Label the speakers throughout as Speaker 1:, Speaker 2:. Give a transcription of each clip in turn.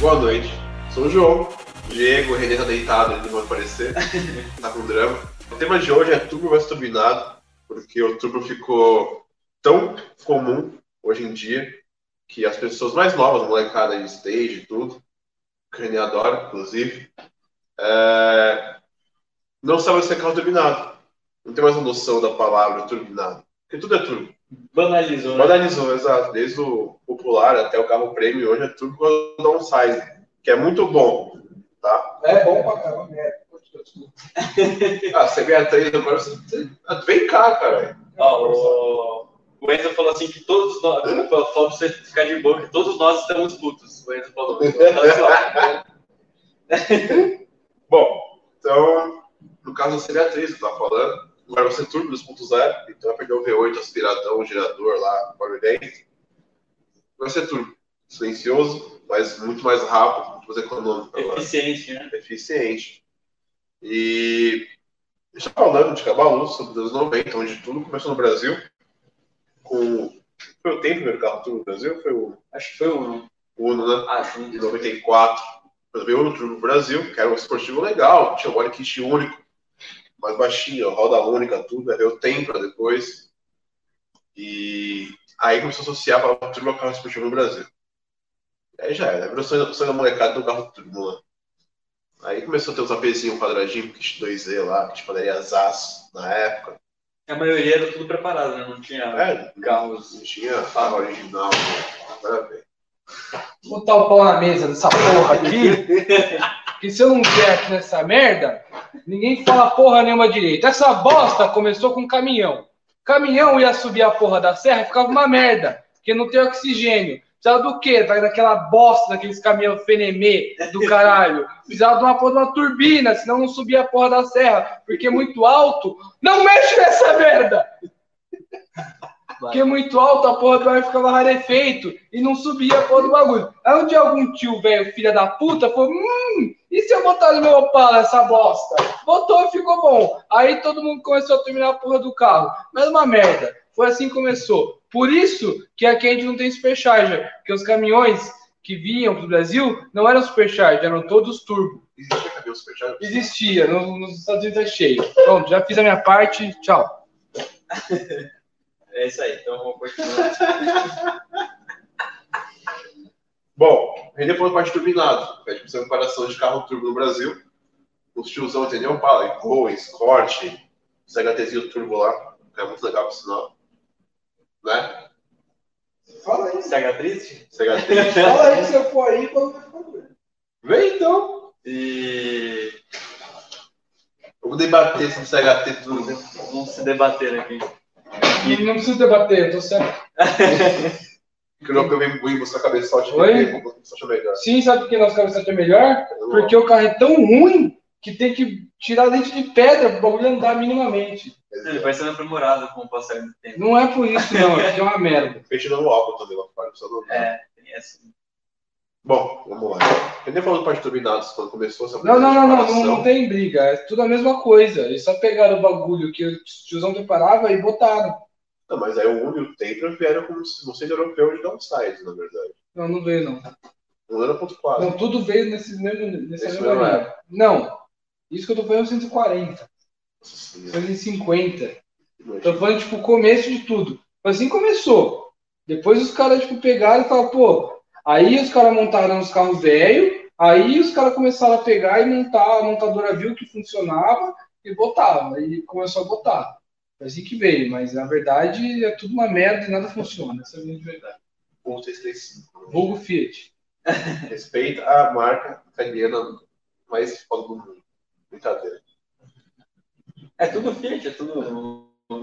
Speaker 1: Boa noite. Sou o João. Diego, o Renê tá deitado, ele não vai aparecer. tá com drama. O tema de hoje é turbo versus turbinado, porque o turbo ficou tão comum hoje em dia que as pessoas mais novas, molecada de stage e tudo, que o Renê adora, inclusive, é, não sabem o que é o turbinado. Não tem mais a noção da palavra turbinado. Porque tudo é turbo.
Speaker 2: Banalizou, né?
Speaker 1: Modernizou, exato. Desde o popular até o carro prêmio, hoje é tudo com downsize, que é muito bom, tá?
Speaker 3: É bom pra caramba, né?
Speaker 1: Ah, você ganha três, agora você... Ah, Vem cá, cara.
Speaker 2: Ó, o... o Enzo falou assim que todos nós. Eu falo pra você ficar de boa, que todos nós estamos putos. O Enzo falou. Então, Olha só.
Speaker 1: Bom, então, no caso seria a atriz que eu tava falando, agora vai ser turbo 2.0, então vai perder o V8, aspiradão, gerador lá, barulhento. Vai ser é turbo. Silencioso, mas muito mais rápido, muito mais econômico. agora.
Speaker 2: Eficiente, né?
Speaker 1: Eficiente. E já falando de Cabalu, sobre os anos 90, onde tudo começou no Brasil, com... Foi o tempo primeiro carro turbo no Brasil? Foi o
Speaker 2: Acho que foi um.
Speaker 1: Uno, né?
Speaker 2: Ah, sim.
Speaker 1: em 94, quando veio o Turbo Brasil, que era um esportivo legal, tinha um body kit único, mais baixinho, roda única, tudo, né? veio o Tempra depois. E aí começou a associar a palavra turbo ao carro esportivo no Brasil. E aí já era, virou sonho sonho da molecada do carro turbo, né? Aí começou a ter os APzinho, quadradinho, kit 2E lá, que tipo, daria zaço na época.
Speaker 2: A maioria era tudo preparado, né? Não tinha
Speaker 1: É,
Speaker 2: carros.
Speaker 1: não tinha fala original, né? Agora vem.
Speaker 3: Botar o pau na mesa dessa porra aqui. que se eu não quieto nessa merda, ninguém fala porra nenhuma direito. Essa bosta começou com caminhão. Caminhão ia subir a porra da serra e ficava uma merda, porque não tem oxigênio. Precisava do quê? Vai daquela bosta, daqueles caminhão fenemê do caralho. Precisava de uma porra de uma turbina, senão não subia a porra da serra, porque é muito alto. Não mexe nessa merda! Porque é muito alto, a porra do ar ficava rarefeito e não subia a porra do bagulho. Aí um dia algum tio, velho, filha da puta, falou: Hum, e se eu botar no meu Opala essa bosta? Botou e ficou bom. Aí todo mundo começou a terminar a porra do carro. Mas é uma merda. Foi assim que começou. Por isso que aqui a gente não tem supercharger. Porque os caminhões que vinham pro Brasil não eram supercharger, eram todos turbo.
Speaker 1: Existia cabelo supercharge?
Speaker 3: Existia, no- nos Estados Unidos é cheio. Pronto, já fiz a minha parte, tchau.
Speaker 2: É isso aí, então vamos continuar.
Speaker 1: Bom, Renê falou parte turbinado, pede pra você uma comparação de carro turbo no Brasil. Os tiozão, entendeu? Um Fala, Gol, Escort, os HTzinho turbo lá, que é muito legal por sinal. Né?
Speaker 3: Fala aí,
Speaker 2: Você é triste?
Speaker 1: Esse HT.
Speaker 3: fala aí se eu for aí, quando vai ficar
Speaker 1: Vem então!
Speaker 2: E
Speaker 1: Vamos debater sobre esse HT turbo.
Speaker 2: vamos se debater aqui.
Speaker 3: E não preciso debater, eu tô certo.
Speaker 1: Que eu nunca vi ruim buscar cabeçote.
Speaker 3: Oi?
Speaker 1: Só né? achou melhor.
Speaker 3: Sim, sabe por que nosso cabeçote é melhor? Porque o carro é tão ruim que tem que tirar dente de pedra pro bagulho andar minimamente.
Speaker 2: Ele vai sendo aprimorado com o passar do tempo.
Speaker 3: Não é por isso, não, é que é uma merda.
Speaker 1: Fez no álcool também lá fora, só não.
Speaker 2: É, tem essa.
Speaker 1: Bom, vamos lá. Renê falou de parte turbinados quando começou essa
Speaker 3: Não, não, não, não, não,
Speaker 1: comparação.
Speaker 3: não tem briga, é tudo a mesma coisa. Eles só pegaram o bagulho que o tiozão preparava e botaram.
Speaker 1: Não, mas aí o Uno e o Tempra vieram como se fossem europeu de downside, na verdade.
Speaker 3: Não, não veio, não.
Speaker 1: Não era ponto 4.
Speaker 3: Não, tudo veio nesse mesmo, nessa
Speaker 1: Esse
Speaker 3: mesma
Speaker 1: mesmo
Speaker 3: linha. Não, isso que eu tô falando é o 140,
Speaker 1: Nossa senhora.
Speaker 3: 150. Tô falando, tipo, o começo de tudo. Foi Assim começou. Depois os caras, tipo, pegaram e falaram, pô. Aí os caras montaram os carros velhos, aí os caras começaram a pegar e montar, a montadora viu que funcionava e botava. E começou a botar. Foi assim que veio, mas na verdade é tudo uma merda e nada funciona. Essa é a grande verdade.
Speaker 1: Ponto 335.
Speaker 3: Vulgo Fiat.
Speaker 1: Respeita a marca italiana mais foda do mundo. Brincadeira.
Speaker 2: É tudo Fiat, é tudo. o- o-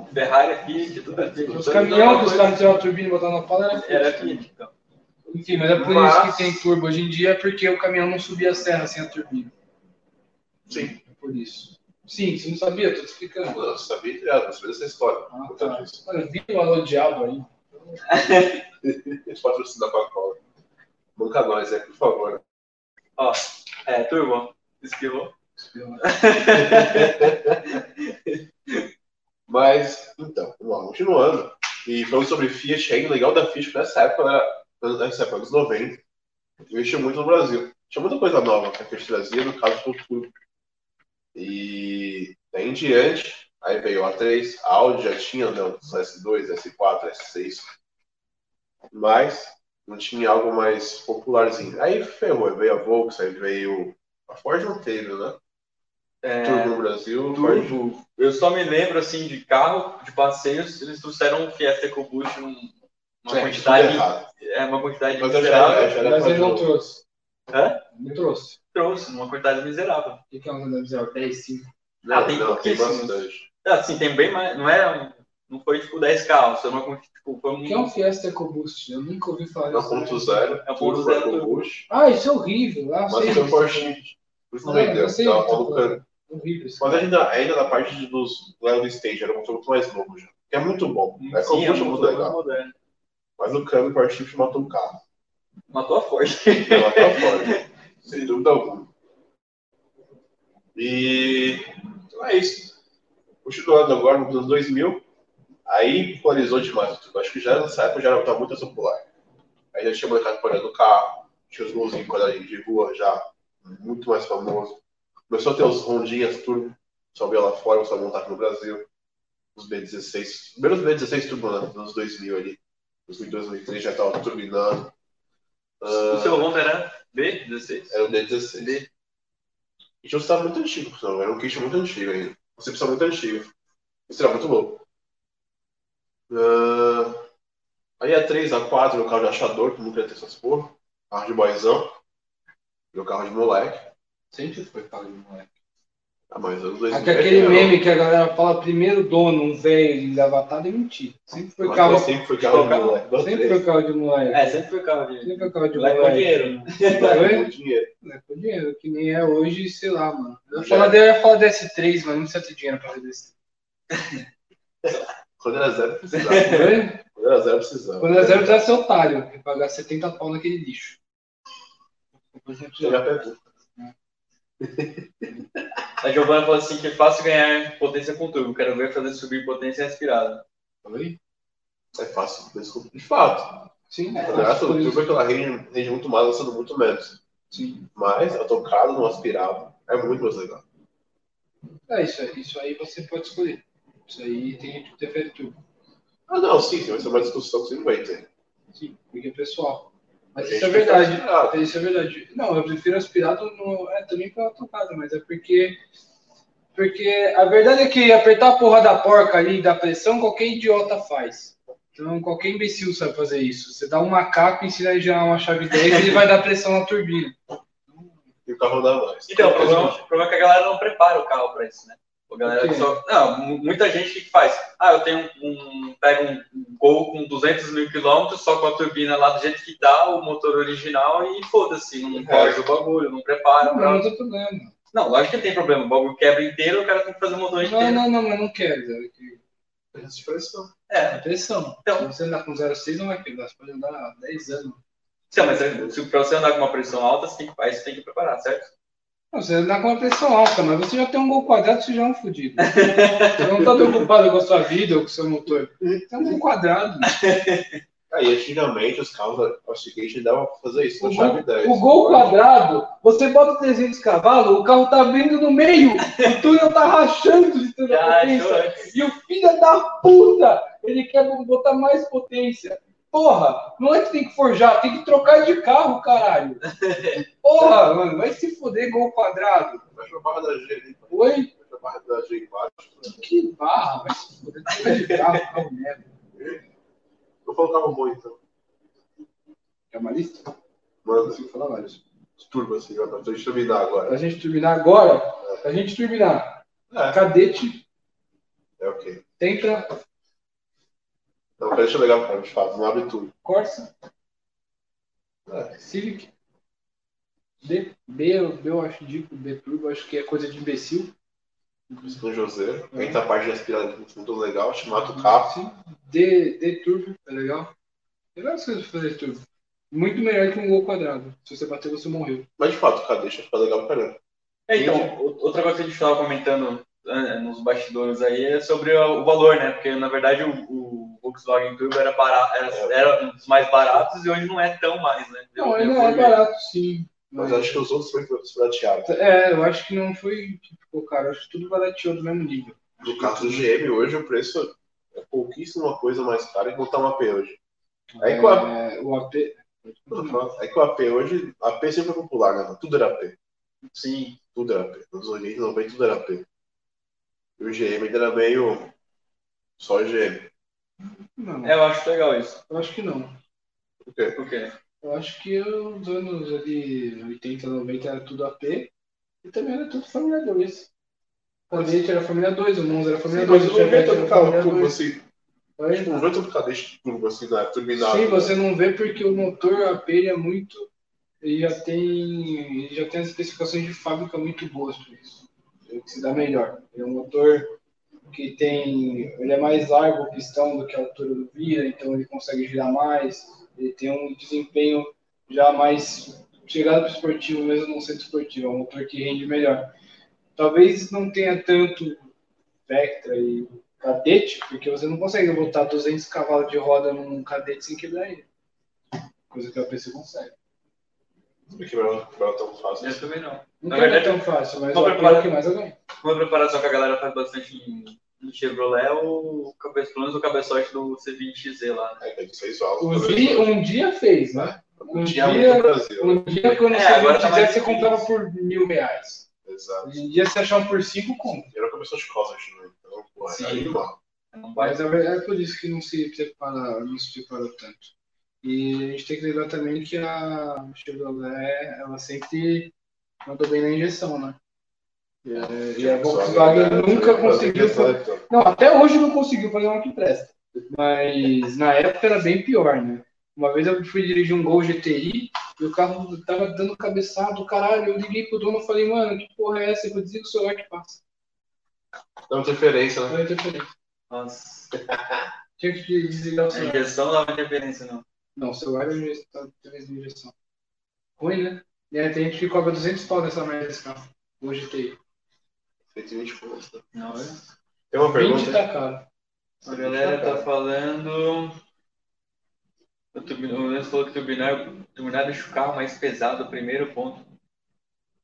Speaker 2: o Ferrari é Fiat, tudo é Fiat.
Speaker 3: Os caminhões que os caras tiraram a turbina e botaram na pala era Fiat.
Speaker 2: Era Fiat, então.
Speaker 3: Enfim, mas é por isso
Speaker 1: Mas-
Speaker 3: que tem turbo hoje em dia, porque o caminhão não subia a serra sem a turbina.
Speaker 1: Sim.
Speaker 3: É por isso. Sim, você não sabia? Eu tô te explicando.
Speaker 1: Eu sabia, eu sabia dessa história.
Speaker 3: Ah,
Speaker 1: Por
Speaker 3: tá.
Speaker 1: causa disso.
Speaker 3: Olha, vi o valor diabo aí.
Speaker 1: Eles patrocinam a Coca-Cola. Banca nós, é, por favor.
Speaker 2: Ó, é, turbo, esquivou.
Speaker 1: Mas, então, vamos lá, é né? continuando. E falando sobre Fiat, ainda o legal da Fiat nessa época, era- nessa época, anos 90, investiu muito no Brasil. Tinha muita coisa nova que a gente trazia, no caso, o YouTube. E daí em diante, aí veio o A3, a Audi já tinha, né, não, só S2, S4, S6. Mas não tinha algo mais popularzinho. Aí ferrou, aí veio a Volks, aí veio. A Ford não teve, né?
Speaker 2: É,
Speaker 1: Turbo no Brasil, Ford.
Speaker 2: turbo. Eu só me lembro, assim, de carro, de passeios, eles trouxeram um Fiesta EcoBoost, um, uma
Speaker 1: É, tudo
Speaker 2: quantidade...
Speaker 1: errado.
Speaker 2: É, uma quantidade
Speaker 1: Mas eu já era,
Speaker 2: miserável.
Speaker 1: eu já era
Speaker 3: Mas ele não
Speaker 1: mais novo.
Speaker 3: trouxe.
Speaker 2: Hã?
Speaker 3: Não trouxe.
Speaker 2: Trouxe, uma quantidade miserável.
Speaker 3: O que que é um 10, 5?
Speaker 1: Não,
Speaker 2: Ah, tem
Speaker 1: não, tem
Speaker 2: pouquíssimos.
Speaker 1: bastante.
Speaker 2: Assim, tem bem mais... Não é... Não foi, tipo, 10 carros, foi uma... quanti- Tipo, foi
Speaker 3: O
Speaker 2: um...
Speaker 3: que é um Fiesta EcoBoost? Eu nunca ouvi falar
Speaker 1: Não,
Speaker 3: disso.
Speaker 1: ponto zero.
Speaker 2: É um ponto
Speaker 1: turbo,
Speaker 2: zero,
Speaker 1: turbo
Speaker 2: turbo.
Speaker 1: boost.
Speaker 3: Ah, isso é horrível. Ah,
Speaker 1: Mas
Speaker 3: sei
Speaker 1: foi
Speaker 3: disso.
Speaker 1: Porsche. Por isso não
Speaker 3: Ah,
Speaker 1: vendeu,
Speaker 3: eu sei
Speaker 1: tava
Speaker 3: disso,
Speaker 1: malucando.
Speaker 3: Horrível. isso.
Speaker 1: Mas é- ainda, ainda na parte de- dos level stage, era um motor muito mais novo já. Que é muito bom.
Speaker 2: Sim,
Speaker 1: é como
Speaker 2: é um
Speaker 1: muito
Speaker 2: motor
Speaker 1: legal.
Speaker 2: moderno.
Speaker 1: Mas o câmbio para chip matou um o carro.
Speaker 2: Matou a Ford.
Speaker 1: Ela tá fora. Sem dúvida alguma. E então é isso. Continuando agora nos anos 2000, aí polarizou demais tudo. Acho que já nessa época já estava muito essa polar. Aí já tinha molecada parando o carro, tinha os golzinhos quadradinhos de rua já, muito mais famoso. Começou a ter os rondinhas turbo, só veio lá fora, só montar aqui no Brasil. Os B16, os primeiros B16 turbo né, dos anos 2000 ali. 2002, 2003 já estava turbinando. Ah.
Speaker 2: O seu Honda era B16?
Speaker 1: Era um D16.
Speaker 2: D.
Speaker 1: E tinha um estado muito antigo, pessoal. Era um kit muito antigo ainda. Concepção muito antiga. Isso era muito louco. Ah, aí a 3, a 4, meu carro de achador, que nunca ia ter essas porra. Carro de boizão. Meu carro de moleque.
Speaker 3: Sempre foi carro de moleque.
Speaker 1: Ah, mas anos
Speaker 3: Aquele
Speaker 1: 2000.
Speaker 3: aquele
Speaker 1: era-
Speaker 3: meme que a galera fala primeiro dono, um velho de avatar, é mentira. Sempre foi
Speaker 1: mas
Speaker 3: carro.
Speaker 1: Sempre foi carro de
Speaker 2: Sempre
Speaker 1: moleque. da
Speaker 3: Sempre
Speaker 1: 3.
Speaker 3: foi carro de moleque.
Speaker 2: É, sempre foi carro de...
Speaker 3: Sempre foi carro de
Speaker 2: Lá com
Speaker 3: moleque.
Speaker 2: dinheiro. né?
Speaker 3: Oi?
Speaker 1: Com dinheiro.
Speaker 3: É, com dinheiro, que nem é hoje, sei lá, mano. Eu,
Speaker 1: Já
Speaker 3: falar
Speaker 1: era.
Speaker 3: de, eu ia falar DS3, mano, não precisa ter dinheiro pra fazer isso.
Speaker 1: Quando era zero, precisava.
Speaker 3: Oi?
Speaker 1: Quando era zero, precisava.
Speaker 3: Quando é zero, precisa ser otário, e pagar 70 pau naquele lixo.
Speaker 1: Chegar perto.
Speaker 2: A Giovana falou assim que é fácil ganhar potência com turbo. Quero ver fazer subir potência né? respirada.
Speaker 3: Oi?
Speaker 1: É fácil, desculpa. De fato.
Speaker 3: Sim,
Speaker 1: A graça do
Speaker 3: foi isso.
Speaker 1: turbo é que ela rende, rende muito mais, lançando muito menos.
Speaker 3: Sim.
Speaker 1: Mas a tocada no aspirado é muito mais legal.
Speaker 3: É, isso, aí- isso aí você pode escolher. Isso aí tem gente que prefere tudo.
Speaker 1: Ah, não, sim, sim, vai ser uma discussão que sempre vai ter.
Speaker 3: Sim, porque é pessoal.
Speaker 1: A
Speaker 3: Mas
Speaker 1: gente
Speaker 3: isso é
Speaker 1: prefere
Speaker 3: verdade.
Speaker 1: aspirado.
Speaker 3: Isso é verdade. Não, eu prefiro aspirado no, é também pela tocada, mas é porque. Porque a verdade é que apertar a porra da porca ali, da pressão, qualquer idiota faz. Então qualquer imbecil sabe fazer isso. Você dá um macaco, ensina ele a girar uma chave 10 e ele vai dar pressão na turbina.
Speaker 1: E o carro dá mais.
Speaker 2: Então, o problema, o problema é que a galera não prepara o carro pra isso, né? A galera
Speaker 3: Por quê?
Speaker 2: só... Não, mu- muita gente que faz. Ah, eu tenho um... um- Pego um um Gol com 200 mil quilômetros, só com a turbina lá do jeito que tá, o motor original, e foda-se. Não
Speaker 1: É.
Speaker 2: corre o bagulho, não prepara.
Speaker 3: Não,
Speaker 2: Não,
Speaker 3: não tem problema.
Speaker 2: não, lógico que tem problema. O bagulho quebra inteiro, o cara tem que fazer o motor
Speaker 3: Não,
Speaker 2: inteiro.
Speaker 3: não, não, mas não quero. Zé.
Speaker 1: Essa pressão.
Speaker 2: É,
Speaker 3: É pressão.
Speaker 2: Então-
Speaker 3: Se você andar com 0,6 não vai pegar. Você pode andar 10 anos.
Speaker 2: Sim, mas é, se, pra você andar com uma pressão alta, você tem que, aí você tem que preparar, certo?
Speaker 3: Não, você dá com uma pressão alta, mas você já tem um gol quadrado, você já é um fodido. Você não tá preocupado com a sua vida ou com o seu motor. Tem um gol quadrado.
Speaker 1: Aí, antigamente, os carros da Oxigate dava pra fazer isso,
Speaker 3: O
Speaker 1: na chave 10.
Speaker 3: O gol quadrado, você bota 300 cavalos, o carro tá vindo no meio, o túnel tá rachando de tanta
Speaker 2: Ah,
Speaker 3: potência. E o filho da puta, ele quer botar mais potência. Porra, não é que tem que forjar, tem que trocar de carro, caralho. Porra, mano, vai se foder gol quadrado.
Speaker 1: Fecha a barra da G ali.
Speaker 3: Oi?
Speaker 1: Fecha a barra da G embaixo. né?
Speaker 3: Que barra, vai se foder, troca de carro, carro merda.
Speaker 1: Eu colocava um bom, então.
Speaker 3: É uma lista? Eu
Speaker 1: Manda,
Speaker 3: consigo falar vários.
Speaker 1: turbo assim, já pra gente terminar agora.
Speaker 3: Pra gente terminar agora, pra gente terminar.
Speaker 1: É,
Speaker 3: Cadete,
Speaker 1: é ok. Então,
Speaker 3: Tentra,
Speaker 1: Não, deixa eu é legal cara, de fato, não abre tudo.
Speaker 3: Corsa, ah,
Speaker 1: É.
Speaker 3: Civic, D, B, eu- B eu acho dico, B Turbo, acho que é coisa de imbecil.
Speaker 1: São José,
Speaker 3: Uhum.
Speaker 1: entra a parte de aspirado é muito legal, te mata o carro.
Speaker 3: Sim. D, D Turbo, é legal. Tem várias coisas pra fazer Turbo. Muito melhor que um gol quadrado. Se você bater, você morreu.
Speaker 1: Mas de fato, o cara deixa ficar legal pra caramba.
Speaker 2: então, o- outra coisa que a gente estava comentando eh, nos bastidores aí é sobre o o valor, né? Porque, na né? verdade, o, o, o Volkswagen Turbo era, barato, era, era um dos mais baratos e hoje não é tão mais, né? Deu-
Speaker 3: É. Não, ele
Speaker 2: deu
Speaker 3: é
Speaker 2: por-
Speaker 3: barato, sim.
Speaker 1: Mas acho que os outros foram prateados.
Speaker 3: É, eu acho que não foi que ficou caro, acho que tudo barateou do mesmo nível.
Speaker 1: No caso do GM, hoje o preço é pouquíssima coisa mais cara que montar um AP hoje. Aí,
Speaker 3: É,
Speaker 1: claro.
Speaker 3: o AP. Uhum.
Speaker 1: É que o AP hoje, AP sempre foi popular, né? Tudo era AP.
Speaker 3: Sim.
Speaker 1: Tudo era AP. Nos 80, 90, tudo era AP. E o GM ainda era meio. Só GM.
Speaker 3: Não,
Speaker 2: É, eu acho legal isso.
Speaker 3: eu acho que não.
Speaker 2: Por quê?
Speaker 3: Eu acho que os anos ali 80, 90 era tudo AP e também era tudo família 2. O Cadete era família 2, o Monza era família 2, o é Chevette era família 2.
Speaker 1: assim.
Speaker 3: Oi?
Speaker 1: Tipo, o vento do cadete turbo assim na turbinada.
Speaker 3: Sim, você não vê porque o motor AP ele é muito. Ele já tem, ele já tem as especificações de fábrica muito boas para isso. É o que se dá melhor. Ele é um motor que tem. Ele é mais largo o pistão do que a altura do vira, então ele consegue girar mais. Ele tem um desempenho já mais chegado para esportivo, mesmo não sendo esportivo. É um motor que rende melhor. Talvez não tenha tanto Vectra e cadete, porque você não consegue botar 200 cavalos de roda num cadete sem quebrar ele. Coisa que a PC consegue.
Speaker 1: Não quebrava quebrava tão fácil.
Speaker 2: Eu também não.
Speaker 3: Não
Speaker 2: Na
Speaker 3: quebra
Speaker 2: verdade,
Speaker 3: é tão fácil, mas
Speaker 2: só
Speaker 3: ó,
Speaker 2: pra falar-
Speaker 3: é o que mais eu ganho.
Speaker 2: Uma preparação que a galera faz bastante em, em Chevrolet é o cabeça, pelo menos o cabeçote do C20XZ lá, né?
Speaker 1: É, deve ser isual.
Speaker 3: O Vi um dia fez, né? Um
Speaker 1: Tinha
Speaker 3: dia,
Speaker 1: é muito no Brasil.
Speaker 3: um dia quando
Speaker 2: É, agora
Speaker 3: você
Speaker 2: tá
Speaker 3: quiser,
Speaker 2: mais
Speaker 3: você
Speaker 2: difícil.
Speaker 3: comprava por mil reais.
Speaker 1: Exato.
Speaker 3: Hoje em dia, se achar um por cinco, compra.
Speaker 1: E era começou de causa, acho, né? Então, porra,
Speaker 2: Sim.
Speaker 1: era animal.
Speaker 2: Não vai.
Speaker 3: Mas é verdade, é por isso que não se prepara, não se preparou tanto. E a gente tem que lembrar também que a Chevrolet, ela sempre mandou bem na injeção, né? E, a-
Speaker 1: É,
Speaker 3: e é a Volkswagen nunca
Speaker 1: tá
Speaker 3: conseguiu fazer.
Speaker 1: Exato.
Speaker 3: Não, até hoje não conseguiu fazer uma que presta. Mas na época era bem pior, né? Uma vez eu fui dirigir um Gol GTI e o carro tava dando cabeçada, caralho. Eu liguei pro dono e falei, mano, que porra é essa? Eu vou dizer que o celular que passa.
Speaker 1: Dá interferência, né?
Speaker 3: Não é interferência.
Speaker 2: Nossa,
Speaker 3: Tinha que desligar o
Speaker 2: a
Speaker 3: celular.
Speaker 2: injeção não dá interferência, não.
Speaker 3: Não, o celular é injeção, três mil injeção. Ruim, né? E aí tem gente que cobra 200 pau dessa merda desse carro. Hoje tem.
Speaker 1: 120 pontos. né?
Speaker 2: Não, é?
Speaker 1: Tem uma
Speaker 3: 20
Speaker 1: pergunta?
Speaker 3: tá caro.
Speaker 2: A galera
Speaker 1: Cara.
Speaker 2: tá falando. O turbi- o Lance falou que turbinar, turbinar deixa o carro mais pesado, primeiro ponto.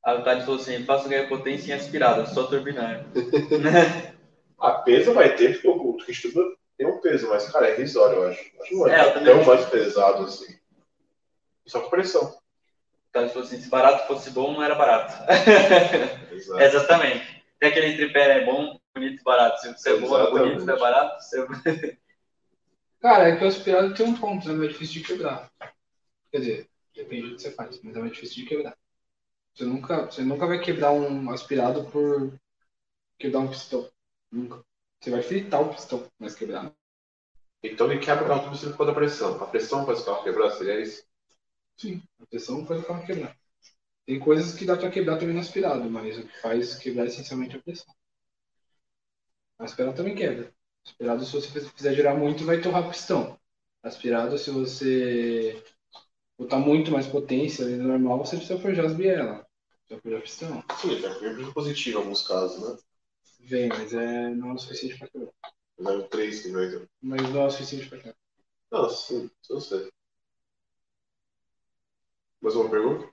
Speaker 2: A Tati falou assim: faço ganhar potência em aspirada, só é. turbinar.
Speaker 1: Ah, peso vai ter, porque o o kit turbo tem um peso, mas, cara, é irrisório, eu acho. Acho que não
Speaker 2: É,
Speaker 1: é,
Speaker 2: eu também
Speaker 1: tão
Speaker 2: acho.
Speaker 1: mais pesado assim. Só com pressão.
Speaker 2: A Tati falou assim: se barato fosse bom, não era barato. É.
Speaker 1: Exato.
Speaker 2: Exatamente. Tem aquele tripé é bom, bonito, barato. Se você é bom, é bonito, se é
Speaker 1: Exatamente.
Speaker 2: barato, se é bom.
Speaker 3: Cara, é que o aspirado tem um ponto, né? Mas é difícil de quebrar. Quer dizer, depende do que você faz, mas é mais difícil de quebrar. Você nunca, você nunca vai quebrar um aspirado por quebrar um pistão. Nunca. Você vai fritar o pistão, mas quebrar. né? não.
Speaker 1: Então ele quebra o carro turbo por causa da pressão. A pressão faz o carro quebrar, seria isso?
Speaker 3: A pressão não faz o carro quebrar. Tem coisas que dá pra quebrar também no aspirado, mas o que faz quebrar é essencialmente a pressão. O aspirado também quebra. Aspirado, se você quiser girar muito, vai torrar pistão. Aspirado, se você botar muito mais potência ali no normal, você precisa forjar as bielas. Precisa forjar pistão.
Speaker 1: Sim, já quebra positivo em alguns casos, né?
Speaker 3: Vem, mas é, não é o suficiente pra quebrar.
Speaker 1: Level 3, que vai ter.
Speaker 3: Mas não é o suficiente pra quebrar.
Speaker 1: Não, sim, eu sei. Mais uma pergunta?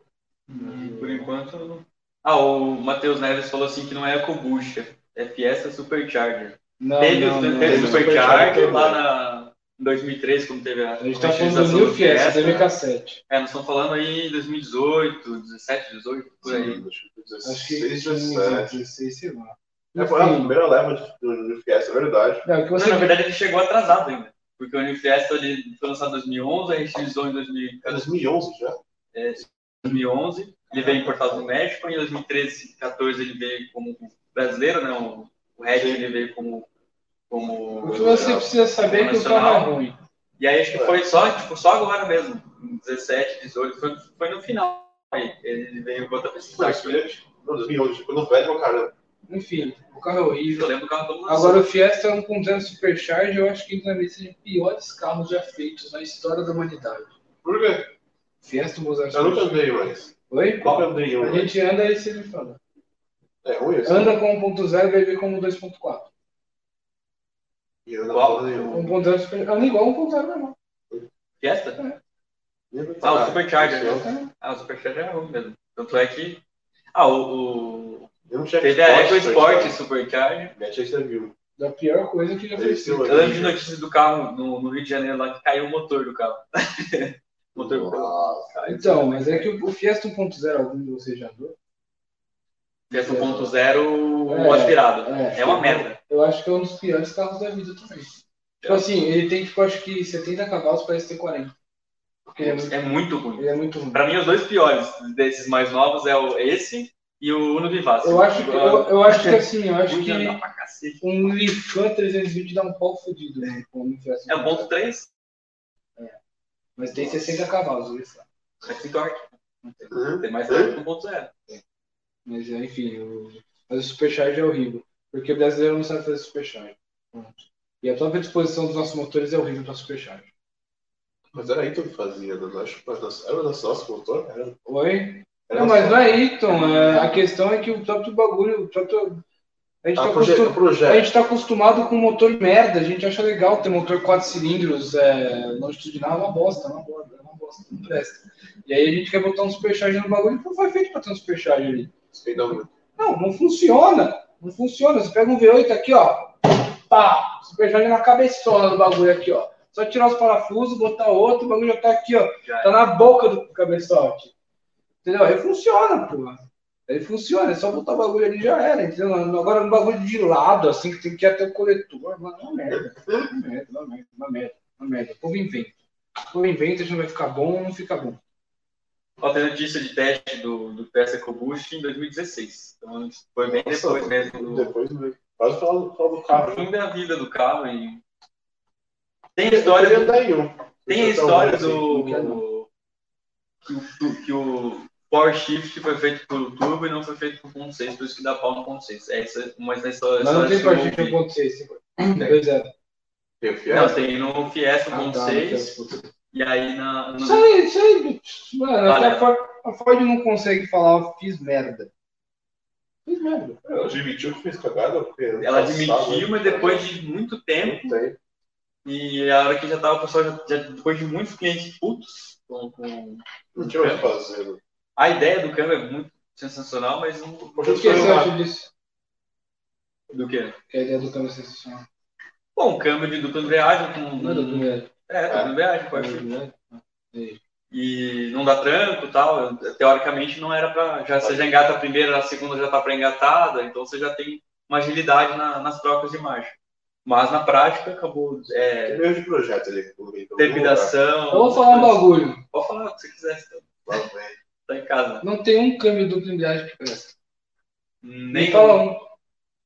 Speaker 2: Hum, Por enquanto. Ah, o Matheus Neves falou assim que não é EcoBucha, é Fiesta Supercharger.
Speaker 3: Não,
Speaker 2: teve
Speaker 3: não,
Speaker 2: o
Speaker 3: não.
Speaker 2: teve o
Speaker 1: Supercharger,
Speaker 2: Supercharger lá
Speaker 1: né?
Speaker 2: na em 2003, como teve a
Speaker 3: A gente tá falando do
Speaker 2: utilização
Speaker 3: New
Speaker 2: do
Speaker 3: Fiesta,
Speaker 2: Fiesta.
Speaker 3: DBK7.
Speaker 2: É, nós estamos falando aí em 2018, 17, 18, por aí.
Speaker 1: Sim, acho que
Speaker 3: Acho que
Speaker 1: 16, 17.
Speaker 3: 16, sei lá.
Speaker 1: É, foi a
Speaker 3: Enfim.
Speaker 1: primeira leva de- do, do Fiesta, é verdade.
Speaker 3: Não, o que
Speaker 2: Não,
Speaker 3: você
Speaker 2: na verdade ele chegou atrasado ainda. Porque o New Fiesta ele foi lançado em 2011, a gente utilizou em 2000
Speaker 1: É 2011 já.
Speaker 2: 2011, ele veio importado do México, em 2013, 14 ele veio como brasileiro, né? O, o Red ele veio como, como.
Speaker 3: O que você precisa saber é que o carro é ruim.
Speaker 2: E aí acho que foi só, tipo, só agora mesmo, em 17, 18, foi, foi no final. Aí, ele veio com outra
Speaker 1: Não,
Speaker 2: pessoa.
Speaker 1: isso foi não, 2011, quando velho, meu caramba.
Speaker 3: Enfim, o carro é horrível.
Speaker 2: Eu lembro que ela todo
Speaker 3: Agora o Fiesta é um ponteiro supercharge, eu acho que entra na lista de um piores carros já feitos na história da humanidade.
Speaker 1: Por quê?
Speaker 3: Fiesta Mozart
Speaker 1: Eu nunca
Speaker 3: Supercharge.
Speaker 1: andei mais.
Speaker 3: Oi?
Speaker 1: Nunca andei em
Speaker 3: A
Speaker 1: um.
Speaker 3: gente anda e você me fala. um
Speaker 1: É ruim isso.
Speaker 3: Anda com 1.0 e vai ver como 2.4.
Speaker 1: E eu não
Speaker 2: Qual?
Speaker 1: porra nenhuma.
Speaker 3: 1.0 super. Ah, não, igual 1.0 normal.
Speaker 2: Fiesta? Ah, o Supercharger. Ah, o Supercharger é ruim mesmo. Tanto é que. Ah, o. o...
Speaker 1: Eu não tinha
Speaker 2: Teve a Eco
Speaker 1: né?
Speaker 2: Sport Supercharger.
Speaker 1: Manchester viu.
Speaker 3: Da pior coisa que já
Speaker 1: Ele
Speaker 3: fez.
Speaker 1: se
Speaker 2: Eu lembro de notícia do carro no, no Rio de Janeiro lá que caiu o motor do carro. o motor do carro. Caiu.
Speaker 3: Então, mas é que o o Fiesta 1.0, algum de vocês já andou?
Speaker 2: Fiesta 1.0
Speaker 3: É,
Speaker 2: aspirado.
Speaker 3: é.
Speaker 2: É, uma merda.
Speaker 3: Eu acho que é um dos piores carros da vida também. Tipo assim, ele tem, tipo, acho que 70 cavalos, parece ter 40. Porque ele é muito,
Speaker 2: É muito ruim.
Speaker 3: ele é muito ruim.
Speaker 2: Pra mim, os dois piores desses mais novos é o esse e o Uno Vivace.
Speaker 3: Eu acho que, eu, eu acho que assim, eu acho
Speaker 2: Ruim de
Speaker 3: que
Speaker 2: andar pra cacete.
Speaker 3: um Lifan 320 dá um pau fodido né, com um Fiesta.
Speaker 2: É o ponto 3,
Speaker 3: Mas tem 60 cavalos, o Lifan.
Speaker 2: mas tem torque.
Speaker 1: Hum?
Speaker 2: Tem mais torque que o é um ponto 0.
Speaker 3: Mas enfim, o... mas o Supercharge é horrível. Porque o brasileiro não sabe fazer Supercharge. Pronto. E a própria disposição dos nossos motores é horrível para Supercharge.
Speaker 1: Mas era aí que eu fazia, não acho que era nosso, era nosso motor, era.
Speaker 3: Oi?
Speaker 1: era
Speaker 3: não,
Speaker 1: nosso-
Speaker 3: mas não é Iton. É... A questão é que o próprio bagulho, o próprio. A gente
Speaker 1: Ah,
Speaker 3: tá
Speaker 1: proje-
Speaker 3: acostum- A
Speaker 1: projeto.
Speaker 3: gente tá acostumado com motor merda, a gente acha legal ter motor quatro cilindros é, longitudinal, é uma bosta, é uma bosta, é uma bosta, não presta. E aí a gente quer botar um supercharger no bagulho, não foi feito pra ter um supercharger ali.
Speaker 1: Sei não,
Speaker 3: Não, não funciona. Não funciona. Você pega um V8 aqui, ó. Pá! Supercharger na cabeçona do bagulho aqui, ó. Só tirar os parafusos, botar outro, o bagulho já tá aqui, ó.
Speaker 2: Já
Speaker 3: Tá na boca do cabeçote. Entendeu? Aí funciona, porra. Aí funciona, é só botar o bagulho ali e já era, entendeu? Agora no bagulho de lado, assim, que tem que ir até o coletor, mano, é uma merda. É Uma merda, uma merda, uma merda, uma merda. O povo inventa. O povo inventa, isso não vai ficar bom, não fica bom.
Speaker 2: Ó, tem notícia de teste do, do PS EcoBoost em 2016. Então foi bem
Speaker 1: Nossa,
Speaker 2: depois mesmo do,
Speaker 1: depois né? quase falar do, falar do
Speaker 3: Ah.
Speaker 2: do
Speaker 1: carro.
Speaker 2: fim da vida do carro. E... Tem a história,
Speaker 1: Eu queria andar em um.
Speaker 2: tem a
Speaker 1: Eu sou tão
Speaker 2: história
Speaker 1: ruim assim.
Speaker 2: do,
Speaker 3: não quero
Speaker 2: que o- do- que o Power Shift foi feito pelo turbo e não foi feito por 1.6, por isso que dá pau no 1.6. É isso, mas na história...
Speaker 3: Mas não
Speaker 2: história
Speaker 3: tem
Speaker 2: que eu
Speaker 3: partida
Speaker 2: ouvi.
Speaker 3: 1.6, 2.0.
Speaker 1: Tem o Fiat?
Speaker 2: Não, tem no Fiesta
Speaker 3: Ah, tá,
Speaker 2: 1.6 e aí na, no-
Speaker 3: Isso aí, isso aí, mano, até
Speaker 2: Olha.
Speaker 3: a Ford, a Ford não consegue falar, eu fiz merda. Fiz merda.
Speaker 1: Ela admitiu que fez cagada? porque ano
Speaker 2: ela
Speaker 1: passado,
Speaker 2: admitiu, mas
Speaker 1: né?
Speaker 2: depois de muito tempo,
Speaker 1: Não tem.
Speaker 2: e a hora que já tava, o pessoal já, já- depois de muitos clientes putos com, com-
Speaker 1: Não
Speaker 2: É.
Speaker 1: tinha mais o que fazer. né?
Speaker 2: A ideia do câmbio é muito sensacional, mas não...
Speaker 1: Por
Speaker 3: O
Speaker 1: que
Speaker 3: que
Speaker 1: foi
Speaker 3: você
Speaker 1: uma-
Speaker 3: acha disso?
Speaker 2: Do que?
Speaker 3: Que a ideia do câmbio é sensacional.
Speaker 2: Bom, um câmbio de dupla embreagem com...
Speaker 3: Não é do câmbio,
Speaker 2: É, dupla embreagem,
Speaker 3: é
Speaker 2: pode ser.
Speaker 3: do câmbio.
Speaker 2: e não dá tranco e tal. Teoricamente não era pra. Já, você já engata a primeira, a segunda já tá pré-engatada, então você já tem uma agilidade na- nas trocas de marcha. Mas na prática acabou é,
Speaker 1: Tem meio de projeto ali. no meio do
Speaker 2: trepidação.
Speaker 3: Eu vou falar um bagulho.
Speaker 2: Pode falar o que você quiser, você
Speaker 1: lugar. Lá vem.
Speaker 2: tá em casa.
Speaker 3: Não tem um câmbio duplo embreagem que presta.
Speaker 2: Nem
Speaker 3: Me fala um.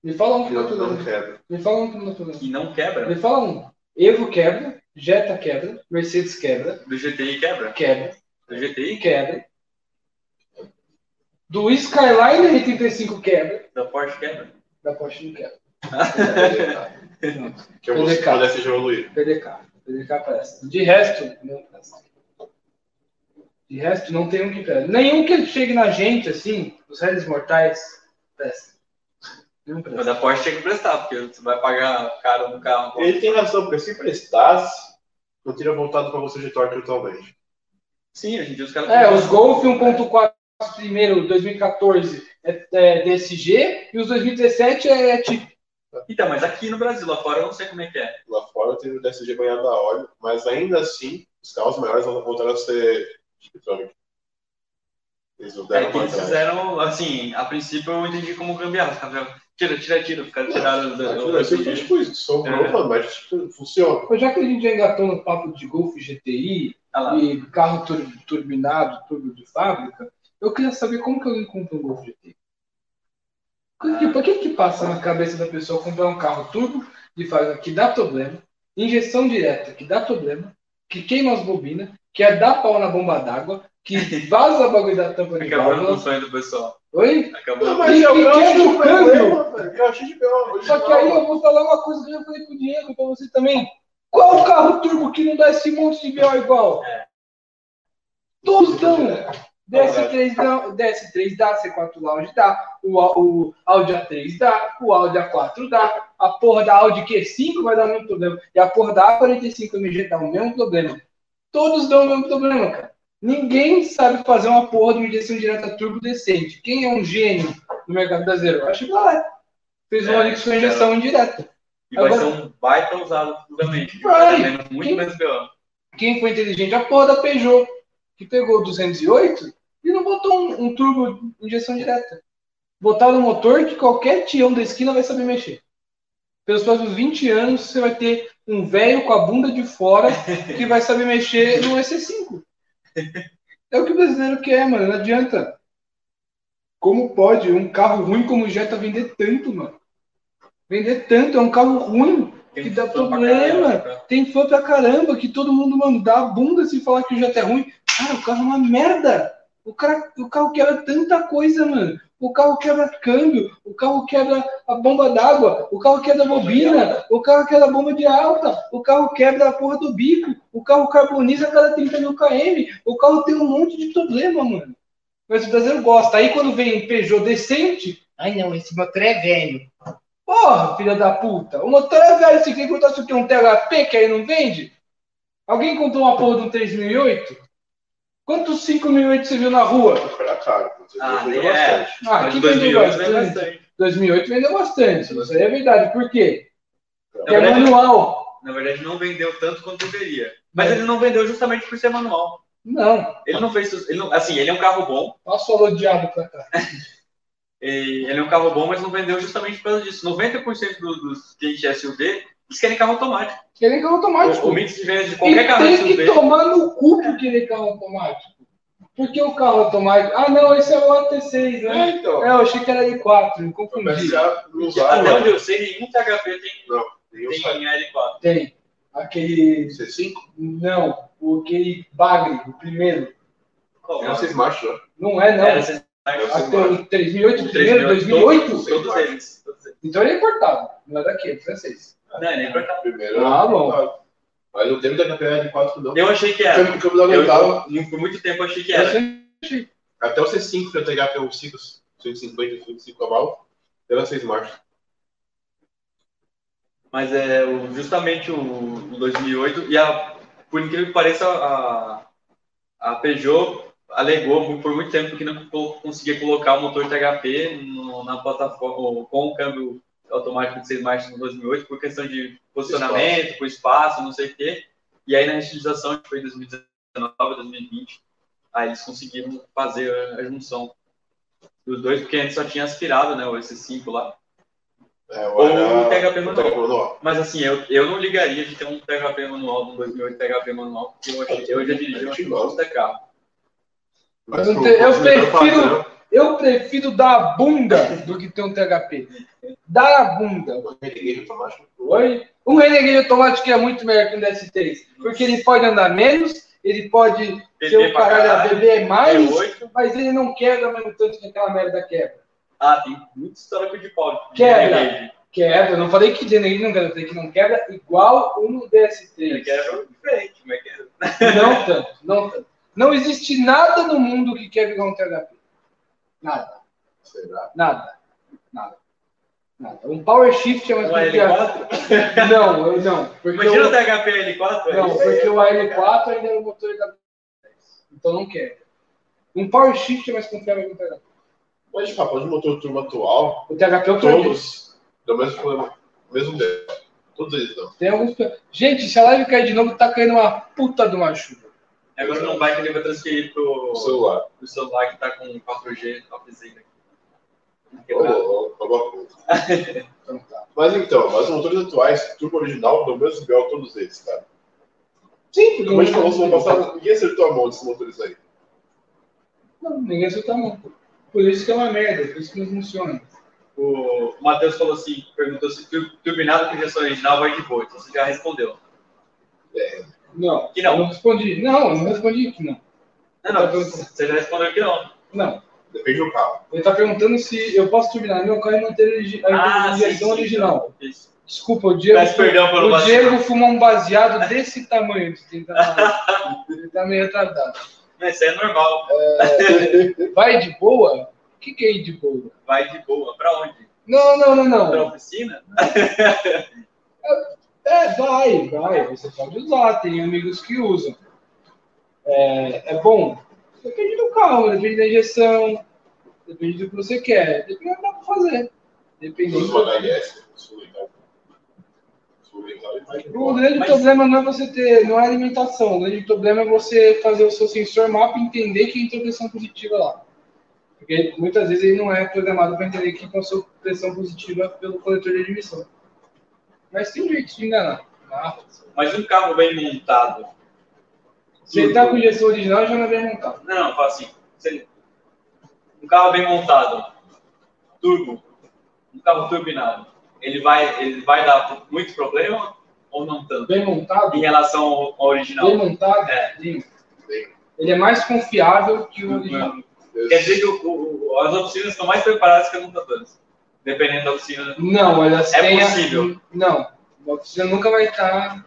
Speaker 3: Me fala um que não
Speaker 1: Não, não
Speaker 3: presta.
Speaker 1: quero.
Speaker 3: Me fala um que não presta.
Speaker 2: que não quebra, né?
Speaker 3: Me fala um. Evo quebra, Jetta quebra, Mercedes quebra,
Speaker 2: do GTI quebra.
Speaker 3: quebra,
Speaker 2: Do GTI,
Speaker 3: quebra. Do Skyline 85 quebra,
Speaker 2: da Porsche quebra.
Speaker 3: da Porsche não quebra. Não.
Speaker 1: tá? Que eu vou se
Speaker 3: PDK.
Speaker 1: pudesse já evoluir.
Speaker 3: PDK. PDK presta. De resto, não presta. De resto, não tem um que presta. Nenhum que chegue na gente, assim, os réis mortais, presta. Não presta.
Speaker 2: Mas a Porsche tinha que prestar, porque você vai pagar caro no carro.
Speaker 1: Ele tem razão, porque se prestasse, não teria voltado pra você de torque atualmente.
Speaker 2: Sim, hoje em dia os caras.
Speaker 3: É, os Golf 1.4 primeiro, 2014, é, é DSG, e os 2017 é, é tipo.
Speaker 2: Então, mas aqui no Brasil, lá fora eu não sei como é que é.
Speaker 1: Lá fora teve o DSG banhado a óleo, mas ainda assim, os carros maiores voltaram a ser Tiptronic. Eles não
Speaker 2: É
Speaker 1: deram
Speaker 2: que
Speaker 1: pra
Speaker 2: eles
Speaker 1: trás.
Speaker 2: fizeram, assim, a princípio eu entendi como gambiarra. Os caras fizeram, tira, tira, tira, ficaram tiraram da-
Speaker 1: Aquilo
Speaker 2: da-
Speaker 1: vai ser tipo isso, sobrou,
Speaker 2: né? É.
Speaker 1: mano, mas tipo, funciona.
Speaker 3: Pô, Já que a gente já engatou no papo de Golf GTI
Speaker 2: Ah lá.
Speaker 3: e carro tur- turbinado, turbo de fábrica, eu queria saber como que alguém compra um Golf GTI. O que, o que que passa na cabeça da pessoa comprar um carro turbo de fábrica que dá problema, injeção direta que dá problema, que queima as bobinas, que é dar pau na bomba d'água, que vaza bagulho da tampa de
Speaker 2: Acabou com o
Speaker 3: válvula.
Speaker 2: sonho do pessoal.
Speaker 3: Oi?
Speaker 2: Acabou.
Speaker 1: Não, mas
Speaker 3: E-
Speaker 1: é o
Speaker 3: e
Speaker 1: gancho
Speaker 3: quebra o
Speaker 1: do
Speaker 3: câmbio.
Speaker 1: problema, velho. Gancho de B.O.
Speaker 3: Só que aí eu vou falar uma coisa que eu já falei pro Diego e pra você também. Qual o carro turbo que não dá esse monte de BO igual?
Speaker 2: É.
Speaker 3: Todos dão. DS3 não, DS3 dá, C4 Lounge dá, o, Au- o Audi A3 dá, o Audi A4 dá, a porra da Audi Q5 vai dar o mesmo problema, e a porra da A45 MG dá o mesmo problema. Todos dão o mesmo problema, cara. Ninguém sabe fazer uma porra de uma injeção direta turbo decente. Quem é um gênio no mercado brasileiro? Eu acho que galera. Fez uma
Speaker 2: É,
Speaker 3: ali com injeção indireta.
Speaker 2: E vai
Speaker 3: Agora-
Speaker 2: ser um baita usado futuramente.
Speaker 3: Vai.
Speaker 2: Menos- Muito
Speaker 3: Quem-
Speaker 2: menos pior.
Speaker 3: Quem foi inteligente? A porra da Peugeot, que pegou o 208 e não botou um, um turbo injeção direta. Botaram um motor que qualquer tião da esquina vai saber mexer. Pelos próximos 20 anos, você vai ter um velho com a bunda de fora que vai saber mexer no EC5. É o que o brasileiro quer, mano. Não adianta. Como pode um carro ruim como o Jetta vender tanto, mano? Vender tanto, é um carro ruim. Que dá
Speaker 2: fã pra
Speaker 3: problema.
Speaker 2: caralho, cara.
Speaker 3: Tem fã pra caramba que todo mundo, mano, dá a bunda se falar que o Jetta é ruim. Cara, o carro é uma merda. O, cara, o carro quebra tanta coisa, mano. O carro quebra câmbio, o carro quebra a bomba d'água, o carro quebra a bobina, o carro quebra a bomba de alta, o carro quebra a porra do bico, o carro carboniza a cada 30 mil km, o carro tem um monte de problema, mano. Mas o brasileiro gosta. Aí quando vem um Peugeot decente, ai não, esse motor é velho. Porra, filha da puta. O motor é velho. Você quer contar isso aqui é um THP que aí não vende? Alguém comprou uma porra de um 3008? Quantos 5008 você viu na rua?
Speaker 1: Era caro, você
Speaker 2: Ah,
Speaker 1: vendeu
Speaker 2: é.
Speaker 1: bastante.
Speaker 3: Ah,
Speaker 2: Mas
Speaker 3: que
Speaker 2: 2008
Speaker 3: vendeu
Speaker 2: vem
Speaker 3: bastante.
Speaker 2: bastante.
Speaker 3: 2008 vendeu bastante. Isso aí é verdade. Por quê? Porque
Speaker 2: Na
Speaker 3: é
Speaker 2: verdade,
Speaker 3: manual.
Speaker 2: na verdade, não vendeu tanto quanto deveria.
Speaker 3: É.
Speaker 2: Mas ele não vendeu justamente por ser manual.
Speaker 3: Não.
Speaker 2: Ele não fez. su- Ele não, assim, ele é um carro bom.
Speaker 3: Passa o alô diabo pra cá.
Speaker 2: e- Ele é um carro bom, mas não vendeu justamente por causa disso. 90% do- dos clientes SUV eles querem carro automático.
Speaker 3: Querem carro automático.
Speaker 2: O, o mix de vendas de
Speaker 3: E
Speaker 2: qualquer carro
Speaker 3: tem que
Speaker 2: SUV.
Speaker 3: tomar no cu por querer carro automático. Porque o carro automático. Ah, não, esse é o AT6,
Speaker 1: É,
Speaker 3: né?
Speaker 1: então.
Speaker 3: É, eu achei que era I4, me
Speaker 1: Mas
Speaker 3: confundi.
Speaker 1: já não usava,
Speaker 2: Até onde eu sei, nenhum THP tem,
Speaker 1: nem
Speaker 2: tem
Speaker 1: usava.
Speaker 2: L4.
Speaker 3: Tem. Aquele
Speaker 1: C5?
Speaker 3: Não, o aquele bagre, o primeiro.
Speaker 2: Qual?
Speaker 1: Era 6 machos, né?
Speaker 3: Não é, não.
Speaker 2: Era esses-
Speaker 3: Até o 3008, o primeiro,
Speaker 2: 2008,
Speaker 3: 2008.
Speaker 2: Todos, todos eles. Todos eles.
Speaker 3: Então ele é importado, não é daqui, é francês.
Speaker 2: Não, ele é importado.
Speaker 1: Primeiro.
Speaker 3: Ah, bom.
Speaker 1: era- Mas o tempo da campeã de 4 não.
Speaker 2: Eu achei que
Speaker 1: O
Speaker 2: era.
Speaker 1: tempo que eu não
Speaker 2: Eu,
Speaker 1: aguentava.
Speaker 2: eu- por muito tempo eu achei que
Speaker 3: Eu
Speaker 2: era.
Speaker 3: sei-
Speaker 1: Até o C5 pra eu pegar pelo 5, 150, 125 cavalos, era 6 marchas.
Speaker 2: Mas é o- justamente o, o 2008. E a, por incrível que pareça, a, a Peugeot alegou por- por muito tempo que não co- conseguia colocar o motor THP no- na plataforma com o câmbio automático de 6 marchas no 2008 por questão de posicionamento, por espaço, não sei o quê. E aí na restilização, que foi em 2019, 2020, aí eles conseguiram fazer a- a junção dos dois, porque antes só tinha aspirado, né, o S5 lá.
Speaker 1: É,
Speaker 2: Ou
Speaker 1: era-
Speaker 2: o THP
Speaker 1: o
Speaker 2: manual.
Speaker 1: THP manual.
Speaker 2: Mas assim, eu, eu não ligaria de ter um THP manual, um 2008 THP manual, porque eu, achei, eu já dirigi
Speaker 1: Eu te
Speaker 2: um
Speaker 1: gosto.
Speaker 2: monte de carro.
Speaker 1: Mas
Speaker 3: Eu
Speaker 1: pro-
Speaker 3: te- eu
Speaker 1: pro primeiro
Speaker 3: prefiro-
Speaker 1: padrão,
Speaker 3: Eu prefiro dar a bunda do que ter um THP. Dar a bunda.
Speaker 1: eu peguei automático.
Speaker 3: Oi? Um Renegade automático é muito melhor que um DS3. Porque ele pode andar menos, ele pode ter
Speaker 2: Beber
Speaker 3: o
Speaker 2: pra
Speaker 3: caralho a
Speaker 2: caralho, é
Speaker 3: beber mais,
Speaker 2: T8.
Speaker 3: mas ele não quebra mais tanto que aquela merda quebra.
Speaker 2: Ah, tem muito histórico de pau. de
Speaker 3: Quebra.
Speaker 2: Renegade.
Speaker 3: Quebra, eu não falei que Renegade não quebra, eu falei que não quebra igual um DS3.
Speaker 2: Ele quebra diferente, mas quebra.
Speaker 3: Não tanto, não tanto. Não existe nada no mundo que quebra igual um THP. Nada,
Speaker 1: Será?
Speaker 3: nada, nada, nada. Um power shift é mais
Speaker 2: Um
Speaker 3: do que a...
Speaker 2: L4?
Speaker 3: Não, eu não. Porque
Speaker 2: Imagina o
Speaker 3: eu...
Speaker 2: THP L4.
Speaker 3: Não,
Speaker 2: é isso
Speaker 3: porque
Speaker 2: aí.
Speaker 3: o AL4 ainda era um motor da Então não quebra. Um power shift é mais confiável que um THP.
Speaker 1: Mas, pá, mas o motor turbo atual,
Speaker 3: O THP é o
Speaker 1: todos, dão o mesmo problema. o Mesmo tempo. Todos eles dão.
Speaker 3: Tem alguns... Gente, se a live cair de novo, tá caindo uma puta de uma chuva.
Speaker 2: Agora não vai que ele vai transferir
Speaker 1: O
Speaker 2: pro,
Speaker 1: celular.
Speaker 2: pro celular que tá com 4G topzinho aqui.
Speaker 1: Ô, ô, ô, ô, ô.
Speaker 3: Então tá.
Speaker 1: Mas então, mas os motores atuais, turbo original, dão o mesmo BO todos eles, cara.
Speaker 3: Sim, porque
Speaker 1: Como a gente falou semana passada, ninguém acertou a mão desses motores aí.
Speaker 3: Não, ninguém acerta a mão. Por isso que é uma merda, por isso que não funciona.
Speaker 2: O Matheus falou assim, perguntou se tur- turbinado com injeção original vai de boa. Então você já respondeu.
Speaker 1: É,
Speaker 3: Não.
Speaker 2: Que não.
Speaker 3: Eu não respondi. Não, eu não respondi que não.
Speaker 2: Não, não, você já respondeu que não.
Speaker 3: Não.
Speaker 1: Depende do carro.
Speaker 3: Ele tá perguntando se eu posso terminar meu carro e manter a origi-
Speaker 1: Ah,
Speaker 3: a direção original.
Speaker 2: Ah, Isso.
Speaker 3: Desculpa, o Diego.
Speaker 2: Peço perdão pelo
Speaker 3: o
Speaker 2: vacilo.
Speaker 3: Diego fumou um baseado desse tamanho. de 30 Ele tá meio retardado.
Speaker 2: Não, isso aí é normal.
Speaker 3: É, Vai de boa? O que, que é ir de boa?
Speaker 2: Vai de boa. Pra onde?
Speaker 3: Não, não, não,
Speaker 2: Pra
Speaker 3: não.
Speaker 2: oficina?
Speaker 3: É, vai, vai. Você pode usar, tem amigos que usam. É, é bom. Depende do carro, depende da injeção, depende do que você quer. Depende do que dá pra fazer. Depende
Speaker 1: Usa
Speaker 3: do
Speaker 1: uma HS, sou legal. Sou legal e vai de
Speaker 3: O
Speaker 1: boa.
Speaker 3: grande
Speaker 2: Mas-
Speaker 3: problema não é você ter, não é alimentação. O grande problema é você fazer o seu sensor mapa e entender que entrou pressão positiva lá. Porque muitas vezes ele não é programado para entender que passou pressão positiva pelo coletor de admissão. Mas tem um jeito de enganar. Ah,
Speaker 2: Mas um carro bem montado.
Speaker 3: Se ele tá com injeção original, já não é bem montado.
Speaker 2: Não, não, fala assim. se- Um carro bem montado, turbo, um carro turbinado, ele vai, ele vai dar muito problema ou não tanto?
Speaker 3: Bem montado,
Speaker 2: Em relação ao ao
Speaker 3: bem
Speaker 2: original.
Speaker 3: montado,
Speaker 2: É.
Speaker 3: ele-
Speaker 1: Bem.
Speaker 3: ele é mais confiável que o original.
Speaker 2: Quer dizer que o- o- as oficinas estão mais preparadas que as montadoras. Dependendo da oficina.
Speaker 3: Não, mas assim.
Speaker 2: É possível.
Speaker 3: Não, a oficina nunca vai estar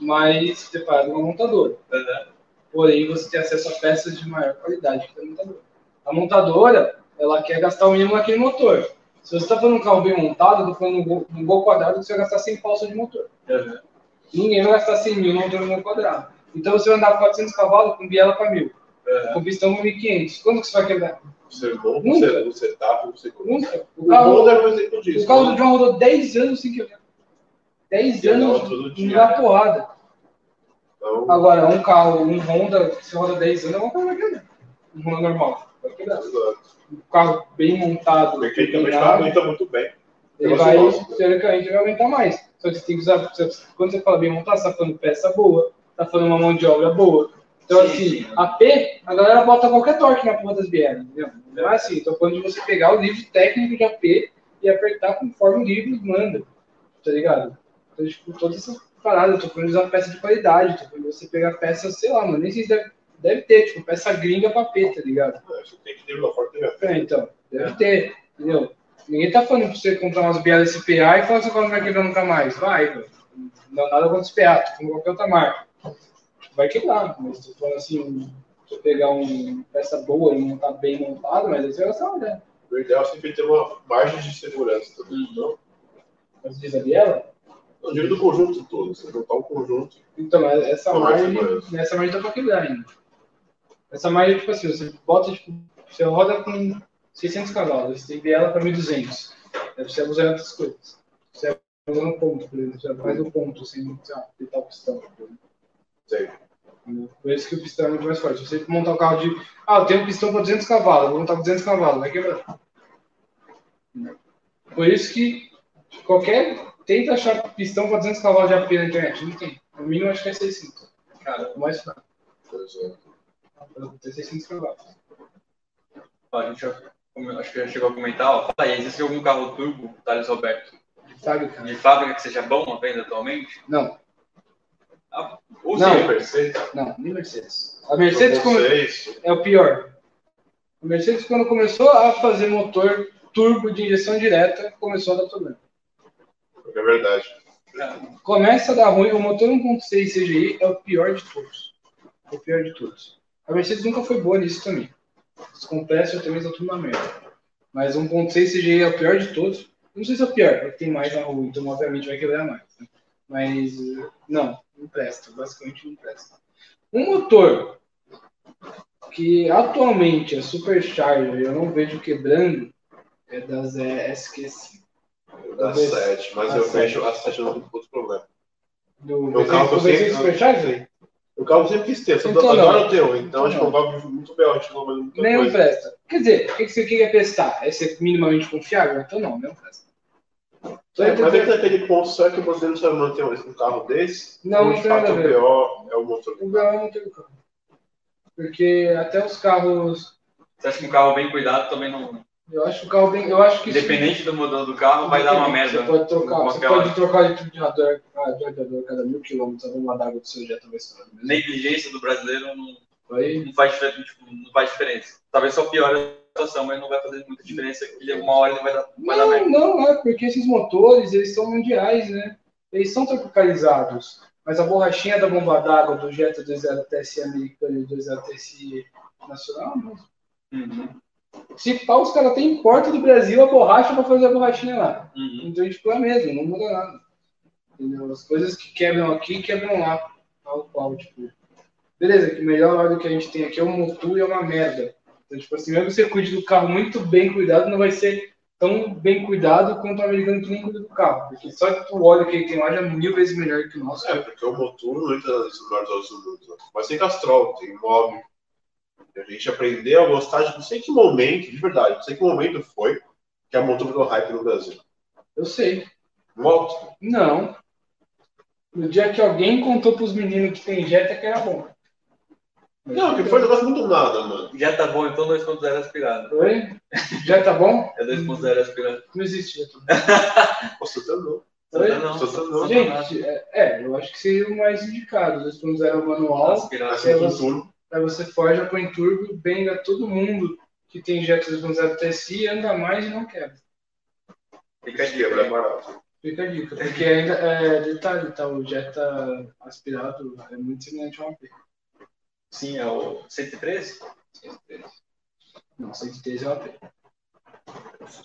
Speaker 3: mais separada com a montadora.
Speaker 2: né?
Speaker 3: Porém, você tem acesso a peças de maior qualidade que a montadora. A montadora, ela quer gastar o mínimo naquele motor. Se você está fazendo um carro bem montado, eu estou falando um gol, um Gol quadrado, você vai gastar 100 pau só de motor.
Speaker 2: Uhum.
Speaker 3: Ninguém vai gastar 100 mil no motor no Gol quadrado. Então você vai andar 400 cavalos com biela para 1000,
Speaker 1: É.
Speaker 2: Uhum.
Speaker 3: com pistão para 1500. Quando que você vai quebrar?
Speaker 1: Ser bom,
Speaker 3: Nunca.
Speaker 1: ser um setup, um segundo.
Speaker 3: Nunca. O
Speaker 1: O bom
Speaker 3: carro,
Speaker 1: deve fazer exemplo disso. né?
Speaker 3: o carro do John rodou 10 anos sem quebrar. 10
Speaker 1: Eu não,
Speaker 3: anos
Speaker 1: todo dia.
Speaker 3: na porrada.
Speaker 1: Então,
Speaker 3: Agora, um carro, um Honda, se roda 10 anos, é uma coisa grande. Um Honda normal. vai quebrar. Um carro bem montado,
Speaker 1: mecanicamente
Speaker 3: turbinado,
Speaker 1: aumenta tá muito bem. Então, assim,
Speaker 3: ele
Speaker 1: você
Speaker 3: vai,
Speaker 1: gosta.
Speaker 3: teoricamente, vai aumentar mais. Só que você tem que usar, você- quando você fala bem montado, você tá falando peça boa, tá falando uma mão de obra boa. Então,
Speaker 2: Sim,
Speaker 3: assim,
Speaker 2: sim.
Speaker 3: a P, a galera bota qualquer torque na porra das BR, entendeu? Não é assim, tô falando de você pegar o livro técnico de AP e apertar conforme o livro manda, tá ligado? Então, tipo, todas essas paradas, eu tô falando de usar peça de qualidade, tô falando de você pegar peça, sei lá, mano, nem sei se deve, deve ter, tipo, peça gringa pra P, tá ligado?
Speaker 1: Ah, Você tem que ter uma forte
Speaker 3: É, então, deve ter, entendeu? Ninguém tá falando pra você comprar umas BLS PA e falar que você não vai quebrar nunca mais. Vai, velho. Não nada contra os PA, tô falando qualquer outra marca. Vai quebrar, mas tô falando assim, se eu pegar um peça boa e montar bem montado, mas aí você vai gastar uma grana.
Speaker 1: O ideal é sempre ter uma margem de segurança também.
Speaker 2: Uhum.
Speaker 1: Então,
Speaker 3: Você diz a biela?
Speaker 1: eu digo do conjunto todo. Você juntar um conjunto.
Speaker 3: Então, mas essa
Speaker 1: Não,
Speaker 3: margem,
Speaker 1: mas-
Speaker 3: essa margem dá pra quebrar ainda. Essa margem, tipo assim, você bota, tipo, você roda com 600 cavalos, você tem biela pra 1200. Aí você usa outras coisas. fazer um ponto, por exemplo, já faz um ponto sem assim, apertar o pistão.
Speaker 1: Sei.
Speaker 3: entendeu? Por isso que o pistão é muito mais forte. Se você montar um carro de. Ah, eu tenho um pistão para 200 cavalos, vou montar com 200 cavalos, vai quebrar. Por isso que qualquer. Tenta achar pistão para 200 cavalos de AP na internet, não tem. O mínimo acho que é 600. Cara, o mais fraco.
Speaker 1: Pois é.
Speaker 3: Tem 600 cavalos.
Speaker 2: Ó, a gente já, como eu acho que já chegou a comentar. Ó, fala aí, existe algum carro turbo, Thales Roberto,
Speaker 3: Sabe, cara?
Speaker 2: de fábrica que seja bom à venda atualmente?
Speaker 3: Não,
Speaker 2: Ah, Ou
Speaker 3: Não.
Speaker 2: seja,
Speaker 1: Mercedes.
Speaker 3: não, nem Mercedes. A Mercedes, como,
Speaker 1: Mercedes.
Speaker 3: é o pior. A Mercedes, quando começou a fazer motor turbo de injeção direta, começou a dar problema.
Speaker 1: É verdade.
Speaker 3: Começa a dar ruim, o motor 1.6 CGI é o pior de todos. É o pior de todos. A Mercedes nunca foi boa nisso também. Os compressors também são tudo uma merda. Mas 1.6 CGI é o pior de todos. Não sei se é o pior, porque tem mais na rua, então obviamente vai quebrar mais. né? Mas eh, não, não presta. Basicamente não presta. Um motor que atualmente é Supercharger, eu não vejo quebrando, é da SQ5.
Speaker 1: Da
Speaker 3: Talvez.
Speaker 1: 7, mas
Speaker 3: A
Speaker 1: eu
Speaker 3: sete.
Speaker 1: vejo a 7 não tem outro problema.
Speaker 3: Do
Speaker 1: Meu carro
Speaker 3: V6
Speaker 1: sempre-
Speaker 3: Supercharger?
Speaker 1: O carro sempre quis ter, só
Speaker 3: Então
Speaker 1: tô-
Speaker 3: não.
Speaker 1: agora eu tenho, então
Speaker 3: Então
Speaker 1: acho que
Speaker 3: não.
Speaker 1: eu vou muito bem, acho que eu vou fazer muita
Speaker 3: Não
Speaker 1: coisa.
Speaker 3: presta. Quer dizer, o que que você quer prestar? É ser minimamente confiável? Então não, não presta. Tô
Speaker 1: É, mas
Speaker 3: entendendo.
Speaker 1: até aquele ponto, será que você não sabe manter um carro desse?
Speaker 3: Não,
Speaker 1: Ou,
Speaker 3: não
Speaker 1: de
Speaker 3: tem nada
Speaker 1: fato
Speaker 3: a
Speaker 1: o
Speaker 3: ver.
Speaker 1: BO é o motor
Speaker 3: O problema não tem o carro. Porque até os carros.
Speaker 2: você acha que um carro bem cuidado também não.
Speaker 3: Eu acho que o carro bem. Eu acho que isso-
Speaker 2: Independente do modelo do carro, vai dar uma merda.
Speaker 3: Você pode trocar, você
Speaker 2: Qualquer
Speaker 3: pode trocar de radiador a de radiador a cada mil quilômetros, a bomba d'água do seu jeito vai estourar. mesmo.
Speaker 2: negligência do brasileiro não,
Speaker 3: Aí
Speaker 2: não faz, difer- tipo, não faz diferença. Talvez só piore a situação, mas não vai fazer muita diferença. Ele, uma hora ele vai dar, vai dar merda.
Speaker 3: Não, não, é porque esses motores, eles são mundiais, né? Eles são tropicalizados. Mas a borrachinha da bomba d'água do Jetta 2.0 TSI americano e 2.0 TSI nacional, não.
Speaker 2: Uhum.
Speaker 3: se pau, os caras têm importa do Brasil a borracha pra fazer a borrachinha lá.
Speaker 2: Uhum.
Speaker 3: Então a gente põe a mesma, não muda nada. Entendeu? As coisas que quebram aqui, quebram lá. Tal qual, tipo. Beleza, que o melhor óleo que a gente tem aqui é um motor e é uma merda. Então, tipo assim, mesmo que você cuide do carro muito bem cuidado, não vai ser tão bem cuidado quanto o americano que nem cuida do carro. Porque só que o óleo que ele tem lá já é mil vezes melhor que o nosso.
Speaker 1: É, porque o motor não entra nos melhores olhos do mundo. né? Mas tem Castrol, tem Mob. A gente aprendeu a gostar de não sei que momento, de verdade, não sei que momento foi que a motor virou hype no Brasil.
Speaker 3: Eu sei.
Speaker 1: Moto.
Speaker 3: Não. No dia que alguém contou pros meninos que tem Jetta que era bom.
Speaker 1: Não, que foi um negócio muito do nada, mano.
Speaker 2: Já tá bom, então 2.0 aspirado.
Speaker 3: Oi? Jetta bom?
Speaker 2: É 2.0 aspirado.
Speaker 3: Não existe Jetta bom.
Speaker 1: Nossa, tá não.
Speaker 3: Oi?
Speaker 2: Não, não.
Speaker 1: Só- só-
Speaker 3: Então, Gente, é, é, eu acho que seria o mais indicado. 2.0 é manual,
Speaker 2: Aspirado.
Speaker 1: Assim, um futuro.
Speaker 3: aí você forja, põe turbo, benga todo mundo que tem Jetta 2.0 TSI, anda mais e não quebra.
Speaker 1: Fica
Speaker 2: Fica aqui, né?
Speaker 1: quebra, é barato.
Speaker 3: Fica a dica, porque ainda é detalhe, tá? O Jetta aspirado é muito semelhante ao AP.
Speaker 2: Sim, é o 103?
Speaker 3: 103. Não, 103 é o AP.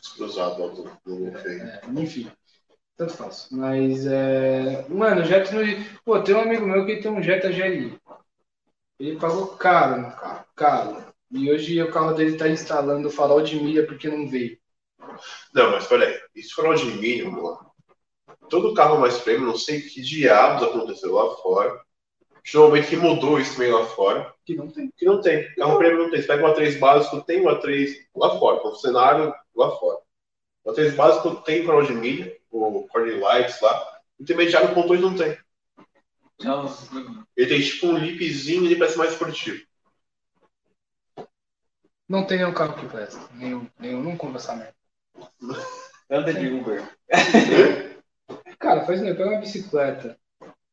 Speaker 1: Explosado, moto. Não sei.
Speaker 3: É, enfim, tanto faz. Mas, é... mano, Jetta não. Pô, tem um amigo meu que tem um Jetta GLI. Ele pagou caro no carro, caro. E hoje o carro dele tá instalando farol de milha porque não veio.
Speaker 1: Não, mas peraí. Isso foi de milho, mano. Todo carro mais prêmio, não sei que diabos aconteceu lá fora. Chegou um momento que mudou isso meio lá fora.
Speaker 3: Que não tem.
Speaker 1: que não tem.
Speaker 3: Então-
Speaker 1: Carro prêmio não tem. Você pega uma 3 básico, tem uma 3 lá fora, com cenário lá fora. Uma 3 básico tem farol de milha, o Corning Lights lá. Intermediário com 2 não tem.
Speaker 2: Não,
Speaker 1: Ele tem tipo um lipzinho, ele parece mais esportivo.
Speaker 3: Não tem nenhum carro que presta. Nenhum, nenhum. Não compra essa merda.
Speaker 2: anda de Uber.
Speaker 1: Né?
Speaker 3: Cara, faz melhor, pega uma bicicleta.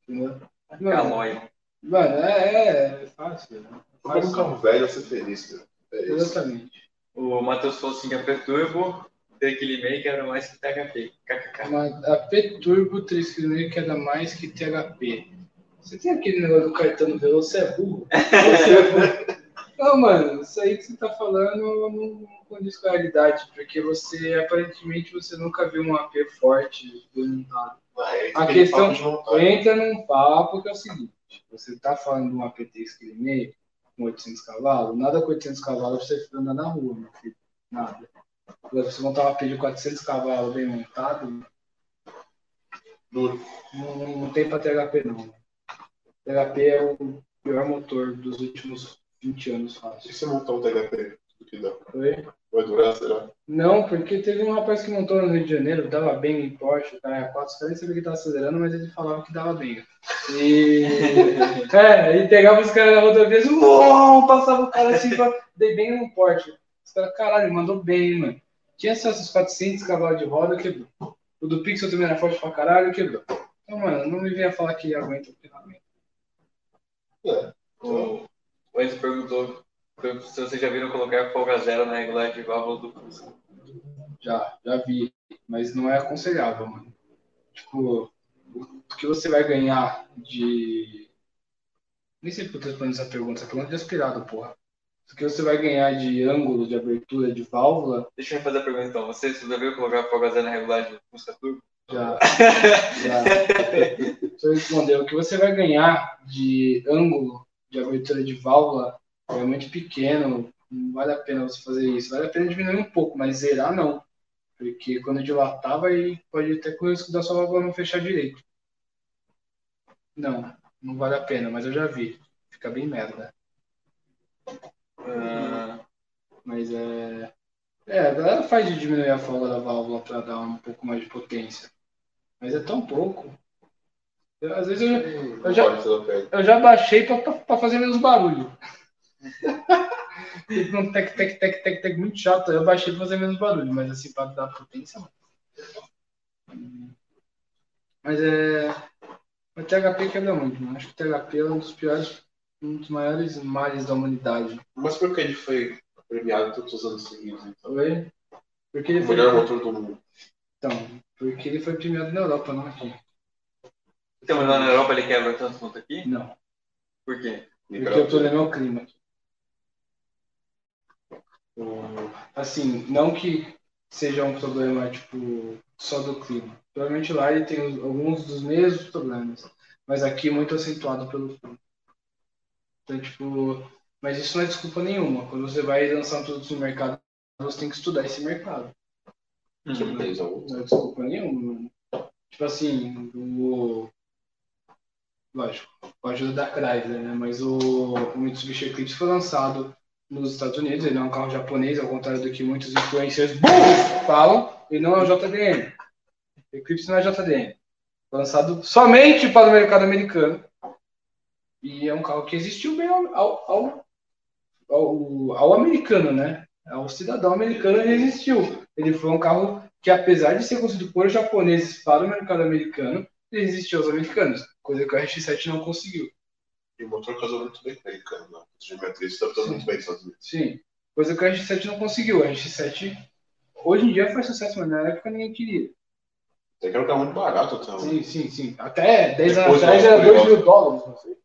Speaker 3: Entendeu? Mano,
Speaker 2: Calói.
Speaker 3: mano é, é fácil. né?
Speaker 1: Mas um carro velho, você é feliz, né? É isso.
Speaker 3: Exatamente.
Speaker 2: O Matheus falou assim que a Perturbo, Tequilime, que era mais que THP. KKK.
Speaker 3: Uma, a P Turbo 3 que era mais que THP. Você tem aquele negócio do Caetano Veloso, você é burro. Você é burro. Não, mano, isso aí que você tá falando eu não condiz com a realidade, porque você, aparentemente, você nunca viu um AP forte dominado.
Speaker 1: Ah, é
Speaker 3: A
Speaker 1: aquele
Speaker 3: questão-
Speaker 1: papo de montar.
Speaker 3: Entra num papo que é o seguinte, você tá falando de um AP 3 km com 800 cavalos, nada com 800 cavalos pra você andar na rua, meu filho, nada. Agora, você montar um AP de 400 cavalos bem montado,
Speaker 1: Duro.
Speaker 3: não, não- não tem pra THP, não. THP é o pior motor dos últimos 20 anos,
Speaker 1: Se
Speaker 3: fácil.
Speaker 1: você montar um THP, do que dá?
Speaker 3: Foi?
Speaker 1: Vai durar, será?
Speaker 3: Não, porque teve um rapaz que montou no Rio de Janeiro, dava bem em Porsche, o cara era 4, os caras nem sabiam que tava acelerando, mas ele falava que dava bem. E. é, e pegava os caras na rodovia, assim, uou, passava o cara assim, pra- dei bem no Porsche. Os caras, caralho, mandou bem, mano. Tinha só esses 400 cavalos de roda, quebrou. O do Pixel também era forte pra caralho, quebrou. Então, mano, não me venha falar que aguenta, porque não aguenta.
Speaker 1: É.
Speaker 2: O o Enzo perguntou se vocês já viram colocar folga zero na regulagem de válvula do Fusca.
Speaker 3: Já, já vi. Mas não é aconselhável, mano. Tipo, o que você vai ganhar de. Nem sei porque eu tô respondendo essa pergunta, essa pergunta é de aspirado, porra. O que você vai ganhar de ângulo, de abertura, de válvula,
Speaker 2: Deixa eu refazer a pergunta então. Vocês já viram colocar folga zero na regulagem do Fusca Turbo?
Speaker 3: já. já. Deixa eu responder. O que você vai ganhar de ângulo, de abertura de válvula, é muito pequeno. Não vale a pena você fazer isso. Vale a pena diminuir um pouco, mas zerar não. Porque quando dilatar, vai, pode até com o risco da sua válvula não fechar direito. Não, não vale a pena, mas eu já vi. Fica bem merda.
Speaker 2: Ah,
Speaker 3: Mas é. É, a galera faz de diminuir a folga da válvula para dar um pouco mais de potência. Mas é tão pouco. Eu- às vezes eu,
Speaker 1: Não
Speaker 3: já-
Speaker 1: pode ser na pele.
Speaker 3: eu já baixei pra, pra, pra fazer menos barulho. Tem um tec, tec, tec, tec, tec muito chato. Eu baixei pra fazer menos barulho, mas assim, pra dar potência, não. Mas é. O THP quebra muito, mano. Acho que o THP é um dos piores, um dos maiores males da humanidade.
Speaker 1: Mas por que ele foi premiado todos os anos seguidos? então?
Speaker 3: Oi? Tá Porque
Speaker 1: O
Speaker 3: ele foi.
Speaker 1: melhor motor do mundo.
Speaker 3: Então, porque ele foi premiado na Europa, não aqui.
Speaker 2: Então, mas lá na Europa ele quebra tanto quanto aqui?
Speaker 3: Não.
Speaker 2: Por quê?
Speaker 3: Porque eu tô no meu clima.
Speaker 1: Hum.
Speaker 3: Assim, não que seja um problema, tipo, só do clima. Provavelmente lá ele tem os- alguns dos mesmos problemas, mas aqui é muito acentuado pelo clima. Então, tipo, mas isso não é desculpa nenhuma. Quando você vai lançar um produto no mercado, você tem que estudar esse mercado.
Speaker 2: Uhum.
Speaker 1: um.
Speaker 3: Não é desculpa nenhuma. mano. Tipo assim, o. Lógico, com a ajuda da Chrysler, né? Mas o, o Mitsubishi Eclipse foi lançado nos Estados Unidos, ele não é um carro japonês, ao contrário do que muitos influencers burros falam, ele não é um JDM. Eclipse não é JDM. Foi Lançado somente para o mercado americano. E é um carro que existiu bem ao, ao, ao, ao, ao americano, né? Ao cidadão americano ele existiu. Ele foi um carro que apesar de ser conseguido por japoneses para o mercado americano, ele existiu aos americanos, coisa que o RX-7 não conseguiu.
Speaker 1: E o motor casou muito bem com ele, cara. né? O de matriz está casando muito bem nos Estados Unidos.
Speaker 3: Sim, coisa que o RX-7 não conseguiu. O RX-7 hoje em dia faz sucesso, mas na época ninguém queria.
Speaker 1: Até que era um carro muito barato, então.
Speaker 3: Sim, sim, sim. Até 10 anos
Speaker 1: Depois
Speaker 3: atrás
Speaker 1: nós
Speaker 3: era 2 mil
Speaker 1: curiosos.
Speaker 3: dólares, né? não sei.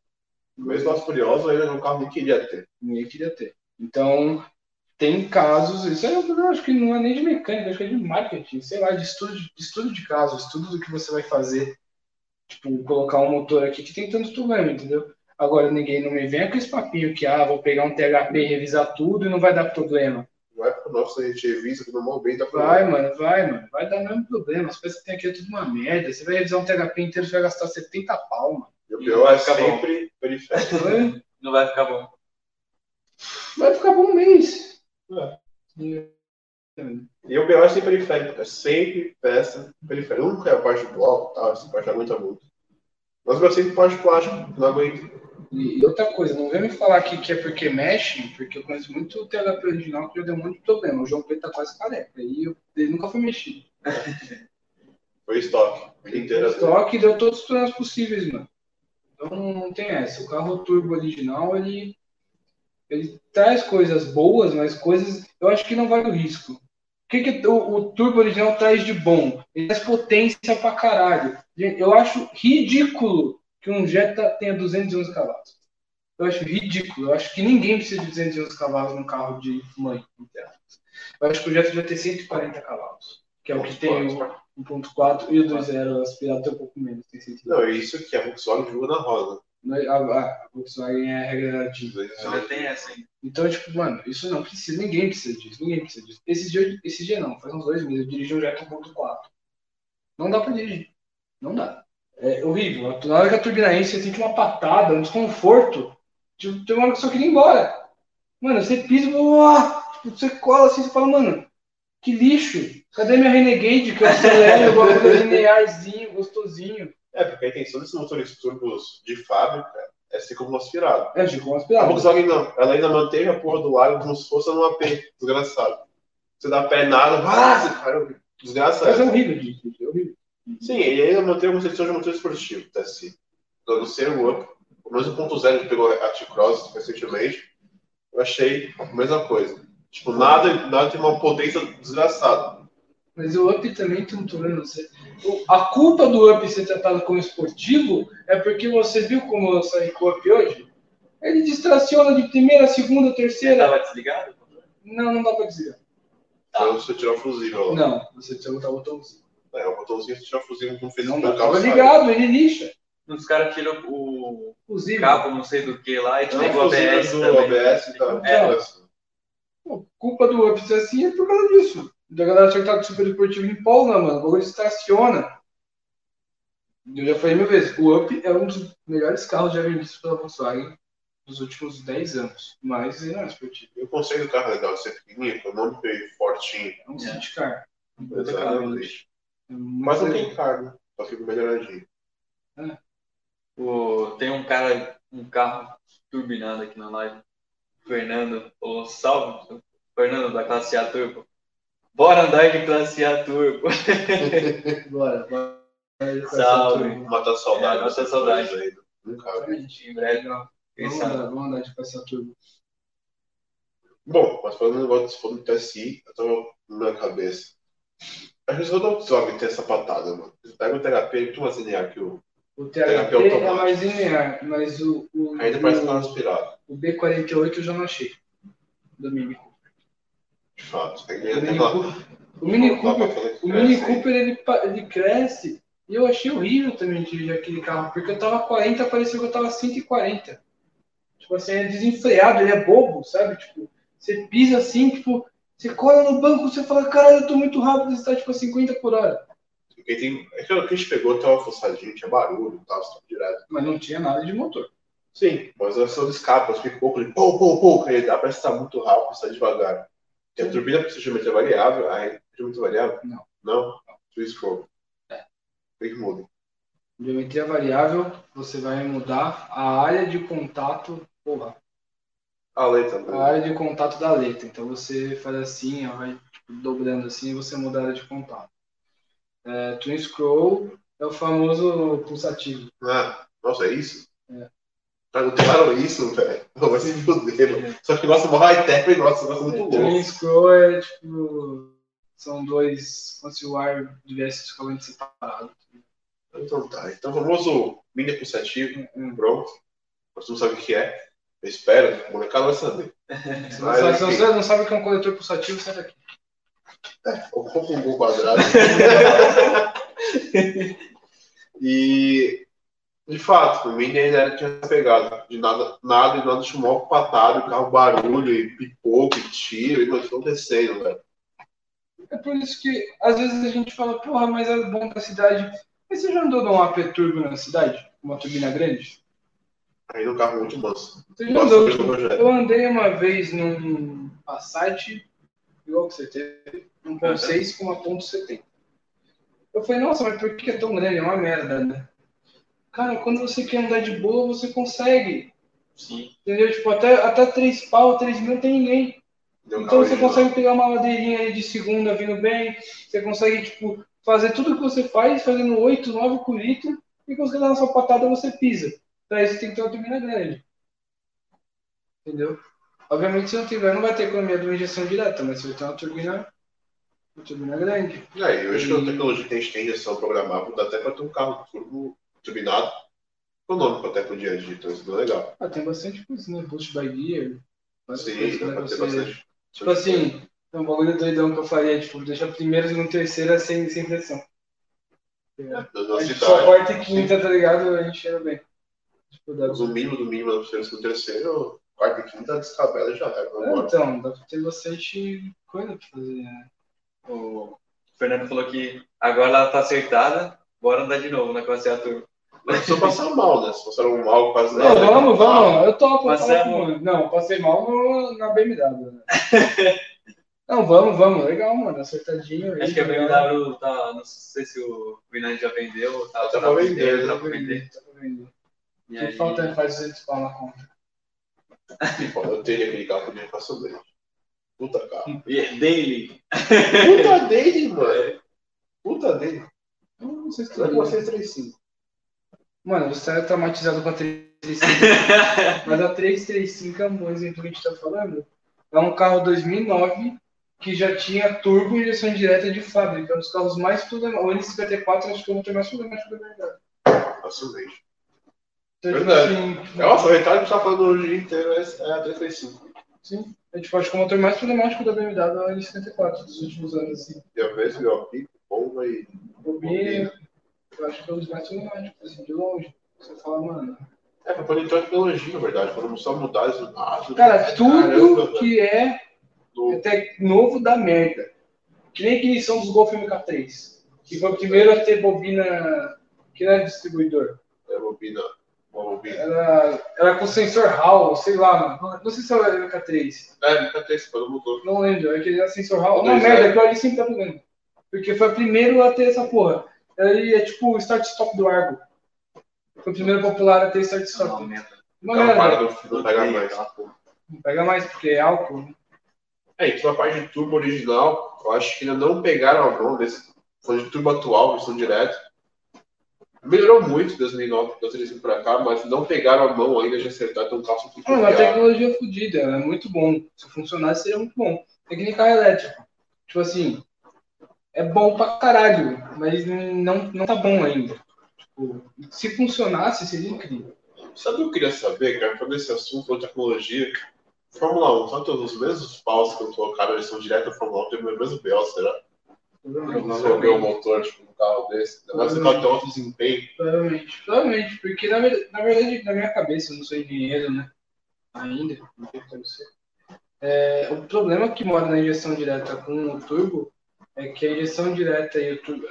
Speaker 1: Mesmo as Furiosas, ele era um carro que queria ter.
Speaker 3: Ninguém queria ter. Então, tem casos, isso aí eu não- acho que não é nem de mecânica, acho que é de marketing, sei lá, de estudo de, de estudo de caso, estudo do que você vai fazer. Tipo, colocar um motor aqui que tem tanto problema, entendeu? Agora, ninguém não me vem com esse papinho que, ah, vou pegar um THP e revisar tudo e não vai dar problema.
Speaker 1: Na época nossa, é a gente revisa que normal bem, tá falando.
Speaker 3: Vai, mano, vai, mano, vai dar mesmo problema. As coisas que tem aqui é tudo uma merda. Você vai revisar um THP inteiro, você vai gastar 70 pau, mano.
Speaker 1: E o pior
Speaker 2: Vai
Speaker 1: é
Speaker 2: ficar bom.
Speaker 1: sempre periférico.
Speaker 3: Vai-
Speaker 2: Não vai ficar bom.
Speaker 3: Vai ficar bom um mês.
Speaker 1: É.
Speaker 3: E-
Speaker 1: E o pior é sempre periférico, é sempre peça periférica. Nunca é a parte do bloco, tal, essa parte aguenta muito. Mas eu sempre parte de plástico, não aguento.
Speaker 3: E outra coisa, não vem me falar aqui que é porque mexe, porque eu conheço muito o THP original que já deu muito problema. O João Pedro tá quase careca e eu- ele nunca foi mexido.
Speaker 1: Foi estoque, a vida inteira.
Speaker 3: Só que deu todos os problemas possíveis, mano. Então não, não tem essa. O carro turbo original, ele, ele traz coisas boas, mas coisas. Eu acho que não vale o risco. O que, que o, o turbo original traz de bom? Ele traz potência pra caralho. Gente, Eu acho ridículo que um Jetta tenha 211 cavalos. Eu acho ridículo. Eu acho que ninguém precisa de 211 cavalos num carro de mãe. entre aspas. Eu acho que o Jetta devia ter 140 cavalos, que
Speaker 1: um
Speaker 3: é o que tem o, 1.4 e o 2.0 aspirado tem um pouco menos, tem sentido.
Speaker 1: Não, é isso que a Volkswagen jogou na roda. né?
Speaker 3: Mas A, a Volkswagen é a regra de...
Speaker 2: Ainda tem essa ainda.
Speaker 3: Então, tipo, mano, isso não precisa, ninguém precisa disso, ninguém precisa disso. Esse dia, esse dia não, faz uns dois meses, eu dirigi um Jetta 1.4. Não dá pra dirigir, não dá. É horrível, na hora que a turbina enche, você sente uma patada, um desconforto, tipo, tem uma hora que você só queria ir embora. Mano, você pisa, uá, tipo, você cola assim, você fala, mano, que lixo, cadê minha Renegade que eu acelero, eu gosto de linearzinho, gostosinho.
Speaker 1: É, porque a intenção desses motores turbos de fábrica é ser como um aspirado. Ah,
Speaker 3: É, de como
Speaker 1: A
Speaker 3: aspirado.
Speaker 1: Volkswagen não, ela ainda manteve a porra do lago como se fosse num AP, desgraçado. Você dá pé nada, vaza, cara,
Speaker 3: Mas é
Speaker 1: desgraçado.
Speaker 3: horrível de de- é horrível.
Speaker 1: Sim, ele ainda manteve a concepção de motor esportivo, tá assim. Então, no ser o up, o mesmo ponto zero que pegou a T-Cross recentemente, eu achei a mesma coisa. Tipo, nada, nada tem uma potência desgraçada.
Speaker 3: Mas o Up também tem um problema. Você... o- A culpa do Up ser tratado como esportivo é porque você viu como eu saí com o Up hoje? Ele distraciona de primeira, segunda,
Speaker 2: Você
Speaker 3: terceira.
Speaker 2: tava desligado?
Speaker 3: Não, não dá pra dizer.
Speaker 1: Então, se eu tirar o fusível lá.
Speaker 3: Não, você precisa botar o botãozinho.
Speaker 1: É, o botãozinho, se eu tirar o fusível, não fez
Speaker 3: Não
Speaker 1: um
Speaker 3: dá.
Speaker 1: carro.
Speaker 3: Tava
Speaker 1: sabe?
Speaker 3: ligado, ele lixa.
Speaker 2: Os Um caras tiram o
Speaker 3: Inclusive,
Speaker 2: cabo, não sei do que lá, e
Speaker 1: Não,
Speaker 2: desliga o ABS.
Speaker 1: fusível do
Speaker 2: também.
Speaker 1: ABS e tal.
Speaker 2: É,
Speaker 1: É,
Speaker 3: a culpa do Up ser assim é por causa disso. Da galera achar que tá com super esportivo em polga, mano. O bagulho distraciona. Eu já falei mil vezes, o Up é um dos melhores carros já vendidos pela Volkswagen nos últimos 10 anos. Mas ele não é esportivo,
Speaker 1: eu consigo o carro legal de ser pequenininho, com o nome bem fortinho.
Speaker 3: é um
Speaker 2: É.
Speaker 3: city car.
Speaker 1: Exatamente.
Speaker 3: É muito
Speaker 1: Mas não
Speaker 3: legal.
Speaker 1: tem carga, só que melhoradinho.
Speaker 2: O- Tem um cara, um carro turbinado aqui na live. Fernando, ô salve, Fernando da classe A Turbo. Bora andar de classe A Turbo.
Speaker 3: Bora, bora.
Speaker 2: Salve.
Speaker 1: Matar a saudade.
Speaker 2: É, matar a saudade.
Speaker 1: Ainda. Nunca.
Speaker 2: Em breve, quem
Speaker 3: Vamos
Speaker 2: sabe?
Speaker 3: andar, vamos andar de passar turbo.
Speaker 1: Bom, mas falando um negócio falando do TSI, eu tava na minha cabeça. Às vezes eu não sobe ter essa patada, mano. Você pega o THP, muito mais linear assim, né, que o
Speaker 3: O
Speaker 1: Terapia
Speaker 3: THP é
Speaker 1: automática.
Speaker 3: mais linear, mas o, o,
Speaker 1: Ainda parece que tá
Speaker 3: o,
Speaker 1: inspirado,
Speaker 3: o B48 eu já não achei. Do Mini Cooper.
Speaker 1: de fato. Tem que
Speaker 3: O
Speaker 1: tem
Speaker 3: Mini
Speaker 1: lá.
Speaker 3: Cooper, o Mini Cooper, o Mini Cooper, ele, pa- ele cresce e eu achei horrível também dirigir aquele carro, porque eu tava 40, parecia que eu tava 140. Tipo assim, é desenfreado, ele é bobo, sabe? Tipo, você pisa assim, tipo, você cola no banco, você fala, caralho, eu tô muito rápido, você tá tipo a 50 por hora.
Speaker 1: Porque tem. Aquilo que a gente pegou tava fuçadinho, tinha é barulho e tal, você tava direto.
Speaker 3: Mas não tinha nada de motor. Sim.
Speaker 1: Mas a ação do escape, eu fiquei pouco, ele pou, pou, pou, ele dá pra estar muito rápido, sai devagar. Porque a turbina precisa de geometria variável, a é muito variável?
Speaker 3: Não.
Speaker 1: Não? Twist scroll. É. Tem que mudar.
Speaker 3: Geometria variável, você vai mudar a área de contato, porra,
Speaker 1: Ah, letra. né?
Speaker 3: a área de contato da letra. Então você faz assim, ó, vai tipo, dobrando assim e você muda a área de contato. É, twin scroll é o famoso pulsativo.
Speaker 1: Ah, nossa, é isso? É. Perguntaram isso, velho. Não, vai se fuder, mano. Só que nossa, mó high-tech, e nossa, nossa, É muito bom.
Speaker 3: Twin scroll é tipo. São dois. Como se o ar estivesse totalmente separado.
Speaker 1: Então tá, então famoso mini pulsativo,
Speaker 3: Hum.
Speaker 1: pronto. Mas tu não sabe o que é. Eu espero, o molecada vai saber.
Speaker 3: Se
Speaker 1: Mas,
Speaker 3: você, se
Speaker 1: enfim.
Speaker 3: você não sabe o que é um coletor pulsativo, sai daqui.
Speaker 1: Eu compro um gol quadrado. e, de fato, o Mini ainda era- tinha essa pegada. De nada, nada e nada um de mó patado, carro barulho, e pipoco, e tiro, e nós acontecendo, velho.
Speaker 3: É por isso que às vezes a gente fala, porra, mas é bom pra cidade. Mas você já andou num AP turbo na cidade? Uma turbina grande?
Speaker 1: Aí no carro muito manso.
Speaker 3: Você já
Speaker 1: Nossa,
Speaker 3: andou
Speaker 1: mesmo projeto.
Speaker 3: Eu andei uma vez num Passat, igual que você teve, 1.6 com 1.70. Eu falei, nossa, mas por que é tão grande? É uma merda, né? Cara, quando você quer andar de boa, você consegue.
Speaker 2: Sim.
Speaker 3: Entendeu? Tipo, até, até 3 pau, 3 mil tem ninguém.
Speaker 1: Deu um
Speaker 3: Então
Speaker 1: carro né?
Speaker 3: você
Speaker 1: de
Speaker 3: consegue pegar uma ladeirinha ali de segunda vindo bem. Você consegue, tipo, fazer tudo que você faz, fazendo 8, 9 por litro, e conseguir dar na sua patada você pisa. Pra isso tem que ter uma turbina grande. Entendeu? Obviamente se não tiver, não vai ter economia de uma injeção direta, mas você vai ter uma turbina, uma turbina grande.
Speaker 1: mão. É, e hoje
Speaker 3: E-
Speaker 1: com a tecnologia que a gente tem injeção programável, dá até pra ter um carro turbo turbinado. Econômico até pro dia a dia, então isso é legal.
Speaker 3: Ah, tem bastante coisa, né? Boost by gear. várias
Speaker 1: Sim,
Speaker 3: coisas
Speaker 1: dá
Speaker 3: pra
Speaker 1: pra ter
Speaker 3: você-
Speaker 1: bastante.
Speaker 3: Tipo assim, é um bagulho doidão que eu faria, tipo, deixar primeiro e segundo terceira sem, sem pressão.
Speaker 1: da
Speaker 3: A
Speaker 1: nossa
Speaker 3: gente só
Speaker 1: cidade.
Speaker 3: quarta e quinta, tá ligado? A gente cheira bem. Tipo, dá
Speaker 1: Mas o mínimo do mínimo da terceira, terceiro, quarta e quinta descabela e já era.
Speaker 3: É,
Speaker 1: Vambora.
Speaker 3: Então, dá pra ter bastante coisa pra fazer, né?
Speaker 2: O Fernando falou que agora ela tá acertada, bora andar de novo na classe A turma.
Speaker 1: Mas só passar mal, né? Se passaram mal, quase
Speaker 3: Não,
Speaker 1: nada. né?
Speaker 3: vamos, vamos, eu topo. eu
Speaker 2: Passamos.
Speaker 3: topo, mano. Não, passei mal no- na BMW. né? Não, vamos, vamos, legal, mano, acertadinho. aí,
Speaker 2: Acho que é a
Speaker 3: legal.
Speaker 2: BMW tá, não sei se o Vinand já vendeu, tá,
Speaker 1: Tá pra
Speaker 2: tá
Speaker 1: vender,
Speaker 2: vendendo,
Speaker 1: tá
Speaker 2: tá
Speaker 3: Tá
Speaker 2: pra vender.
Speaker 3: vendo, tá vendo.
Speaker 2: E
Speaker 3: Que
Speaker 2: aí,
Speaker 3: falta é faz 200 pau na conta.
Speaker 1: Pô, Ah, tipo, Eu teria aquele carro que eu passou bem. Puta carro.
Speaker 2: e é daily.
Speaker 1: Puta dele, mano. Puta dele.
Speaker 3: Eu Não sei se tu
Speaker 1: Será que
Speaker 3: lembra.
Speaker 1: você é 35?
Speaker 3: Mano, você é traumatizado com a 335. Mas a 335 é um bom exemplo que a gente tá falando. É um carro 2009 que já tinha turbo e injeção direta de fábrica. É um dos carros mais problemáticos. O N54 acho que é o motor mais problemático da verdade.
Speaker 1: Facilmente.
Speaker 3: Então, tipo
Speaker 1: Verdade.
Speaker 3: assim,
Speaker 1: Nossa, o retalho que você tá falando hoje inteiro é é a 35.
Speaker 3: Sim. É, tipo, acho que o motor mais problemático da BMW é o N54 dos últimos anos. Assim.
Speaker 1: E a vez, meu, pico, bomba e.
Speaker 3: O B, eu acho que é um dos mais problemáticos, assim, de longe. Você fala, mano.
Speaker 1: É, pra poder entrar em tecnologia, na verdade. Foram só mudar isso. Ah,
Speaker 3: Cara, tudo
Speaker 1: caramba,
Speaker 3: que é
Speaker 1: velho.
Speaker 3: até novo da merda. Que nem a ignição dos Golf MK3. Que foi o primeiro a ter bobina que não era distribuidor.
Speaker 1: É bobina. Uma bobina.
Speaker 3: Era, era com sensor Hall, sei lá, mano. Não sei se era o MK3.
Speaker 1: É, nunca tem esse quando mudou.
Speaker 3: Não lembro. É que era sensor Hall. Uma
Speaker 1: Dois
Speaker 3: merda,
Speaker 1: zero.
Speaker 3: aquilo ali sempre tá bugando. Porque foi o primeiro a ter essa porra. Ele é tipo o start-stop do Argo. Foi o primeiro popular a ter start-stop. Uma
Speaker 1: Ela para
Speaker 3: merda.
Speaker 1: não, não pegar mais.
Speaker 3: Não pega mais, porque é álcool. né?
Speaker 1: É, então a parte de turbo original, eu acho que ainda não pegaram a mão desse foi de turbo atual, versão direta. Melhorou muito de 2009, 2005 pra cá, mas não pegaram a mão ainda de acertar, então o carro ficou
Speaker 3: Mano, a tecnologia é fodida, é muito bom. Se funcionasse, seria muito bom. É que nem carro elétrico. Tipo assim, é bom pra caralho, mas não, não tá bom ainda. Se funcionasse, seria incrível.
Speaker 1: Sabe o que eu queria saber, cara, sobre esse assunto da tecnologia? Fórmula 1, só todos os mesmos paus que eu colocaram, eles são direto da Fórmula 1, tem o mesmo BO, será? Não desenvolver o motor, tipo, um carro desse. Ainda mais um carro que tem alto desempenho.
Speaker 3: Provavelmente, provavelmente, porque na, ver- na verdade, na minha cabeça, eu não sou engenheiro, né? Ainda, não sei como ser. É, o problema que mora na injeção direta com o turbo é que a injeção direta e o turbo,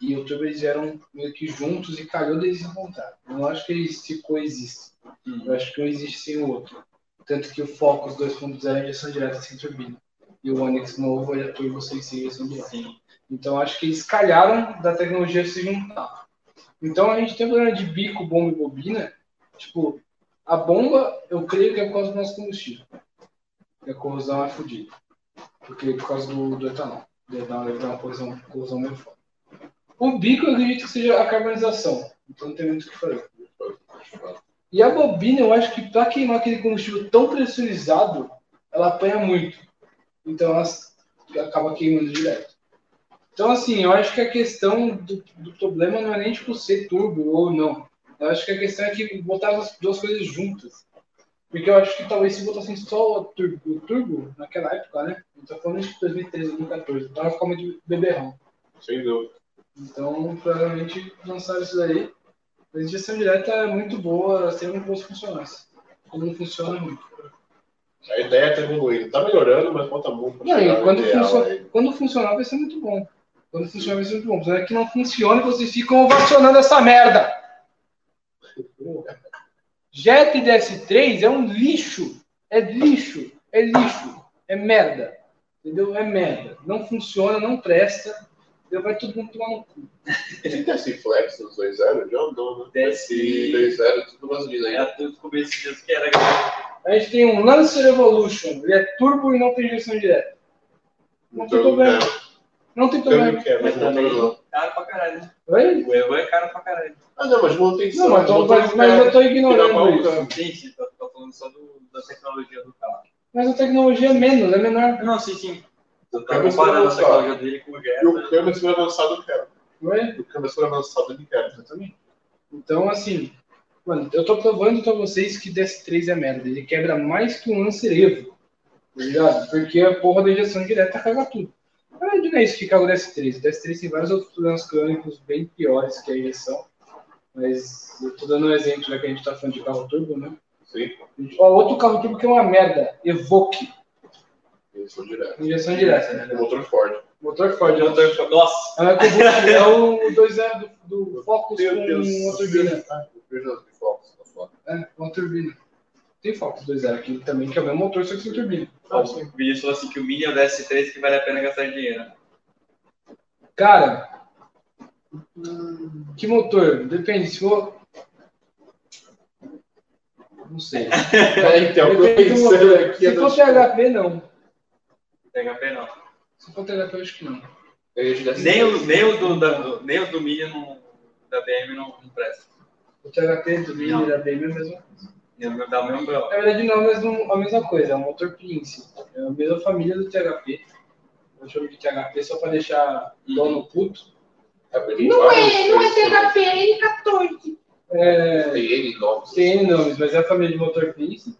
Speaker 3: e o turbo eles eram meio que juntos e calhou deles se encontrar. Eu não acho que eles se coexistem.
Speaker 2: Hum.
Speaker 3: Eu acho que um existe sem o outro. Tanto que o Focus 2.0 é injeção direta sem turbina. E o Onix novo é turbo sem sem injeção direta.
Speaker 2: Sim.
Speaker 3: Então acho que eles calharam da tecnologia se juntar. Então a gente tem problema de bico, bomba e bobina. Tipo, a bomba eu creio que é por causa do nosso combustível. E a corrosão é fodida. Porque é por causa do, do etanol. Do etanol ele dá uma corrosão, corrosão meio foda. O bico eu acredito que seja a carbonização. Então não tem muito o que fazer. E a bobina, eu acho que pra queimar aquele combustível tão pressurizado, ela apanha muito. Então ela s- acaba queimando direto. Então, assim, eu acho que a questão do, do problema não é nem tipo ser turbo ou não. Eu acho que a questão é que botar as duas coisas juntas. Porque eu acho que talvez se botassem só o turbo, o turbo naquela época, né? Eu tô falando de 2013, 2014. Então vai ficar muito beberrão.
Speaker 1: Sem dúvida.
Speaker 3: Então, provavelmente lançaram isso daí. Mas injeção direta é muito boa, ela sempre boas funcionais. Como não funciona muito.
Speaker 1: A ideia tá evoluindo. Tá melhorando, mas falta muito pra
Speaker 3: Não,
Speaker 1: chegar
Speaker 3: e
Speaker 1: no
Speaker 3: quando,
Speaker 1: ideal
Speaker 3: funcio-
Speaker 1: aí.
Speaker 3: quando funcionar vai ser muito bom. Quando funcionar vai ser muito bom. Mas é que não funciona e vocês ficam ovacionando essa merda. Jet DS3 é um lixo. É lixo. É lixo. É merda. Entendeu? É merda. Não funciona, não presta. Entendeu? Vai todo mundo tomar no cu.
Speaker 1: Tem DSI Flex nos 2.0? Já andou, né?
Speaker 2: DSI.
Speaker 1: 2.0, tudo gasolina
Speaker 2: É,
Speaker 1: ainda.
Speaker 2: eu descobri esses dias que era
Speaker 3: A gente tem um Lancer Evolution. Ele é turbo e não tem injeção direta. Não tem
Speaker 1: Então,
Speaker 3: problema.
Speaker 1: é,
Speaker 3: Não tem
Speaker 1: câmbio
Speaker 3: problema.
Speaker 1: que é, mas
Speaker 2: mas
Speaker 1: não tem
Speaker 2: também
Speaker 1: problema.
Speaker 2: caro pra caralho, né?
Speaker 3: Vai.
Speaker 2: O erro é caro pra caralho.
Speaker 1: Ah, não, mas manutenção.
Speaker 3: Não, mas, tô-
Speaker 1: motor
Speaker 3: mas-
Speaker 1: de
Speaker 3: mas
Speaker 1: carro.
Speaker 3: eu tô ignorando
Speaker 1: Dinamarca.
Speaker 3: isso.
Speaker 2: Sim, sim, tô, tô falando só do- da tecnologia do carro.
Speaker 3: Mas a tecnologia é menos, é menor.
Speaker 2: Não, sim, sim. Eu
Speaker 1: Eu
Speaker 2: tava
Speaker 1: vou
Speaker 2: comparando a
Speaker 1: falar.
Speaker 2: tecnologia dele com o
Speaker 1: E o
Speaker 2: Jetta.
Speaker 1: câmbio super avançado eu quero.
Speaker 3: Vai.
Speaker 1: O câmbio super avançado ele quer.
Speaker 3: Exatamente. Então, assim, mano, eu tô provando pra vocês que DS3 é merda. Ele quebra mais que um Lancer Evo. Tá ligado? Porque a porra da injeção direta caga tudo. Na verdade, não é isso que caga o DS3. O DS3 tem vários outros problemas crônicos bem piores que a injeção. Mas eu tô dando um exemplo, já que a gente tá falando de carro turbo, né?
Speaker 1: Sim,
Speaker 3: Ó, outro carro turbo que é uma merda. Evoque.
Speaker 1: eles são direto.
Speaker 3: Injeção direta, né?
Speaker 1: O motor é Ford.
Speaker 3: Motor Ford.
Speaker 2: O motor foi- Nossa!
Speaker 3: Ela é com o é o 2.0 do, do Focus com uma turbina.
Speaker 1: Ah,
Speaker 3: É, uma turbina. Tem Focus 2.0 aqui também, que é o mesmo motor, só que sem turbina.
Speaker 2: O Vinícius falou assim que o Mini é o DS3 que vale a pena gastar dinheiro.
Speaker 3: Cara, que motor? Depende, se for... Não sei.
Speaker 1: Então, eu tô
Speaker 3: Depende do
Speaker 1: pensando
Speaker 3: motor.
Speaker 1: aqui. é
Speaker 3: Se
Speaker 1: eu
Speaker 3: for
Speaker 1: tô-
Speaker 3: THP, não.
Speaker 2: PHP não.
Speaker 3: Se for THP, eu acho que não.
Speaker 1: Eu ia te dar-
Speaker 2: Nem os, nem os do, da, do- nem os do Mini não, da BM não, não presta.
Speaker 3: O THP do Mini
Speaker 2: Não.
Speaker 3: da BM é a mesma
Speaker 2: Eu vou dar o mesmo BO.
Speaker 3: Na verdade, não é o mesmo- a mesma coisa, é um motor Prince. É a mesma família do THP. Eu chamo de THP só pra deixar dono puto.
Speaker 1: É porque
Speaker 4: Não
Speaker 1: vários
Speaker 4: é, não é
Speaker 1: dois, né?
Speaker 4: THP, é N14.
Speaker 3: É,
Speaker 1: Tem ele novos.
Speaker 3: tem N nomes, mas é a família de motor Prince.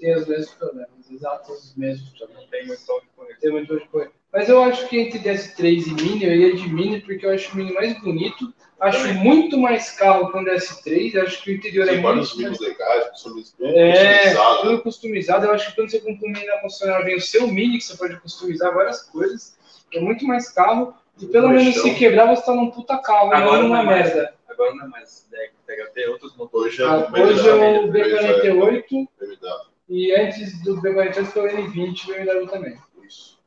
Speaker 3: Tem os mesmos problemas, exatos os mesmos problemas.
Speaker 2: Não tem muito só com ele.
Speaker 3: Tem muito de coisa. Mas eu acho que entre DS3 e Mini, eu iria de Mini porque eu acho o Mini mais bonito. Acho
Speaker 2: Também.
Speaker 3: muito mais carro que o DS3. Acho que o interior é
Speaker 1: Tem vários
Speaker 3: muito.
Speaker 1: mimos legais, pessoas bem
Speaker 3: É,
Speaker 1: customizadas.
Speaker 3: tudo customizado. Eu acho que quando você compra um mini na concessionária, vem o seu mini, que você pode customizar várias coisas. É muito mais carro. E pelo
Speaker 1: Muito
Speaker 3: menos
Speaker 1: chão.
Speaker 3: se quebrar, você tá num puta carro.
Speaker 2: Agora
Speaker 3: Agora não
Speaker 2: não
Speaker 3: uma
Speaker 2: é mais.
Speaker 3: merda.
Speaker 2: Agora não é mais PHP, outros motores.
Speaker 1: Hoje é
Speaker 3: Ah,
Speaker 1: o
Speaker 3: Hoje é
Speaker 2: né?
Speaker 3: o
Speaker 1: BMW, é
Speaker 3: B48
Speaker 1: BMW,
Speaker 3: e antes do B48 foi o N20 e o BMW também.
Speaker 1: isso.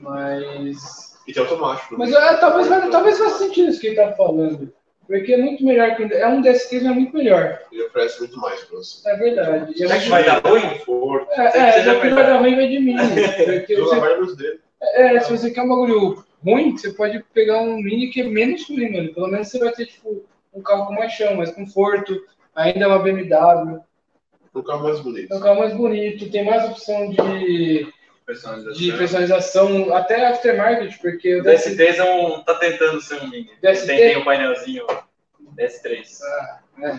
Speaker 3: Mas.
Speaker 1: E tem automático.
Speaker 3: Mas
Speaker 1: né?
Speaker 3: é, talvez, vai- talvez faça sentido isso que ele tá falando. Porque é muito melhor que. É um DS3, mas é muito melhor.
Speaker 1: Ele oferece muito mais pra você.
Speaker 3: É verdade. E É,
Speaker 2: Será
Speaker 3: muito...
Speaker 2: que vai dar ruim?
Speaker 1: Conforto.
Speaker 3: é,
Speaker 2: Será que
Speaker 3: é,
Speaker 2: seja
Speaker 3: já que vai
Speaker 2: verdade?
Speaker 3: dar ruim, vai de mini. Porque
Speaker 1: Eu
Speaker 3: você
Speaker 1: lavar nos dedos.
Speaker 3: É, se você quer um bagulho ruim, você pode pegar um mini que é menos ruim, mano. Pelo menos você vai ter, tipo, um carro com mais chão, mais conforto, ainda é uma BMW,
Speaker 1: Um carro mais
Speaker 3: é um
Speaker 1: bonito.
Speaker 3: carro mais bonito, tem mais opção de,
Speaker 2: Personalização.
Speaker 3: de personalização, até aftermarket, porque
Speaker 2: O
Speaker 3: o DS,
Speaker 2: DS3 é um, tá tentando ser um Mini.
Speaker 3: DST?
Speaker 2: Tem, tem um painelzinho. DS3.
Speaker 3: É.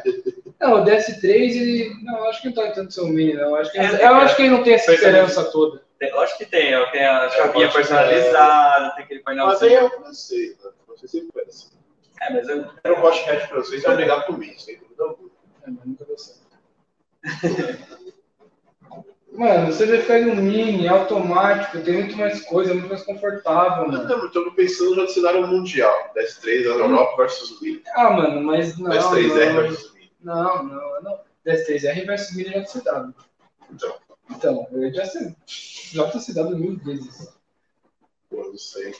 Speaker 3: Não, o DS3, ele. Não, eu acho que não tá entrando no seu meio, não. Eu acho que,
Speaker 2: É,
Speaker 3: eu acho que ele não tem essa
Speaker 2: Percebi.
Speaker 3: esperança toda.
Speaker 2: Tem- Lógico que tem, ó, tem a chavinha
Speaker 1: acho que
Speaker 2: personalizada, tem aquele
Speaker 1: Mas
Speaker 2: painelzinho.
Speaker 1: aí é o francês, né? O francês sempre foi assim.
Speaker 2: É, mas eu,
Speaker 1: Era um podcast francês, é obrigado por mim, sem dúvida alguma.
Speaker 3: É, mas nunca deu certo. Mano, você vai ficar no mini, automático, tem muito mais coisa, muito mais confortável, mano.
Speaker 1: Estamos pensando já no cenário mundial. DS3 da Europa versus Wii.
Speaker 3: Ah, mano, mas Uhum. não.
Speaker 1: DS3R
Speaker 3: não.
Speaker 1: versus Wii.
Speaker 3: Não, não, não. DS3R versus Mini já foi dado.
Speaker 1: Então,
Speaker 3: Então, eu já sei. Já foi citado mil vezes.
Speaker 1: pô, não sei.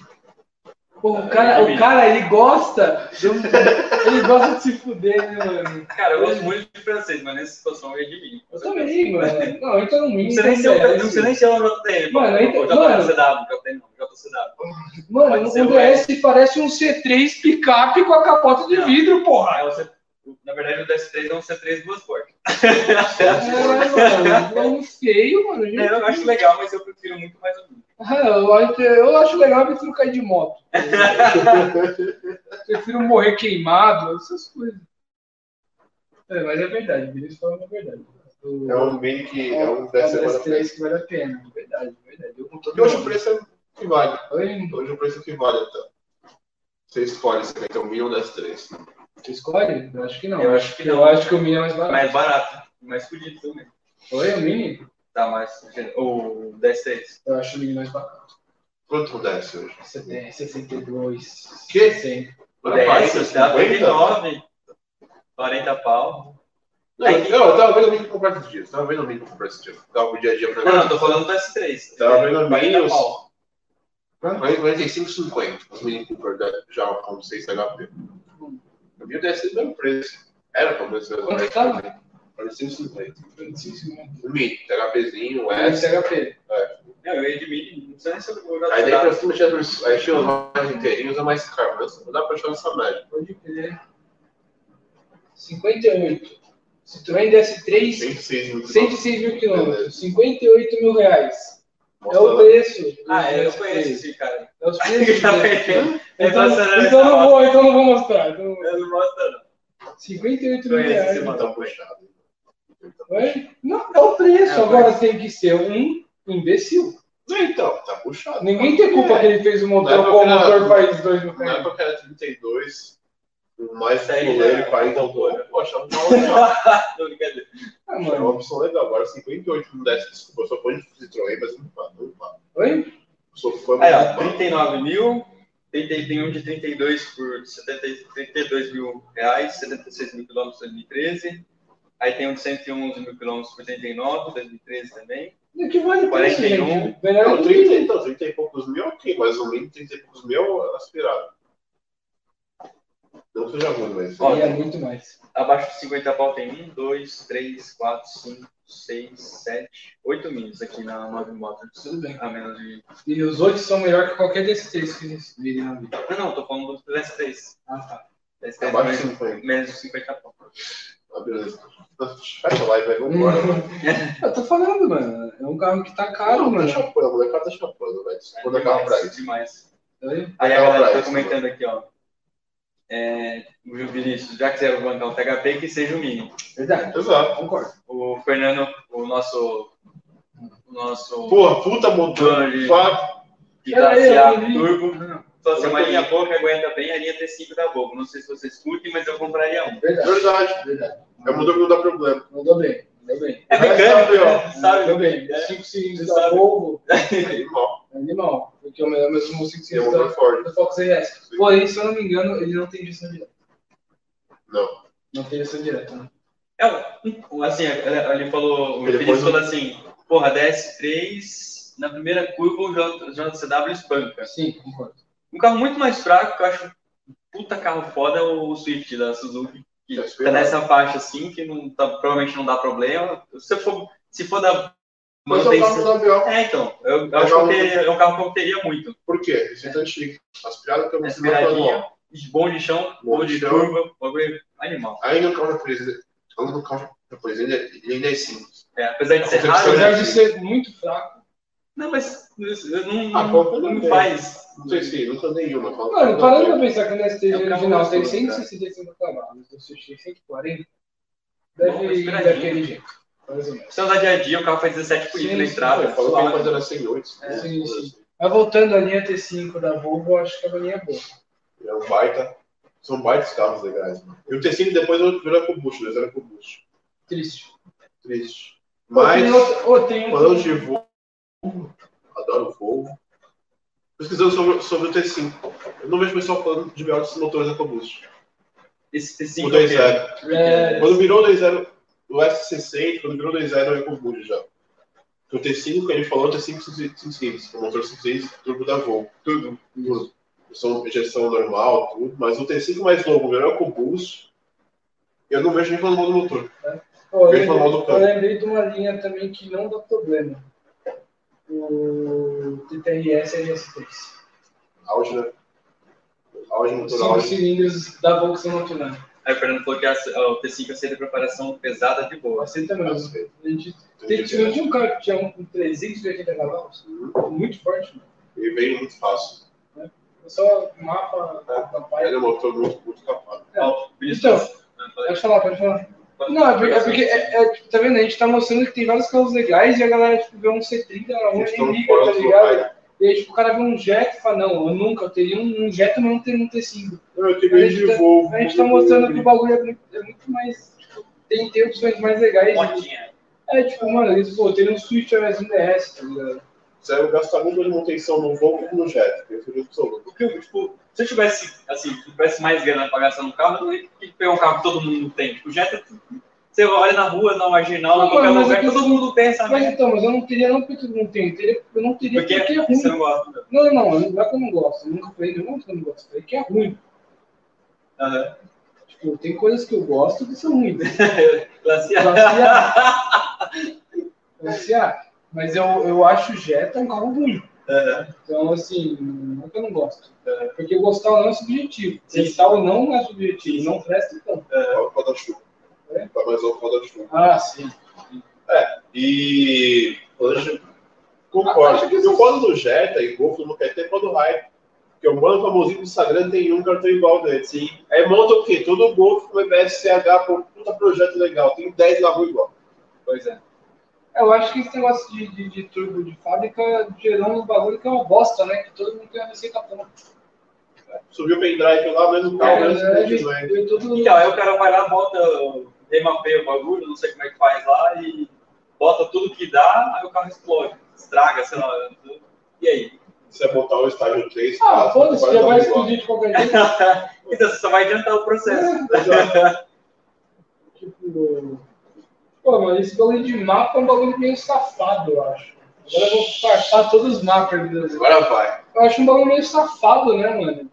Speaker 3: Pô, o cara, o
Speaker 2: Mini.
Speaker 3: cara ele gosta. de um- ele gosta de se fuder, né, mano?
Speaker 2: cara, eu gosto muito de francês, mas nessa situação eu ia de mim.
Speaker 3: Eu também, mano. Não, entra
Speaker 2: Não
Speaker 3: no né? Mini.
Speaker 2: precisa nem ser o- não precisa nem ser o JTM.
Speaker 3: Mano,
Speaker 2: pô,
Speaker 3: então-
Speaker 2: o JCW, JTM não, JCW.
Speaker 3: Mano,
Speaker 2: pode ser
Speaker 3: o
Speaker 2: o
Speaker 3: DS parece um C3 picape com a capota de
Speaker 2: Não.
Speaker 3: vidro, porra.
Speaker 2: É o C- Na verdade, o DS3 é um C3 duas portas.
Speaker 3: É, mano, é um feio, mano.
Speaker 2: É, Eu acho legal, mas eu prefiro muito mais o mim.
Speaker 3: Ah, eu acho- Eu acho legal me trocar de moto. Prefiro morrer queimado, essas coisas. É, mas é verdade, o Vinícius falou a verdade. O-
Speaker 1: É um mini que é um
Speaker 3: é o
Speaker 1: DS3 vale a pena.
Speaker 3: que vale a pena. é Verdade, verdade. Eu com todo
Speaker 1: E hoje o
Speaker 3: mundo.
Speaker 1: preço é que vale.
Speaker 3: Oi,
Speaker 1: Hoje o preço é que vale, até. Você escolhe se vai ter um Wii ou um DS3.
Speaker 3: tu escolhe? Eu acho que não.
Speaker 2: Eu acho que
Speaker 3: Eu
Speaker 2: não.
Speaker 3: acho que o Mini é mais barato.
Speaker 2: Mais barato, mais fodido também.
Speaker 3: Oi, o Mini?
Speaker 2: Tá, mas o DS3.
Speaker 3: Eu acho o Mini mais barato.
Speaker 1: Quanto um DS hoje?
Speaker 3: Você tem 62.
Speaker 1: Que?
Speaker 3: 100.
Speaker 2: O
Speaker 1: Não, faz
Speaker 2: DS dá
Speaker 1: 50?
Speaker 2: 39, 40 pau.
Speaker 1: Não, eu tava vendo o Mini comprar esses dias. Tava vendo o Mini comprar esses dias. Tava o dia a dia pra
Speaker 2: Não,
Speaker 1: mim.
Speaker 2: não, tô falando do S3.
Speaker 1: Tava vendo
Speaker 2: 40
Speaker 1: mini
Speaker 2: pau.
Speaker 1: 45,50. Os Mini Cooper da- já 1.6 HP. O Mini DS3 mesmo preço. Era pra menos.
Speaker 3: Quanto que tava?
Speaker 1: 45,50.
Speaker 3: 25.
Speaker 1: O Mini, THPzinho, o S. É.
Speaker 3: SHP.
Speaker 2: Não, eu ia de mini, não precisa nem saber o
Speaker 1: Aí daí pra
Speaker 2: jogo.
Speaker 1: cima tinha os- aí tinha os mais inteirinhos é mais caro, mas não dá pra achar nessa média.
Speaker 3: Pode crer. 58. Citroën DS3,
Speaker 1: 106 mil
Speaker 3: 106 mil quilômetros.
Speaker 1: Beleza.
Speaker 3: 58 mil reais. É
Speaker 1: Mostra
Speaker 3: o
Speaker 1: lá. Tá
Speaker 3: preço. do
Speaker 2: Ah, é, eu
Speaker 3: DS3.
Speaker 2: conheço esse cara.
Speaker 3: É os preços. dele.
Speaker 2: É
Speaker 3: então,
Speaker 2: bastante
Speaker 3: então, não
Speaker 2: legal.
Speaker 3: vou, então não vou mostrar. Então,
Speaker 2: Eu não gosto, não.
Speaker 3: 58 mil
Speaker 2: Conheço
Speaker 3: reais.
Speaker 2: esse mano.
Speaker 1: Então, puxado.
Speaker 3: Oi? Não, é o preço.
Speaker 2: É,
Speaker 3: Agora tem que ser um imbecil.
Speaker 1: Então, tá puxado.
Speaker 3: Ninguém tem culpa que ele fez o motor
Speaker 1: Não é
Speaker 3: com o
Speaker 1: pra-
Speaker 3: motor faz dois mil
Speaker 1: Na
Speaker 3: reais.
Speaker 1: época era 32, o mais
Speaker 2: Isso aí
Speaker 1: fuleiro
Speaker 2: já-
Speaker 1: e 40 autor. Pô, achava uma legal.
Speaker 2: Não, brincadeira.
Speaker 3: Ah,
Speaker 1: Achava uma
Speaker 3: mano.
Speaker 1: opção legal. é um Agora 58 não desce, desculpa, eu sou fã de Citroën, mas não falo, não falo.
Speaker 3: Oi?
Speaker 1: Sou fã
Speaker 2: Aí, ó,
Speaker 1: muito fã.
Speaker 2: 39 mil, 30 tem um de 32 por 70, 32 mil reais, 76 mil quilômetros em 2013. Aí tem um de 111 mil quilômetros por 39, 2013 também.
Speaker 3: O É que vale o preço,
Speaker 2: 41.
Speaker 3: gente?
Speaker 2: É
Speaker 1: Não,
Speaker 3: Melhor
Speaker 1: 30, então, 30 e poucos mil, ok, mas o mínimo 30 e poucos mil é aspirado. Não seja ruim, mas.
Speaker 2: Ó,
Speaker 3: é muito mais.
Speaker 2: Abaixo de 50 pau tem 1, 2, 3, 4, 5, 6, 7, 8 minis aqui na 9 motos.
Speaker 3: Tudo bem.
Speaker 2: A menos de.
Speaker 3: E os outros são melhor que qualquer desses três que eles virem na vida.
Speaker 2: Ah, Não, não, tô falando do S3.
Speaker 3: Ah, tá.
Speaker 2: S3
Speaker 1: Abaixo de
Speaker 2: mesmo.
Speaker 1: 50.
Speaker 2: Menos de 50 pau.
Speaker 1: Ah, beleza. Fecha a live, vai, vambora,
Speaker 3: Hum,
Speaker 1: mano.
Speaker 3: Eu tô falando, mano. É um carro que tá caro,
Speaker 1: Tá
Speaker 3: mano.
Speaker 1: chapando, a molecada tá chapando, velho. Quando
Speaker 2: demais,
Speaker 1: acaba pra isso.
Speaker 2: demais.
Speaker 3: Olha,
Speaker 2: Aí a
Speaker 1: Acaba
Speaker 2: galera
Speaker 1: pra
Speaker 2: tá
Speaker 1: isso,
Speaker 2: comentando aqui, ó. É, o Gil Vinícius, já que você vai bancar um THP, que seja o mínimo.
Speaker 3: Verdade.
Speaker 1: Exato.
Speaker 3: Concordo.
Speaker 2: O Fernando, o nosso. O nosso.
Speaker 1: Porra, puta motor.
Speaker 2: Mano, de-
Speaker 1: Fá,
Speaker 2: de classe
Speaker 3: Peraí, eu
Speaker 2: A,
Speaker 3: vi.
Speaker 2: turbo. Só assim,
Speaker 1: Eu
Speaker 2: uma
Speaker 1: vi.
Speaker 2: linha boa que aguenta bem, a linha T5 da Bobo. Não sei se vocês curtem, mas eu compraria um.
Speaker 3: Verdade.
Speaker 1: Verdade.
Speaker 3: Verdade.
Speaker 1: É um motor que não dá problema.
Speaker 3: Mandou bem. Mandou bem.
Speaker 2: É mecânico, né? sabe?
Speaker 3: Mandou bem.
Speaker 2: É.
Speaker 3: Cinco cilindros
Speaker 2: Você
Speaker 3: da
Speaker 2: sabe.
Speaker 3: Volvo
Speaker 1: É mal.
Speaker 3: é animal. Porque o melhor mesmo cinco
Speaker 1: É um
Speaker 3: cilindros
Speaker 1: motor
Speaker 3: da-
Speaker 1: Ford.
Speaker 3: da Fox RS. Porém, é. se eu não me engano, ele não tem direção direta. né?
Speaker 1: Não.
Speaker 3: Não tem direção direta, né?
Speaker 2: É, um- assim, ele falou, o
Speaker 1: Ele
Speaker 2: Felipe
Speaker 1: pode-
Speaker 2: falou assim, porra, DS3, na primeira curva o J- JCW espanca.
Speaker 3: Sim, concordo.
Speaker 2: Um carro muito mais fraco, que eu acho um puta carro foda, é o Swift da Suzuki, que
Speaker 1: É,
Speaker 2: tá nessa faixa assim, que não tá- provavelmente não dá problema. Se for, se for da
Speaker 1: Mas eu
Speaker 2: manutenção...
Speaker 1: falo do avião.
Speaker 2: É, então, eu, eu
Speaker 1: É
Speaker 2: acho que eu
Speaker 1: um-
Speaker 2: teria- é um carro que eu teria muito.
Speaker 1: Por quê? Esse é tão chique. Aspirado que eu
Speaker 2: Essa
Speaker 1: não falo
Speaker 2: viradinha,
Speaker 1: mal.
Speaker 2: bom de chão,
Speaker 1: Bom
Speaker 2: bom
Speaker 1: de
Speaker 2: de
Speaker 1: chão.
Speaker 2: curva, bagulho animal.
Speaker 1: Ainda no carro japonês, ainda no carro japonês, ele é- ele ainda é simples.
Speaker 2: É, apesar de ser
Speaker 1: Você
Speaker 2: raro,
Speaker 1: precisa
Speaker 3: Apesar
Speaker 2: né?
Speaker 3: de ser muito fraco,
Speaker 2: Não, mas isso, eu não,
Speaker 1: Ah,
Speaker 2: não,
Speaker 1: qual que eu não
Speaker 2: não
Speaker 1: tenho?
Speaker 2: faz.
Speaker 1: Não sei se não tô nenhuma. Fala,
Speaker 3: Mano, parando pra
Speaker 1: não,
Speaker 3: pensar que na STG
Speaker 2: É o carro
Speaker 3: original
Speaker 2: mais
Speaker 3: tem
Speaker 2: curto,
Speaker 3: 165 cavalos, eu sugeri 140,
Speaker 2: Bom,
Speaker 3: deve ir
Speaker 2: esperadinho.
Speaker 3: daquele jeito, mais ou menos.
Speaker 2: Se eu andar dia a dia, o carro faz 17 por
Speaker 3: Sim,
Speaker 2: litro na
Speaker 3: sim,
Speaker 2: estrada.
Speaker 1: ele falou que ele
Speaker 2: suave.
Speaker 1: fazia na 108.
Speaker 3: É, sim, sim. Mas voltando à linha T5 da Volvo, eu acho que é uma linha boa.
Speaker 1: É um baita. São baitas carros legais, mano. E o T5 depois virou combustível, eles eram combustível.
Speaker 3: Triste.
Speaker 1: Triste.
Speaker 3: Ou tem
Speaker 1: Mas,
Speaker 3: outra- ou tem outra-
Speaker 1: falando de Volvo, adoro Volvo. Pesquisando sobre, sobre o T5. Eu não vejo pessoal falando de melhores motores a combustível.
Speaker 2: Esse
Speaker 1: O
Speaker 2: T5
Speaker 1: 2.0.
Speaker 3: É,
Speaker 1: Quando virou 2-0, o FC6, quando virou 2-0, é com o Bud já. O T5, que ele falou, o T5 5.6, o motor 5.6 turbo da Volvo. Tudo. Tudo. São injeção normal, tudo, mas o T5 mais novo, o melhor com o Boost, eu não vejo nem falando mal do motor.
Speaker 3: Ó, eu,
Speaker 1: Bem
Speaker 3: lembrei,
Speaker 1: falado, cara.
Speaker 3: eu lembrei de uma linha também que não dá problema. O TTRS RS3.
Speaker 1: Audi, né? Audi, motor
Speaker 3: Cinco
Speaker 1: Audi.
Speaker 3: cilindros da Volkswagen Naturana.
Speaker 2: Aí o Fernando falou que a- o T5 aceita preparação pesada de boa.
Speaker 3: Aceita mesmo. A gente tem,
Speaker 1: Entendi, Uhum.
Speaker 3: tinha,
Speaker 1: né?
Speaker 3: tinha um cara que tinha um com 380 cavalos, muito forte, né? mano.
Speaker 1: Ele veio muito fácil.
Speaker 3: Eu Só mapa da
Speaker 1: Ele
Speaker 3: pai.
Speaker 1: é um motor muito, muito capaz.
Speaker 2: Ó,
Speaker 3: Então,
Speaker 2: Ah, falei.
Speaker 3: pode falar, pode falar. Não, é porque, é porque é- é, tipo, tá vendo? A gente tá mostrando que tem vários carros legais e a galera tipo, vê um C30, ela
Speaker 1: A
Speaker 3: não
Speaker 1: gente tá
Speaker 3: nem
Speaker 1: no
Speaker 3: liga,
Speaker 1: fora
Speaker 3: tá
Speaker 1: dos
Speaker 3: ligado?
Speaker 1: locais.
Speaker 3: E aí, tipo, o cara vê um Jetta e fala, não, eu nunca teria um, um Jetta, mas não teria um T5.
Speaker 1: Eu tenho medo de Volvo. né?
Speaker 3: A gente tá mostrando que o bagulho é muito, é muito mais, tipo, tem, tem opções mais legais.
Speaker 2: Motinha.
Speaker 3: É, tipo, mano, eles, pô, teria um Switch ao invés de um DS, tá ligado?
Speaker 1: Se eu gastar muito de manutenção no Volvo que no Jet, eu prefiro absoluto.
Speaker 2: Porque, tipo, se eu tivesse, assim, se eu tivesse mais grana pra gastar no carro, eu não ia pegar um carro que todo mundo tem. Tipo, o Jetta, você olha na rua, na marginal,
Speaker 3: Não,
Speaker 2: em qualquer
Speaker 3: mas é
Speaker 2: lugar,
Speaker 3: que
Speaker 2: todo
Speaker 3: assim,
Speaker 2: mundo tem essa
Speaker 3: Mas
Speaker 2: merda.
Speaker 3: então, mas eu não teria, não porque todo mundo tem, eu, teria, eu não teria porque,
Speaker 2: Tá. Porque
Speaker 3: é ruim.
Speaker 2: você não gosta. né?
Speaker 3: Não, não, não, não é que eu não gosto, eu nunca falei, não é que eu não gosto, eu falei que é ruim.
Speaker 2: Aham.
Speaker 3: Tipo, tem coisas que eu gosto que são ruins.
Speaker 2: Classe A.
Speaker 3: Classe A. Classe A. é. Mas eu, eu acho o Jetta um carro ruim.
Speaker 2: Aham.
Speaker 3: Então, assim, não é que eu não gosto.
Speaker 2: Aham.
Speaker 3: Porque gostar ou não é subjetivo.
Speaker 2: Sim.
Speaker 3: Gostar ou não não é subjetivo, não presta então.
Speaker 1: Fala do Roda-chuva.
Speaker 3: É?
Speaker 1: Tá mais um roda-chuva.
Speaker 3: Ah, sim.
Speaker 1: E hoje
Speaker 3: Acho
Speaker 1: concordo.
Speaker 3: que
Speaker 1: Eu falo do Jetta e Golfo não quer ter falo do Hype. Porque eu mando famosinho no Instagram, tem um cartão igual dele.
Speaker 2: Sim.
Speaker 1: Aí monta o quê? Todo Golfo com MSCH, pô, puta projeto legal. Tem 10 na rua igual.
Speaker 2: Pois é.
Speaker 3: Eu acho que esse negócio de, de, de turbo de fábrica gerou um bagulho que é uma bosta, né? Que todo mundo tem uma receita pronta.
Speaker 1: Subiu o pendrive lá, tá, mesmo
Speaker 3: É,
Speaker 1: carro, mesmo
Speaker 3: é,
Speaker 1: vídeo, né?
Speaker 3: eu todo-
Speaker 2: Então, aí o cara vai lá, bota, remapeia o bagulho, não sei como é que faz lá, e bota tudo que dá, aí o carro explode, estraga, sei lá. E aí?
Speaker 1: Você vai botar o estágio 3.
Speaker 3: Ah, foda-se, já vai
Speaker 1: igual.
Speaker 3: explodir de qualquer jeito.
Speaker 2: Então, você só vai adiantar o processo.
Speaker 3: tipo. Pô, mas esse bagulho de mapa é um bagulho meio safado, eu acho. Agora eu vou passar todos os mapas do Brasil.
Speaker 1: Agora vai.
Speaker 3: Eu acho um bagulho meio safado, né, mano?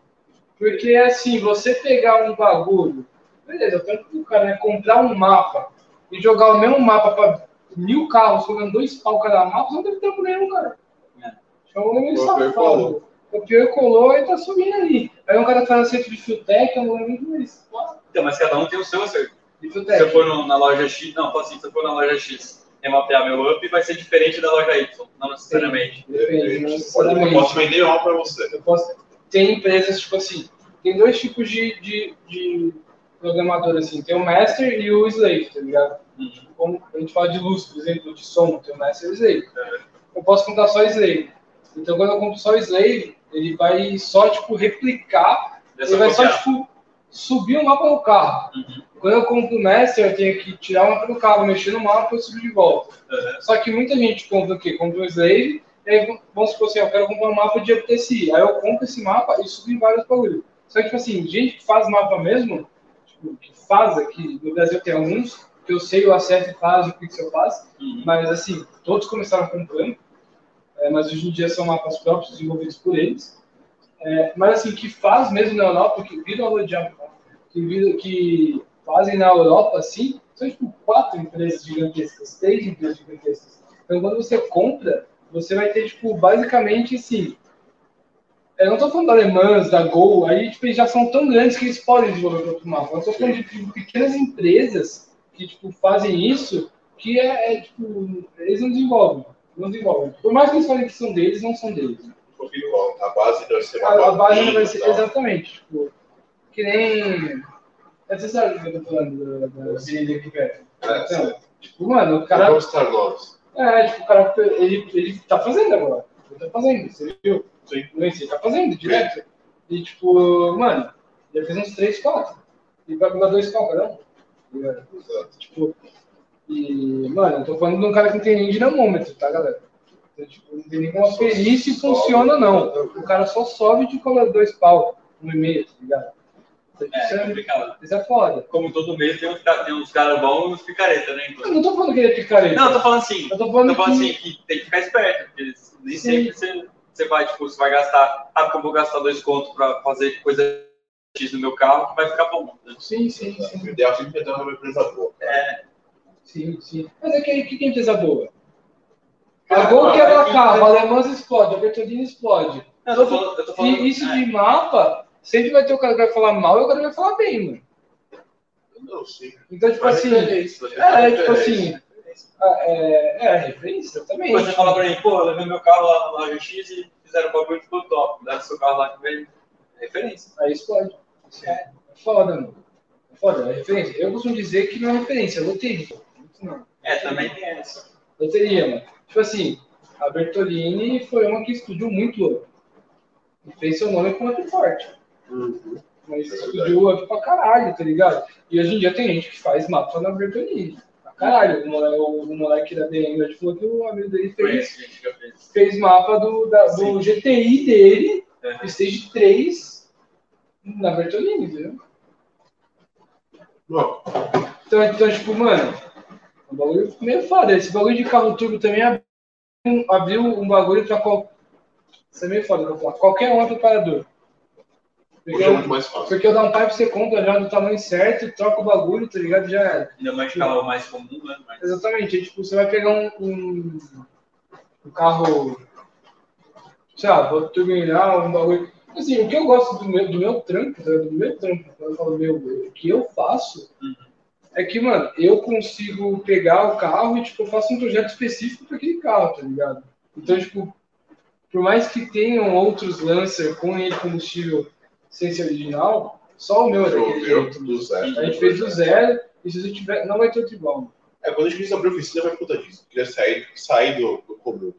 Speaker 3: Porque assim, você pegar um bagulho, beleza, tanto que o cara né, comprar um mapa e jogar o mesmo mapa pra mil carros, jogando dois pau cada mapa, não teve tempo nenhum, cara.
Speaker 2: É.
Speaker 3: É um bagulho meio
Speaker 1: Copiou e
Speaker 3: safado.
Speaker 1: colou.
Speaker 3: Copiou e colou e tá subindo ali. Aí um cara tá no centro de Fiotec, um eu não lembro nem disso. Nossa,
Speaker 2: Então, mas cada um tem o seu acerto.
Speaker 3: de
Speaker 2: Se
Speaker 3: Fiotec.
Speaker 2: eu for no- na loja X, não, fala assim, se eu for na loja X remapear é meu up, vai ser diferente da loja Y, não necessariamente.
Speaker 3: Depende, não
Speaker 1: Pode- um eu
Speaker 3: necessariamente.
Speaker 1: Posso vender uma pra você.
Speaker 3: né? Eu posso- Tem empresas, tipo assim, tem dois tipos de, de, de programador, assim, tem o master e o slave, tá ligado?
Speaker 2: Uhum.
Speaker 3: Como a gente fala de luz, por exemplo, de som, tem o master e o slave. Eu posso comprar só slave. Então, quando eu compro só slave, ele vai só, tipo, replicar,
Speaker 2: É
Speaker 3: ele
Speaker 2: só
Speaker 3: vai só,
Speaker 2: copiar.
Speaker 3: tipo, subir o mapa no carro.
Speaker 2: Uhum.
Speaker 3: Quando eu compro o master, eu tenho que tirar o mapa do carro, mexer no mapa e subir de volta.
Speaker 2: Uhum.
Speaker 3: Só que muita gente compra o quê? Compra um slave, e aí vamos supor assim, eu quero comprar um mapa de FTC. Aí eu compro esse mapa e subo em vários bagulhos. Só que, tipo assim, gente que faz mapa mesmo, tipo, que faz aqui, no Brasil tem alguns, que eu sei o acesso faz, o pixel faz,
Speaker 2: Uhum.
Speaker 3: mas assim, todos começaram comprando, é, mas hoje em dia são mapas próprios desenvolvidos por eles. É, mas assim, que faz mesmo na Europa, que viram a Lodiapa, que, viram, que fazem na Europa, assim, são tipo quatro empresas gigantescas, três empresas gigantescas. Então quando você compra, você vai ter, tipo, basicamente assim. é, Eu não tô falando da Alemãs, da Gol, aí tipo, eles já são tão grandes que eles podem desenvolver para outro mapa. Eu tô falando de tipo, pequenas empresas que tipo, fazem isso que é, é, tipo, eles não desenvolvem. Não desenvolvem. Por mais que eles falem que são deles, não são deles.
Speaker 1: Confio qual. A base tá? deve ser uma
Speaker 3: A, a base não vai
Speaker 1: linda,
Speaker 3: ser.
Speaker 1: tal.
Speaker 3: Exatamente. Tipo, que nem. É sabe o que eu tô falando da- da da avenida aqui perto.
Speaker 1: É,
Speaker 3: Então,
Speaker 1: certo.
Speaker 3: tipo, mano, o
Speaker 1: Não
Speaker 3: cara.
Speaker 1: Vamos estar novos.
Speaker 3: É, tipo, o cara. Ele, ele tá fazendo agora. Ele tá fazendo, você viu?
Speaker 1: Sim.
Speaker 3: Não sei, tá fazendo direto. E tipo, mano, já fez uns 3, 4. E vai mudar 2 pau, cada um. tá ligado?
Speaker 1: Exato.
Speaker 3: Tipo, e, mano, eu tô falando de um cara que não tem nem dinamômetro, tá, galera? Então, tipo, não tem nem como aferir se funciona
Speaker 2: né?
Speaker 3: ou não. O cara só sobe e te cobra dois pau, um e meio, tá ligado? Então,
Speaker 2: É,
Speaker 3: isso,
Speaker 2: é
Speaker 3: é,
Speaker 2: complicado.
Speaker 3: isso é foda.
Speaker 2: Como todo mês tem uns, ca- tem uns caras bons e uns picareta, né?
Speaker 3: Eu
Speaker 2: Então,
Speaker 3: não tô falando que ele é picareta.
Speaker 2: não, eu tô falando assim.
Speaker 3: Eu tô falando
Speaker 2: eu falo
Speaker 3: que-
Speaker 2: assim, que tem que ficar esperto, porque nem
Speaker 3: Sim.
Speaker 2: sempre você, você vai, tipo, você vai gastar, ah, porque eu vou gastar dois contos pra fazer coisa X no meu carro, que vai ficar bom. né?
Speaker 3: Sim, sim,
Speaker 1: Exato. O
Speaker 3: sim.
Speaker 1: ideal sempre é ter uma empresa boa.
Speaker 2: É.
Speaker 3: sim, sim. Mas é que, que, que empresa boa?
Speaker 2: Cara,
Speaker 3: A Gol
Speaker 2: mano, é
Speaker 3: quebra
Speaker 2: que-
Speaker 3: carro, a Alemãs explode, a Bertolini explode.
Speaker 2: Eu tô falando, eu tô falando
Speaker 3: E isso
Speaker 2: é,
Speaker 3: de mapa, sempre vai ter o cara que vai falar mal e o cara que vai falar bem, mano.
Speaker 1: Não, sim.
Speaker 3: Então, tipo
Speaker 1: Mas
Speaker 3: assim.
Speaker 1: referência,
Speaker 3: É,
Speaker 1: referência.
Speaker 3: tipo assim. ah, É, é, referência também.
Speaker 2: Quando você fala pra mim, pô, eu levei meu carro lá na loja X e fizeram o bagulho e ficou top. Dá seu carro lá que vem. é Referência.
Speaker 3: Aí explode. É foda, mano. É foda, é referência. Eu costumo dizer que não é referência, é loteria. Não.
Speaker 2: É, também tem essa.
Speaker 3: Loteria, mano. Tipo assim, a Bertolini foi uma que explodiu muito louco. E fez seu nome como muito forte.
Speaker 1: Uhum.
Speaker 3: Mas
Speaker 1: É
Speaker 3: explodiu aqui pra caralho, tá ligado? E hoje em dia tem gente que faz mapa na Bertolini. Pra caralho. O moleque, o moleque da DM hoje falou que o amigo dele
Speaker 2: Foi
Speaker 3: fez.
Speaker 2: isso, gente, que eu fiz.
Speaker 3: fez mapa do, da-
Speaker 2: Sim.
Speaker 3: do GTI dele,
Speaker 2: Uhum.
Speaker 3: Stage 3, na Bertolini, entendeu?
Speaker 1: Bom,
Speaker 3: Então, então tipo, mano, o bagulho meio foda. Esse bagulho de carro turbo também abriu um, abriu um bagulho pra qual... Isso é meio foda, eu vou falar. Qualquer um é preparador. Porque,
Speaker 1: hoje é muito mais fácil.
Speaker 3: porque o downpipe você compra já é do tamanho certo, troca o bagulho, tá ligado? Já era.
Speaker 2: Ainda mais de carro mais comum, né? Mas...
Speaker 3: Exatamente, é tipo, você vai pegar um, um, um carro, sei lá, vou terminar um bagulho. Assim, o que eu gosto do meu, do meu trampo, tá? do meu trampo, quando eu falo meu, o que eu faço,
Speaker 2: Uhum.
Speaker 3: é que, mano, eu consigo pegar o carro e, tipo, eu faço um projeto específico para aquele carro, tá ligado? Então, tipo, por mais que tenham outros Lancer com ele combustível sem ser original, só o meu é daquele
Speaker 1: Choveu
Speaker 3: jeito.
Speaker 1: do zero.
Speaker 3: A gente fez do zero, e se você tiver, não vai ter outro igual, mano.
Speaker 1: É, quando a gente quis abrir oficina, foi por conta disso. Queria sair, sair do, do comum.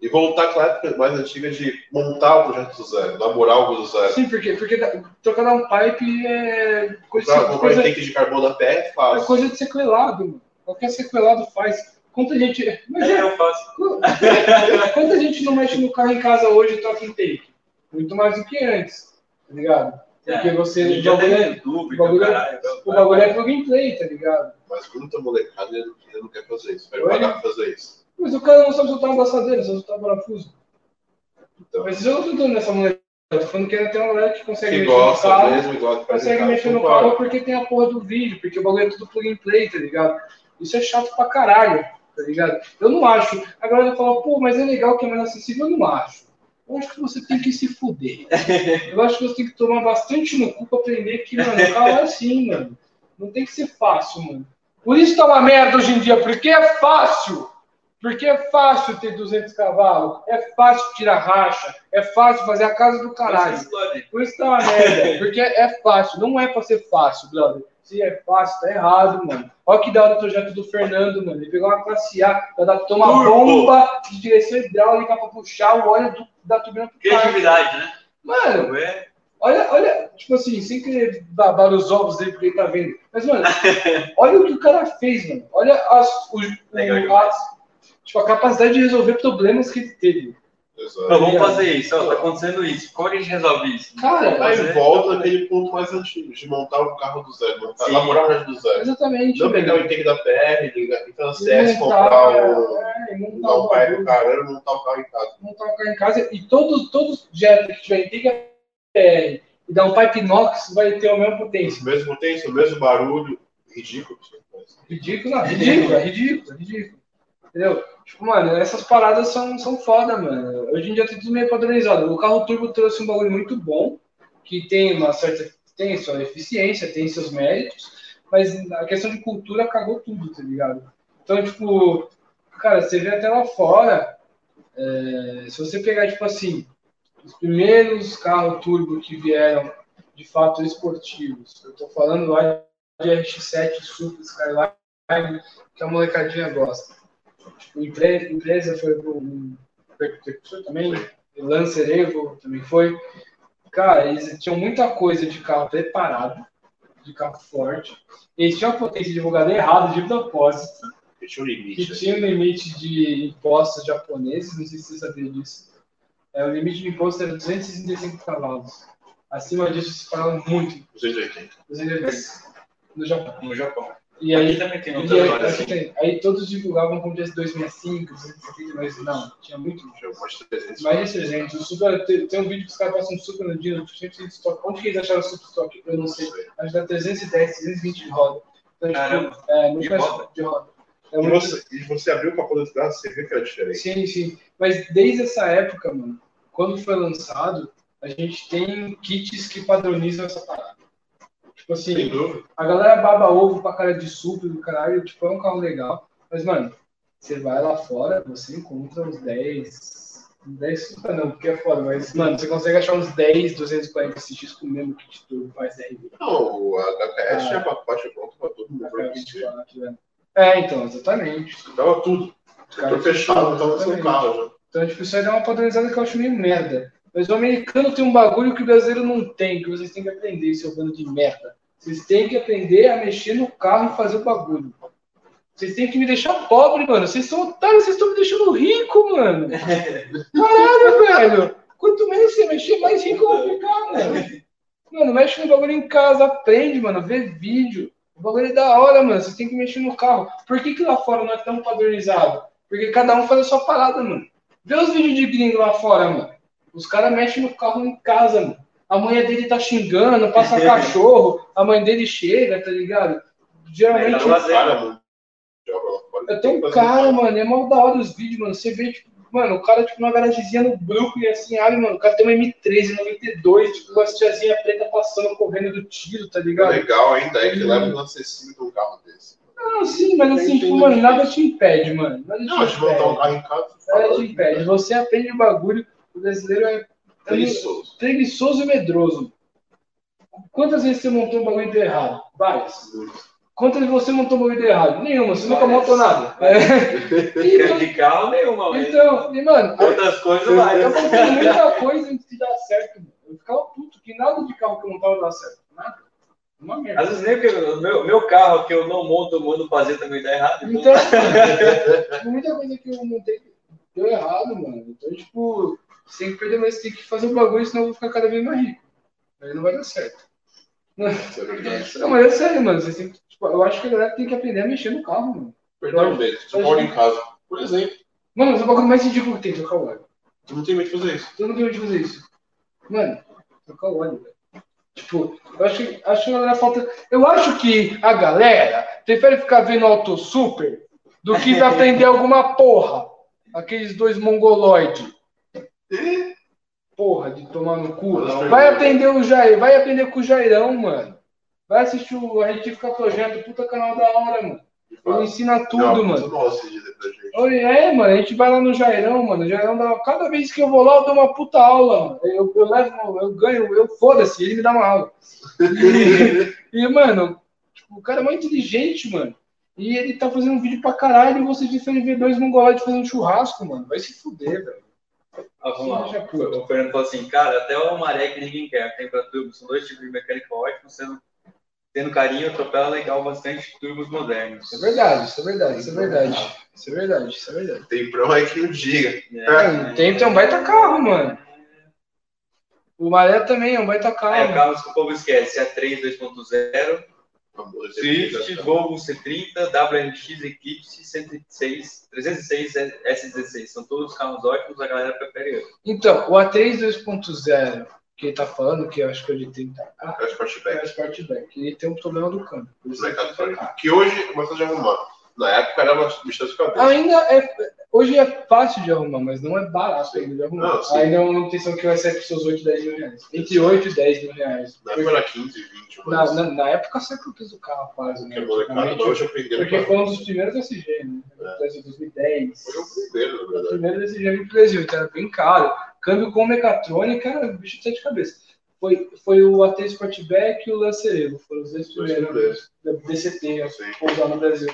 Speaker 1: E voltar aquela época mais antiga de montar o projeto do zero, namorar algo do zero.
Speaker 3: Sim, porque, porque da- trocar um pipe é coisa,
Speaker 1: Comprar comprar
Speaker 3: coisa,
Speaker 1: tanque de carbono a pé é
Speaker 3: é
Speaker 1: fácil.
Speaker 3: coisa de sequelado. mano. Qualquer sequelado faz. Quanta gente. Mas
Speaker 2: É,
Speaker 3: é,
Speaker 2: eu faço.
Speaker 3: qu-
Speaker 1: É,
Speaker 3: quanta gente não mexe no carro em casa hoje e troca intake? Muito mais do que antes, tá ligado? Porque você.
Speaker 2: Hoje
Speaker 3: O
Speaker 2: em dia tem
Speaker 3: bagulho, é-
Speaker 2: YouTube,
Speaker 3: o bagulho é-
Speaker 2: caralho,
Speaker 3: o bagulho é plug and play, tá ligado?
Speaker 1: Mas muita molecada ele não- ele não quer fazer isso. Vai
Speaker 3: Oi?
Speaker 1: pagar pra fazer isso.
Speaker 3: Mas o cara não sabe soltar uma abraçadeira, só soltar um parafuso.
Speaker 1: Então,
Speaker 3: Mas eu não tô dando essa mulher. Eu tô falando que ainda tem uma galera que consegue
Speaker 1: que
Speaker 3: mexer no
Speaker 1: gosta né?
Speaker 3: carro.
Speaker 1: mesmo, e gosta de fazer
Speaker 3: consegue
Speaker 1: carro,
Speaker 3: mexer no
Speaker 1: compara.
Speaker 3: carro porque tem a porra do vídeo, porque o bagulho é tudo plug and play, tá ligado? Isso é chato pra caralho, tá ligado? Eu não acho. A galera fala, pô, mas é legal que é mais acessível, eu não acho. Eu acho que você tem que se fuder. Eu acho que você tem que tomar bastante no cu pra aprender que, mano, o carro é assim, mano. Não tem que ser fácil, mano. Por isso tá uma merda hoje em dia, porque é fácil. Porque é fácil ter 200 cavalos, é fácil tirar racha, é fácil fazer a casa do caralho.
Speaker 2: Explode.
Speaker 3: Por isso tá uma merda. Porque é fácil. Não é pra ser fácil, brother. Se é fácil, tá errado, mano. Olha que da hora o projeto do Fernando, mano. Ele pegou uma classe A, vai dar pra tomar
Speaker 2: Turbo.
Speaker 3: bomba de direção hidráulica pra puxar o óleo do- da turbina pro carro.
Speaker 2: Criatividade, né?
Speaker 3: Mano,
Speaker 2: É,
Speaker 3: olha, olha, tipo assim, sem querer babar os ovos dele porque ele tá vendo. Mas, mano, olha o que o cara fez, mano. Olha as, o,
Speaker 2: Legal
Speaker 3: o-
Speaker 2: demais.
Speaker 3: as- tipo, a capacidade de resolver problemas que ele teve.
Speaker 1: Exato.
Speaker 2: Então, vamos fazer isso, ó, tá acontecendo isso. Como é que a gente resolve isso?
Speaker 3: Cara,
Speaker 2: Mas é-
Speaker 1: Aí volta aquele ponto mais antigo, de montar o carro do zero, montar,
Speaker 2: Sim.
Speaker 1: namorar o projeto do zero.
Speaker 3: exatamente.
Speaker 1: Não pegar o
Speaker 3: velho.
Speaker 1: intake da PR, ligar então
Speaker 3: Montar,
Speaker 1: CS, comprar o.
Speaker 3: tá. é, montar
Speaker 1: Dar
Speaker 3: o
Speaker 1: o pai
Speaker 3: bagulho.
Speaker 1: do caramba, montar o carro em casa.
Speaker 3: montar o carro em casa e todos todos jet que tiver liga PR e dar um pipe inox vai ter a mesma potência.
Speaker 1: O mesmo potência, o mesmo barulho. Ridículo. mas
Speaker 3: Ridículo, não, ridículo, é ridículo, é ridículo. Entendeu? Tipo, mano, essas paradas são, são foda, mano. Hoje em dia tá tudo meio padronizado. O carro turbo trouxe um bagulho muito bom, que tem uma certa. tem sua eficiência, tem seus méritos, mas a questão de cultura cagou tudo, tá ligado? Então, tipo, Cara, você vê até lá fora. é, se você pegar, tipo assim, os primeiros carros turbo que vieram de fato esportivos, eu tô falando lá de RX7 Super Skyline, que a molecadinha gosta. Tipo, empre- empresa foi pro um percutor também, Lancer Evo também foi. Cara, eles tinham muita coisa de carro preparado, de carro forte. Eles tinham a potência divulgada errada de propósito
Speaker 1: Deixa o
Speaker 3: que
Speaker 1: limite. né?
Speaker 3: tinha um limite de impostos japoneses, não sei se você sabia disso. É, o limite de imposto era 265 cavalos. Acima disso, se fala muito.
Speaker 1: 280.
Speaker 3: 280 no Japão.
Speaker 2: no Japão.
Speaker 3: E aí,
Speaker 2: Aqui também tem
Speaker 3: e
Speaker 2: outras
Speaker 3: aí,
Speaker 2: horas.
Speaker 1: Então,
Speaker 3: aqui tem- aí todos divulgavam como dia 265, 270, mas um, não, tinha muito.
Speaker 1: Já mostra 300.
Speaker 3: Mais de 300. O Supra, tem, tem um vídeo que os caras passam super no dia, 800 de estoque. Onde que eles acharam super estoque? Eu não sei. Acho que dá 310, 320 de roda. Então,
Speaker 2: Caramba.
Speaker 3: tipo, é, muito
Speaker 2: De
Speaker 3: mais
Speaker 2: roda?
Speaker 3: de roda. É
Speaker 1: E
Speaker 3: muito-
Speaker 1: você, e você abriu o capô do carro, você viu que era diferente.
Speaker 3: Sim, sim. Mas desde essa época, mano, quando foi lançado, a gente tem kits que padronizam essa parada. Tipo
Speaker 1: Sem
Speaker 3: assim,
Speaker 1: dúvida.
Speaker 3: a galera baba ovo pra cara de super do caralho, tipo, é um carro legal. Mas, mano, você vai lá fora, você encontra uns 10. 10 super não, porque é foda, mas, mano, você consegue achar uns 10, 240 CX com o mesmo kit turbo faz RB.
Speaker 1: Não, o HKS
Speaker 3: Ah.
Speaker 1: já é uma parte pronta pra todo mundo. pra gente.
Speaker 3: É, então, exatamente.
Speaker 1: Tava tudo. Tô fechado, tava no seu
Speaker 3: exatamente.
Speaker 1: carro já.
Speaker 3: Então, tipo, isso aí dá uma padronizada que eu acho meio merda. Mas o americano tem um bagulho que o brasileiro não tem, que vocês têm que aprender, seu bando de merda. Vocês têm que aprender a mexer no carro e fazer o bagulho. Vocês têm que me deixar pobre, mano. Vocês são otários, vocês estão me deixando rico, mano. Caralho, velho. Quanto menos você mexer, mais rico eu vou ficar, mano. Mano, mexe no bagulho em casa, aprende, mano, vê vídeo. O bagulho é da hora, mano. Vocês têm que mexer no carro. Por que, que lá fora não é tão padronizado? Porque cada um faz a sua parada, mano. Vê os vídeos de gringo lá fora, mano. Os caras mexem no carro em casa, mano. A mulher dele tá xingando, passa cachorro, a mãe dele chega, tá ligado? Geralmente.
Speaker 2: Tá vazio.
Speaker 1: Para, mano. Joga lá fora.
Speaker 3: Eu tenho um cara, mano, é mó da hora os vídeos, mano. Você vê, tipo, mano, o cara, tipo, numa garagezinha no Brooklyn, assim, abre, mano, o cara tem uma M13, 92, tipo, uma tiazinha preta passando, correndo do tiro, tá
Speaker 1: O
Speaker 3: ligado?
Speaker 1: legal ainda é que
Speaker 3: Uhum.
Speaker 1: leva um acessível pra um carro desse.
Speaker 3: Não, sim, mas assim, tipo, mano, nada te impede, mano. Nada te
Speaker 1: Não, a gente
Speaker 3: impede.
Speaker 1: montar um carro em casa. né?
Speaker 3: Nada te impede. Você aprende o bagulho, o brasileiro é.
Speaker 1: É isso.
Speaker 3: preguiçoso e medroso. Quantas vezes você montou um bagulho de errado? Várias. Quantas vezes você montou um bagulho de errado? Nenhuma, você nunca
Speaker 2: Várias.
Speaker 3: montou nada. É. E,
Speaker 2: De carro nenhuma, mas
Speaker 3: então, e, mano,
Speaker 2: outras coisas lá.
Speaker 3: eu montei muita coisa antes de dar certo. mano. Eu ficava puto que nada de carro que eu montava dava certo. Nada. Uma merda.
Speaker 2: Às vezes nem porque o meu, meu carro que eu não monto, eu mando fazer também dá errado.
Speaker 3: Então, mano, muita coisa que eu montei deu errado, mano. Então, tipo, você tem que perder, mas tem que fazer um bagulho, senão eu vou ficar cada vez mais rico. Aí não vai dar certo.
Speaker 1: Isso é verdade.
Speaker 3: Não, mas é sério, mano. Vocês têm que- tipo, eu acho que a galera tem que aprender a mexer no carro, mano.
Speaker 1: Perdão, velho. Tu mora em casa. Por exemplo,
Speaker 3: Mano, mas é o bagulho mais ridículo que tem, trocar o óleo.
Speaker 1: tu não tem medo de fazer isso.
Speaker 3: Todo mundo tem medo de fazer isso. Mano, trocar o óleo, velho. Tipo, eu acho que, acho que a galera falta. Eu acho que a galera prefere ficar vendo Auto Super do que aprender alguma porra. Aqueles dois mongoloides. Porra, de tomar no cu.
Speaker 1: Nossa,
Speaker 3: Vai
Speaker 1: pergunta.
Speaker 3: aprender o Jair, vai aprender com o Jairão, mano. Vai assistir o Retífica Projeto, puta canal da hora, mano.
Speaker 1: De fato.
Speaker 3: Ele ensina tudo,
Speaker 1: Não, é
Speaker 3: mano.
Speaker 1: Tu não gosta de dizer pra gente.
Speaker 3: Oi, É, mano, a gente vai lá no Jairão, mano. O Jairão dá. Cada vez que eu vou lá, eu dou uma puta aula, mano. Eu, eu levo, eu ganho, eu foda-se, ele me dá uma aula. E, mano, tipo, o cara é muito inteligente, mano. E ele tá fazendo um vídeo pra caralho e você disse ele ver dois mongolóides fazendo churrasco, mano. Vai se fuder, velho.
Speaker 2: Ah, vamos lá.
Speaker 3: Seja puto.
Speaker 2: O Fernando falou assim, cara, até o maré que ninguém quer, tem pra turbo. São dois tipos de mecânica ótimos, sendo, tendo carinho, atropela legal bastante turbos modernos.
Speaker 3: Isso é verdade, isso é verdade, isso é verdade. Isso é verdade, isso é verdade.
Speaker 1: Tem problema aí que não diga.
Speaker 3: É, tem, tem um baita carro, mano. O Maré também é um baita carro.
Speaker 2: É,
Speaker 3: mano.
Speaker 2: carros que o povo esquece, é C3 2.0,
Speaker 1: Amor, você
Speaker 2: Swift,
Speaker 1: fica, tá?
Speaker 2: Volvo C30, WRX, Eclipse, 106, 306, S16. São todos carros ótimos, a galera prefere eles.
Speaker 3: Então, o A3 2.0 que ele tá falando, que eu acho que é de 30K,
Speaker 1: Crash
Speaker 3: é
Speaker 1: Flashback.
Speaker 3: o Sportback. Ele tem um problema do câmbio. por isso
Speaker 1: Molecada
Speaker 3: que ele tá
Speaker 1: Que hoje começa a arrumar. Na época era uma distância com a dele.
Speaker 3: Ainda é. Hoje é fácil de arrumar, mas não é barato ainda de arrumar.
Speaker 1: Não, sim.
Speaker 3: ainda é uma intenção que vai sair por seus 8, 10 mil reais. Entre 8 e 10 mil reais.
Speaker 1: Na época era 15, 20,
Speaker 3: Na,
Speaker 1: mas.
Speaker 3: na, na época saiu pro piso do carro quase, né?
Speaker 1: Que molecada,
Speaker 3: Antigamente,
Speaker 1: hoje eu aprendi.
Speaker 3: Porque
Speaker 1: Hoje
Speaker 3: foi um dos primeiros SG, né?
Speaker 1: É.
Speaker 3: Brasil 2010.
Speaker 1: eu primeiro, na
Speaker 3: O
Speaker 1: verdade.
Speaker 3: primeiro SG veio pro Brasil, então era bem caro. Câmbio com mecatrônica era um bicho de sete cabeças. Foi, foi o AT Sportback e o Lancerego, foram os dois
Speaker 1: Dois
Speaker 3: primeiros
Speaker 1: primeiros.
Speaker 3: da DCT a
Speaker 1: Sim.
Speaker 3: pousar né, no Brasil.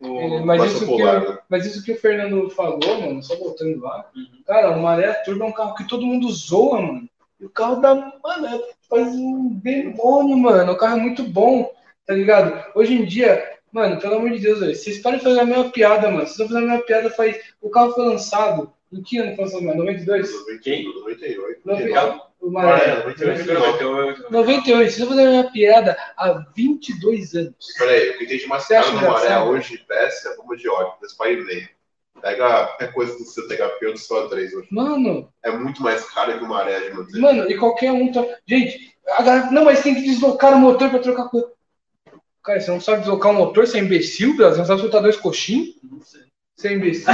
Speaker 2: O-
Speaker 3: Mas
Speaker 1: Massa
Speaker 3: isso, que
Speaker 1: polar,
Speaker 3: o,
Speaker 1: né?
Speaker 3: mas isso que o Fernando falou, mano, só voltando lá. Cara, o Maré Turbo é um carro que todo mundo zoa, mano. E o carro da. Mano, é- faz um demônio, mano. O carro é muito bom, tá ligado? Hoje em dia, mano, pelo amor de Deus, velho, vocês parem de fazer a mesma piada, mano. Vocês estão fazendo a mesma piada faz. O carro foi lançado. Em que ano foi lançado, mano? 92?
Speaker 1: 98, 98.
Speaker 3: Noventa- O Maré.
Speaker 1: Olha, 98,
Speaker 2: é
Speaker 1: 99.
Speaker 2: 98.
Speaker 3: 98, vocês estão fazendo a mesma piada há 22 anos.
Speaker 1: Peraí, o que tem de
Speaker 3: Você acha
Speaker 1: mascarado no maré
Speaker 3: engraçado?
Speaker 1: hoje, peça, é bomba de óleo, mas pra ir Pega qualquer coisa do seu THP ou do seu A3 hoje.
Speaker 3: Mano.
Speaker 1: É muito mais caro que o maré de manter.
Speaker 3: Mano, e qualquer um. tro- Gente, a galera. Não, mas tem que deslocar o motor pra trocar coisa. Cara, você não sabe deslocar o motor, você é imbecil, Brasil? Você não sabe soltar dois coxinhos?
Speaker 2: Não sei.
Speaker 3: Você é imbecil?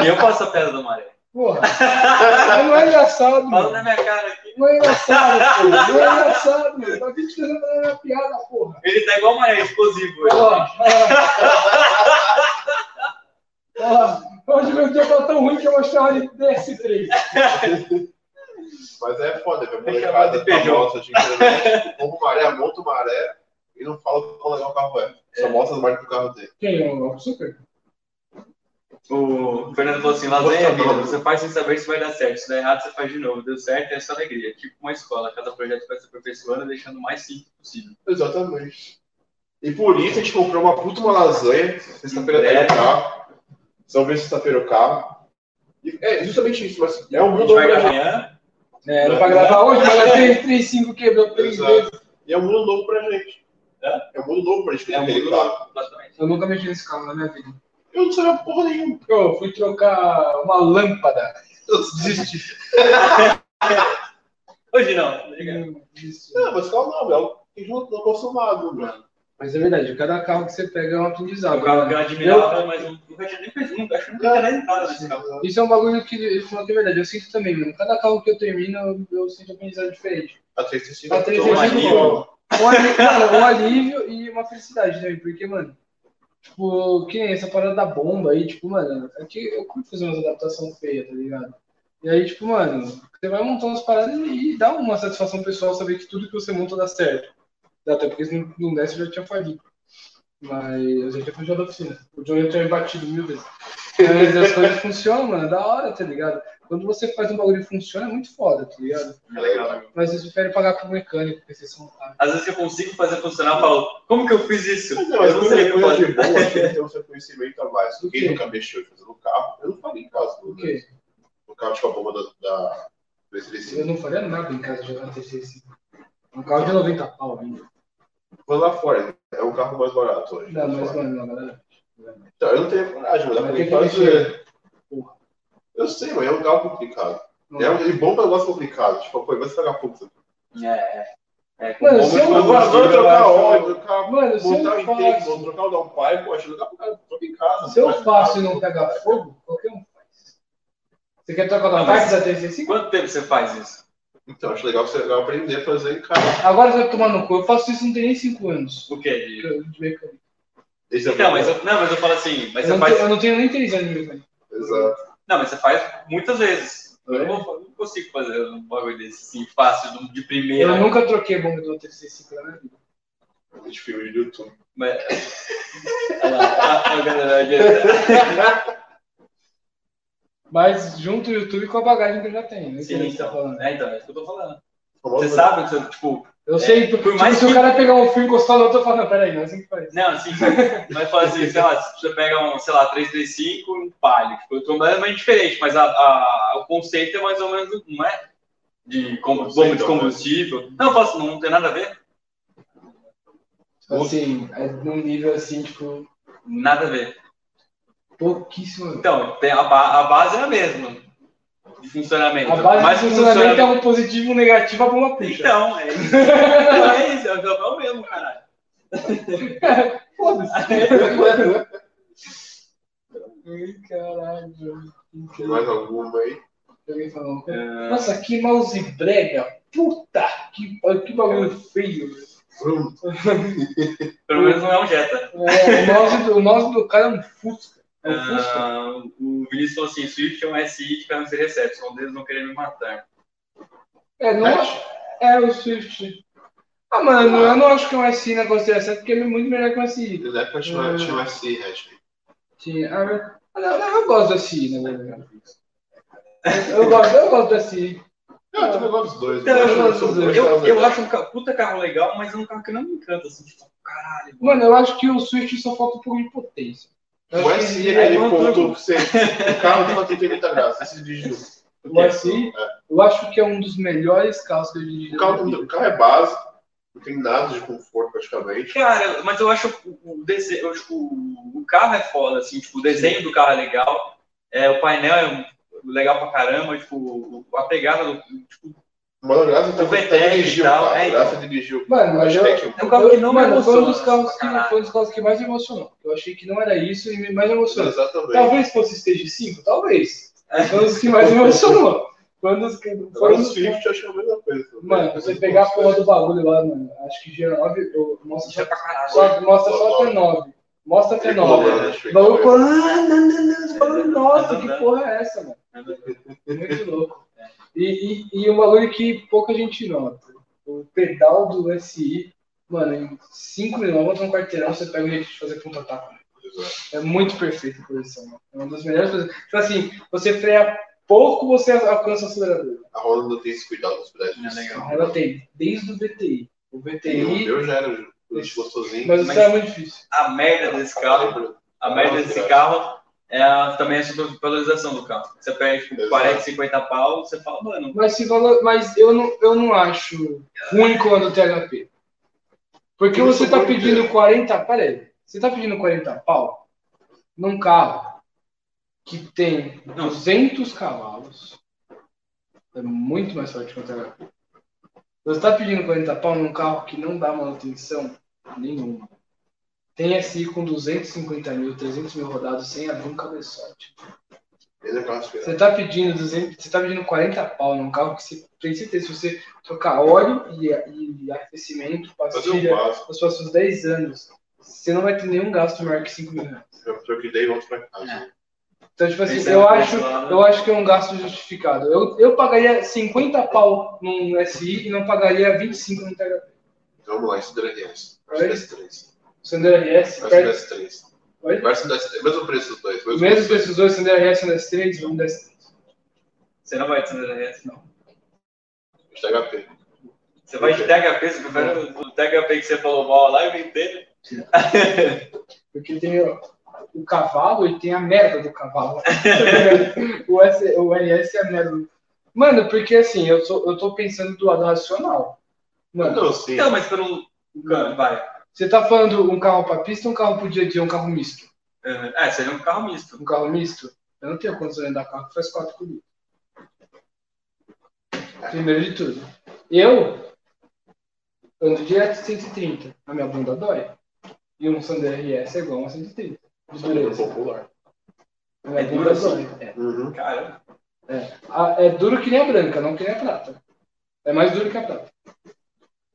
Speaker 2: E eu passo a pedra do maré.
Speaker 3: Porra. Mas não é engraçado,
Speaker 2: Fala
Speaker 3: mano.
Speaker 2: na minha cara aqui.
Speaker 3: Não é engraçado, pô. Não é engraçado, mano. Tá 20 anos fazendo minha piada, porra.
Speaker 2: Ele tá igual o maré, explosivo. hoje.
Speaker 3: Porra. Porra. Hoje meu dia tá tão ruim que eu vou chamar de DS3.
Speaker 1: Mas é foda, velho.
Speaker 2: É
Speaker 1: Molecada
Speaker 2: chamado de
Speaker 1: tá
Speaker 2: Peugeot.
Speaker 1: nossa de internet. Como maré, monta o maré e não fala o quão legal o carro é. Só mostra as marcas que o carro tem.
Speaker 3: Quem é o Super?
Speaker 2: O Fernando falou assim: lasanha é vida,
Speaker 1: Gostador.
Speaker 2: você faz sem saber se vai dar certo, se der errado, você faz de novo, deu certo, é só alegria. Tipo uma escola, cada projeto vai se aperfeiçoando, deixando o mais simples possível.
Speaker 1: Exatamente. E por isso a gente comprou uma puta uma lasanha. Sexta-feira
Speaker 2: É.
Speaker 1: tem o carro. São ver sexta-feira o carro. E é justamente isso, mas é um
Speaker 2: A
Speaker 1: mundo
Speaker 2: gente vai
Speaker 1: novo pra
Speaker 2: gravar
Speaker 1: gente.
Speaker 2: amanhã,
Speaker 3: É, era pra gravar hoje, mas a 335 quebrou três
Speaker 1: Exato.
Speaker 3: vezes.
Speaker 1: E é um mundo novo pra gente.
Speaker 2: É?
Speaker 1: É, um mundo novo pra gente.
Speaker 2: é um
Speaker 1: aquele
Speaker 2: mundo
Speaker 1: carro.
Speaker 2: novo, completamente.
Speaker 3: Eu nunca mexi nesse carro na minha vida.
Speaker 1: Eu não sabia porra nenhuma.
Speaker 3: Eu fui trocar uma lâmpada.
Speaker 1: Eu desisti.
Speaker 2: Hoje não, obrigado.
Speaker 3: Eu desisti.
Speaker 1: Não, mas calma não, velho. Eu não tô acostumado, mano.
Speaker 3: Mas é verdade, cada carro que você pega é um aprendizado.
Speaker 2: O carro que eu
Speaker 3: né?
Speaker 2: admirava, mas eu nunca tinha nem feito, nunca acho que nunca tinha nem entrado nesse carro.
Speaker 3: Isso é um bagulho que ele falou que é verdade. Eu sinto também, mano. Cada carro que eu termino, eu, eu sinto um aprendizado diferente.
Speaker 1: A 365.
Speaker 3: A
Speaker 2: é
Speaker 1: Então,
Speaker 3: 365.
Speaker 1: mano,
Speaker 3: Um alívio, cara, um alívio e uma felicidade também, porque, mano, tipo, que nem essa parada da bomba aí, tipo, mano, é que eu curto fazer umas adaptações feias, tá ligado? E aí, tipo, mano, você vai montar umas paradas e dá uma satisfação pessoal saber que tudo que você monta dá certo. Até porque se não- não desse, eu já tinha falido. Mas eu já tinha fugido da oficina. O John já tinha me batido mil vezes. Mas as coisas funcionam, mano. é Da hora, tá ligado? Quando você faz um bagulho e funciona, é muito foda, tá ligado?
Speaker 2: É legal.
Speaker 3: Mas vocês preferem pagar pro mecânico, porque vocês são um otários.
Speaker 2: Às vezes que eu consigo fazer funcionar, eu falo, como que eu fiz isso?
Speaker 1: Mas não, mas
Speaker 2: eu não sei como
Speaker 1: coisa de
Speaker 2: fazer.
Speaker 1: boa, acho que tem o seu conhecimento a mais.
Speaker 3: Do
Speaker 1: Quem
Speaker 3: quê?
Speaker 1: nunca mexeu em fazer no carro, eu não faria em casa.
Speaker 3: Por
Speaker 1: No,
Speaker 3: quê?
Speaker 1: no carro, tipo, a bomba da, da
Speaker 3: Eu
Speaker 1: 335.
Speaker 3: não faria nada em casa de 95. Um carro de 90 pau ainda.
Speaker 1: Vou lá fora, é um carro mais barato hoje.
Speaker 3: Não, mas
Speaker 1: Fora.
Speaker 3: mano, não, galera.
Speaker 1: Então, eu não tenho coragem, mas dá
Speaker 3: Mas
Speaker 1: pra
Speaker 3: tem
Speaker 1: mim
Speaker 3: que
Speaker 1: fazer.
Speaker 3: Porra.
Speaker 1: Eu sei, mas é um carro complicado.
Speaker 3: Não.
Speaker 1: É um, e bom pra negócio complicado. Tipo, pô, vai se pagar pouco.
Speaker 2: É, é. É, com
Speaker 3: Mano,
Speaker 2: bom
Speaker 3: se
Speaker 2: muito
Speaker 3: eu não
Speaker 1: Vamos um
Speaker 2: valor,
Speaker 3: gosto-
Speaker 1: vou
Speaker 2: valor,
Speaker 1: trocar
Speaker 2: valor.
Speaker 1: óleo,
Speaker 2: um
Speaker 1: trocar.
Speaker 3: Mano, se
Speaker 1: Montar um o
Speaker 3: eu
Speaker 1: intake,
Speaker 3: faço,
Speaker 1: vou trocar o downpipe, pô, acho que dá pra cara, troca em casa.
Speaker 3: se eu
Speaker 1: faz em
Speaker 3: faço e
Speaker 1: casa.
Speaker 3: não pegar fogo, qualquer um faz. Você quer trocar da
Speaker 2: Não,
Speaker 3: parte
Speaker 2: mas-
Speaker 3: da 365?
Speaker 2: Quanto tempo você faz isso?
Speaker 1: Então, acho legal que você vai aprender a fazer em casa.
Speaker 3: Agora você vai tomar no cu. Eu faço isso não tem nem 5 anos.
Speaker 2: O quê? De-
Speaker 3: De mecânica.
Speaker 1: Esse é o
Speaker 2: Não, mas
Speaker 1: problema.
Speaker 2: eu, não, mas eu falo assim, mas você
Speaker 3: eu, não
Speaker 2: faz.
Speaker 3: tenho, eu não tenho nem 3 anos de mecânica.
Speaker 1: Exato.
Speaker 2: Não, mas você faz muitas vezes.
Speaker 3: É?
Speaker 2: Eu não, vou- não consigo fazer um bagulho desse assim, fácil, de- de primeira.
Speaker 3: Eu nunca troquei a bomba do 365 na minha vida.
Speaker 1: De filme do YouTube.
Speaker 2: Mas... Olha lá, a- a galera aqui-
Speaker 3: Mas junto o YouTube com a bagagem que eu já tenho. Não sei
Speaker 2: Sim,
Speaker 3: o que você tá
Speaker 2: então.
Speaker 3: falando.
Speaker 2: É, então, é isso que eu tô falando.
Speaker 1: Famoso-
Speaker 2: Você sabe que você, tipo.
Speaker 3: Eu sei, por
Speaker 2: por mais
Speaker 3: se o
Speaker 2: que-
Speaker 3: cara pegar um fio e encostar no outro, eu falo, não, peraí, não é assim que faz.
Speaker 2: Não, assim, vai falar assim, sei lá, se você pega um, sei lá, 335 e um palio. Tipo, eu tô completamente diferente, mas a, a- o conceito é mais ou menos, não é? De com- bomba de
Speaker 1: Conceito, né?
Speaker 2: combustível. Não, eu falo assim, não tem nada a ver.
Speaker 3: Tipo Assim, é num nível assim, tipo,
Speaker 2: Nada a ver.
Speaker 3: pouquíssimo.
Speaker 2: Então, tem a, ba- a base é a mesma de funcionamento.
Speaker 3: A base
Speaker 2: Mas
Speaker 3: de funcionamento é
Speaker 2: Então, funciona-
Speaker 3: um positivo, um negativo, a bomba puxa.
Speaker 2: Então, é isso. é isso, é o mesmo, caralho. Então.
Speaker 3: Foda-se.
Speaker 1: né?
Speaker 3: Ai, caralho.
Speaker 1: Tem mais alguma aí?
Speaker 3: Alguém falou uma coisa?
Speaker 2: É,
Speaker 3: Nossa, que mouse brega. Puta, que, pa- que bagulho feio.
Speaker 1: Hum,
Speaker 2: pelo menos não é um Jetta.
Speaker 3: É, o, mouse do, o mouse do cara é um Fusca. É um Fusca.
Speaker 2: Ah, o Vinícius falou assim: Swift é um SI de carro ser recepto, só eles vão querer me matar.
Speaker 3: É, não acho. É o Swift. Ah, mano, eu não acho que é um SI na consideração, porque é muito melhor que um SI.
Speaker 1: Na época tinha tinha um SI, hatch.
Speaker 3: Tinha, ah, mas- ah, não, não, eu gosto do SI, na verdade. Eu gosto, eu gosto do SI. Ah,
Speaker 1: Eu também gosto dos dois.
Speaker 2: Eu,
Speaker 1: eu acho que são dois carros
Speaker 2: eu, eu
Speaker 1: legais.
Speaker 2: acho um ca- puta carro legal, mas é um carro que não me encanta. Assim, tipo, caralho.
Speaker 3: Mano, eu acho que o Swift só falta um pouco de potência. Eu
Speaker 1: O
Speaker 3: acho que um
Speaker 1: SI
Speaker 3: ele
Speaker 1: é aquele
Speaker 3: levanta-
Speaker 1: ponto que você. O carro que só tem 30 graus, esse dirige junto.
Speaker 3: O SI, eu acho que é um dos melhores carros que eu
Speaker 1: O
Speaker 3: dirigi. na minha
Speaker 1: carro,
Speaker 3: vida.
Speaker 1: o carro é básico, não tem nada de conforto praticamente.
Speaker 2: Cara, mas eu acho o, o desenho, eu acho que o, o carro é foda, assim, tipo, o desenho do carro é legal, é, o painel é um- legal pra caramba, tipo, a pegada do. Tipo,
Speaker 1: Mano, graças é tá a
Speaker 2: O VTEC
Speaker 1: dirigiu
Speaker 2: e tal,
Speaker 1: o carro.
Speaker 2: é,
Speaker 1: graças a dirigir o
Speaker 3: Mano, Ah, mas eu,
Speaker 1: hatchback,
Speaker 2: é um carro que não me
Speaker 3: mano, foi um
Speaker 2: emociona.
Speaker 3: dos carros que
Speaker 2: pra caralho.
Speaker 3: foi um dos carros que mais me emocionou. Eu achei que não era isso e me mais emocionou.
Speaker 1: Exatamente.
Speaker 3: Talvez fosse Stage 5, talvez. Mas Foi um dos que mais me emocionou. Foi um dos que. Foi
Speaker 1: Agora
Speaker 3: um
Speaker 1: o
Speaker 3: dos que...
Speaker 1: Swift eu acho que é a mesma coisa.
Speaker 3: Mano, você pegar a porra do bagulho lá, mano. Acho que G9 eu- mostra
Speaker 2: Isso é
Speaker 3: só,
Speaker 2: pra caralho.
Speaker 3: só, mostra só até 9. Mostra até
Speaker 1: né,
Speaker 3: 9. O bagulho ficou. Ah, não, não, não. Você falou, nossa, que porra é essa, mano?
Speaker 2: né?
Speaker 3: Muito louco. E, e, e um bagulho que pouca gente nota. O pedal do SI, mano, em 5 km, um quarteirão, você pega o jeito de fazer contra-ataque. É muito perfeito a posição, mano. É uma das melhores coisas. Tipo assim, você freia pouco, você alcança o acelerador.
Speaker 1: A Honda não tem esse cuidado dos pedais.
Speaker 2: É legal.
Speaker 3: Ela tem, desde o VTI. O
Speaker 1: Tem,
Speaker 3: VTI,
Speaker 1: eu já era um gostosinho.
Speaker 3: mas isso é muito difícil.
Speaker 2: A merda desse carro, a merda desse carro é a- também a supervalorização do carro. Você perde tipo,
Speaker 1: Exato.
Speaker 2: 40, 50 pau, você fala, mano,
Speaker 3: Mas, se valor... mas eu, não, eu não acho ruim quando tem HP. Porque
Speaker 1: Eu
Speaker 3: você
Speaker 1: sou
Speaker 3: tá
Speaker 1: muito
Speaker 3: pedindo
Speaker 1: inteiro.
Speaker 3: 40. Pera aí. Você tá pedindo 40 pau num carro que tem
Speaker 2: Não.
Speaker 3: 200 cavalos. É muito mais forte que o HP. Você tá pedindo 40 pau num carro que não dá manutenção nenhuma. Tem SI com 250 mil, 300 mil rodados sem abrir um cabeçote.
Speaker 1: Ele é carro
Speaker 3: Você tá pedindo 200, você tá pedindo 40 pau num carro que você tem certeza, se você trocar óleo e, e aquecimento,
Speaker 1: Fazer um
Speaker 3: pastilha,
Speaker 1: básico,
Speaker 3: nos próximos 10 anos, você não vai ter nenhum gasto maior que 5 mil reais.
Speaker 1: eu troquei e volto pra
Speaker 2: É.
Speaker 1: casa.
Speaker 3: Então, tipo assim,
Speaker 2: Pensando
Speaker 1: um
Speaker 3: eu
Speaker 2: por
Speaker 3: acho,
Speaker 2: esse é lado.
Speaker 3: eu acho que é um gasto justificado. Eu, eu pagaria 50 pau num SI e não pagaria 25 no THP.
Speaker 1: Então vamos lá, isso é deu reais. Versus 3.
Speaker 3: O Sandero RS, perto,
Speaker 1: Versus 3.
Speaker 3: Oi?
Speaker 1: Versus 3. Mesmo preço dos dois.
Speaker 3: mesmo que esses dois, Sandero RS, Sandero S3, vamos S3.
Speaker 2: você não vai de Sandero RS, não.
Speaker 1: Está HP.
Speaker 2: Você vai de THP, você prefere
Speaker 3: É.
Speaker 2: o- o THP que você falou mal lá e vem dele.
Speaker 3: Porque tem o, o cavalo e tem a merda do cavalo. o, S, o LS é a merda. Mano, porque assim, eu, sou, eu tô pensando do lado racional. Mano,
Speaker 1: Não, sim.
Speaker 2: Não, mas pelo. Vai.
Speaker 3: você tá falando um carro pra pista ou um carro pro dia a dia, um carro misto?
Speaker 2: É, seria um carro misto.
Speaker 3: Um carro misto? Eu não tenho condição de andar com carro que faz quatro comigo. Primeiro de tudo. Eu ando direto 130. A minha bunda dói. E um Sandero RS é igual a um 130. De dureza.
Speaker 1: popular.
Speaker 3: A minha
Speaker 2: É duro
Speaker 3: bunda
Speaker 2: assim?
Speaker 3: dói. É.
Speaker 1: Uhum.
Speaker 2: Cara,
Speaker 3: A- é duro que nem a branca, não que nem a prata. É mais duro que a prata.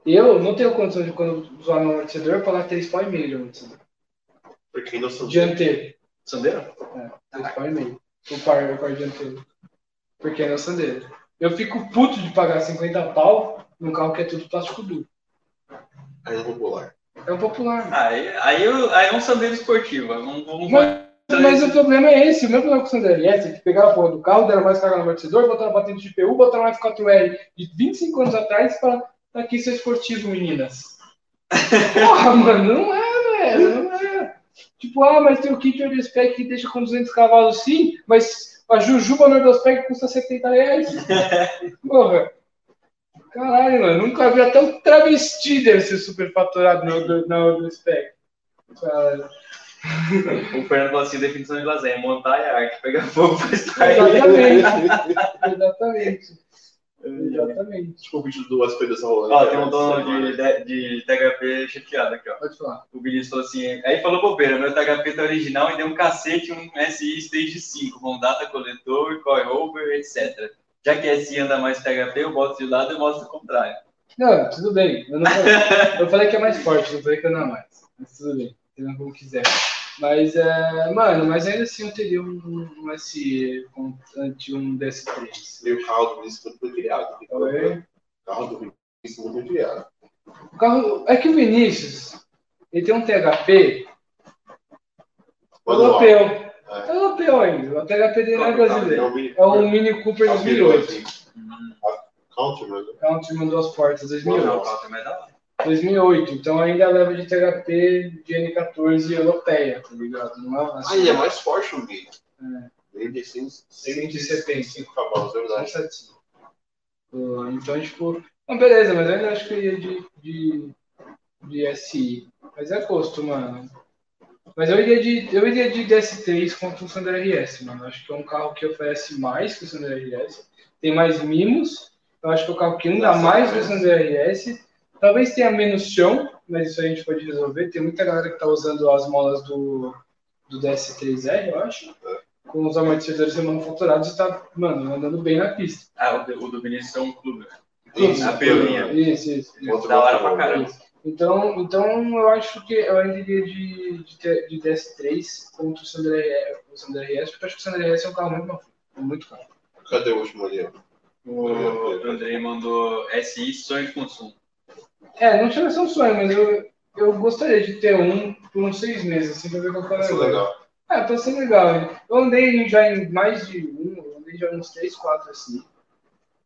Speaker 3: Eu não tenho condição de quando usar meu amortecedor pagar 3,5 de amortecedor.
Speaker 1: Pra quem não sabe.
Speaker 3: Dianteiro,
Speaker 2: Sandeiro?
Speaker 3: 3,5. O par, o par dianteiro. Porque é meu sandeiro. Eu fico puto de pagar 50 pau num carro que é tudo plástico duro.
Speaker 1: Aí é popular.
Speaker 3: É um popular. mano.
Speaker 2: Aí, aí, eu- aí é um sandeiro esportivo. eu Não, não
Speaker 3: Mas- Mas o problema é esse, o meu problema com o Sandero RS é que pegaram a porra do carro, deram mais carga no amortecedor, botaram batente de GPU, botaram um F4R de 25 anos atrás para aqui ser esportivo, meninas. Porra, mano, não é, velho, não é. Tipo, ah, mas tem o kit Order Spec que deixa com 200 cavalos sim, mas a Jujuba no Order Spec custa 70 reais. Porra. Caralho, mano, nunca vi até um travesti deve ser superfaturado na Order- na Order Spec. Caralho.
Speaker 2: O Fernando falou assim: definição de é lasanha, montar e arte, pegar fogo pra estar aí.
Speaker 3: Exatamente. Exatamente. Exatamente.
Speaker 1: Tipo o vídeo do As Pedras rolando.
Speaker 2: Ó, tem um dono de, de, de THP chateado aqui, ó.
Speaker 3: Pode falar.
Speaker 2: O Vinícius falou assim, aí falou bobeira, meu THP tá original e deu um cacete, um SI Stage 5, com data coletor, coilover, etc. Já que SI anda mais THP, eu boto de lado e mostro o contrário.
Speaker 3: Não, tudo bem. Eu, não falei, eu falei que é mais forte, não falei que não é mais. Mas tudo bem, entendeu como quiser. Mas, é, mano, mas ainda assim eu teria um, um S com- ante um DS3.
Speaker 1: E o carro do Vinícius muito bem criado.
Speaker 3: Oi?
Speaker 1: O carro do Vinícius muito bem criado.
Speaker 3: O carro, é que o Vinícius, ele tem um THP
Speaker 1: Manual.
Speaker 3: europeu. É europeu ainda, o THP dele
Speaker 1: tá,
Speaker 3: não é brasileiro. É o Mini Cooper 2008.
Speaker 1: Country, mano.
Speaker 3: É um time mandou as portas
Speaker 1: Manual.
Speaker 3: 2008. 2008, então ainda leva de THP de N14 europeia, tá ligado? Não é
Speaker 1: Ah, ele é mais forte o Mini.
Speaker 3: É.
Speaker 1: Ele é 175
Speaker 3: 175
Speaker 1: cavalos, é verdade.
Speaker 3: versátil. Ah, Então, tipo, não, beleza, mas eu ainda acho que eu iria de, de, de SI. Mas é gosto, mano. Mas eu iria de, eu iria de DS3 contra o Sandero RS, mano. Acho que é um carro que oferece mais que o Sandero RS, tem mais mimos. Eu acho que é um carro que anda
Speaker 1: Nossa,
Speaker 3: mais que o
Speaker 1: mas-
Speaker 3: Sandero RS. Talvez tenha menos chão, mas isso a gente pode resolver. Tem muita galera que tá usando as molas do, do DS3R, eu acho. Com os amortecedores remanufacturados e tá, mano, andando bem na pista.
Speaker 2: Ah, o do, o do Vinícius é um clube.
Speaker 1: Isso,
Speaker 2: A pelinha. É.
Speaker 3: Isso, isso. isso.
Speaker 1: Outro
Speaker 2: Da hora pra
Speaker 1: outro
Speaker 2: caramba.
Speaker 3: Então, então eu acho que eu ainda iria de, de, T- de DS3 contra o Sandra o Sandra RS, porque eu acho que o Sandra RS é um carro muito bom. É muito caro.
Speaker 1: Cadê o último ali? ó?
Speaker 2: O o Andrei mandou SI sonho de consumo.
Speaker 3: É, não chega a ser um sonho, mas eu, eu gostaria de ter um por uns seis meses, assim, pra ver qual que é o
Speaker 1: Isso é
Speaker 3: negócio.
Speaker 1: legal.
Speaker 3: Ah, tá sendo legal. hein? Eu andei já em mais de um, eu andei já em uns três, quatro assim.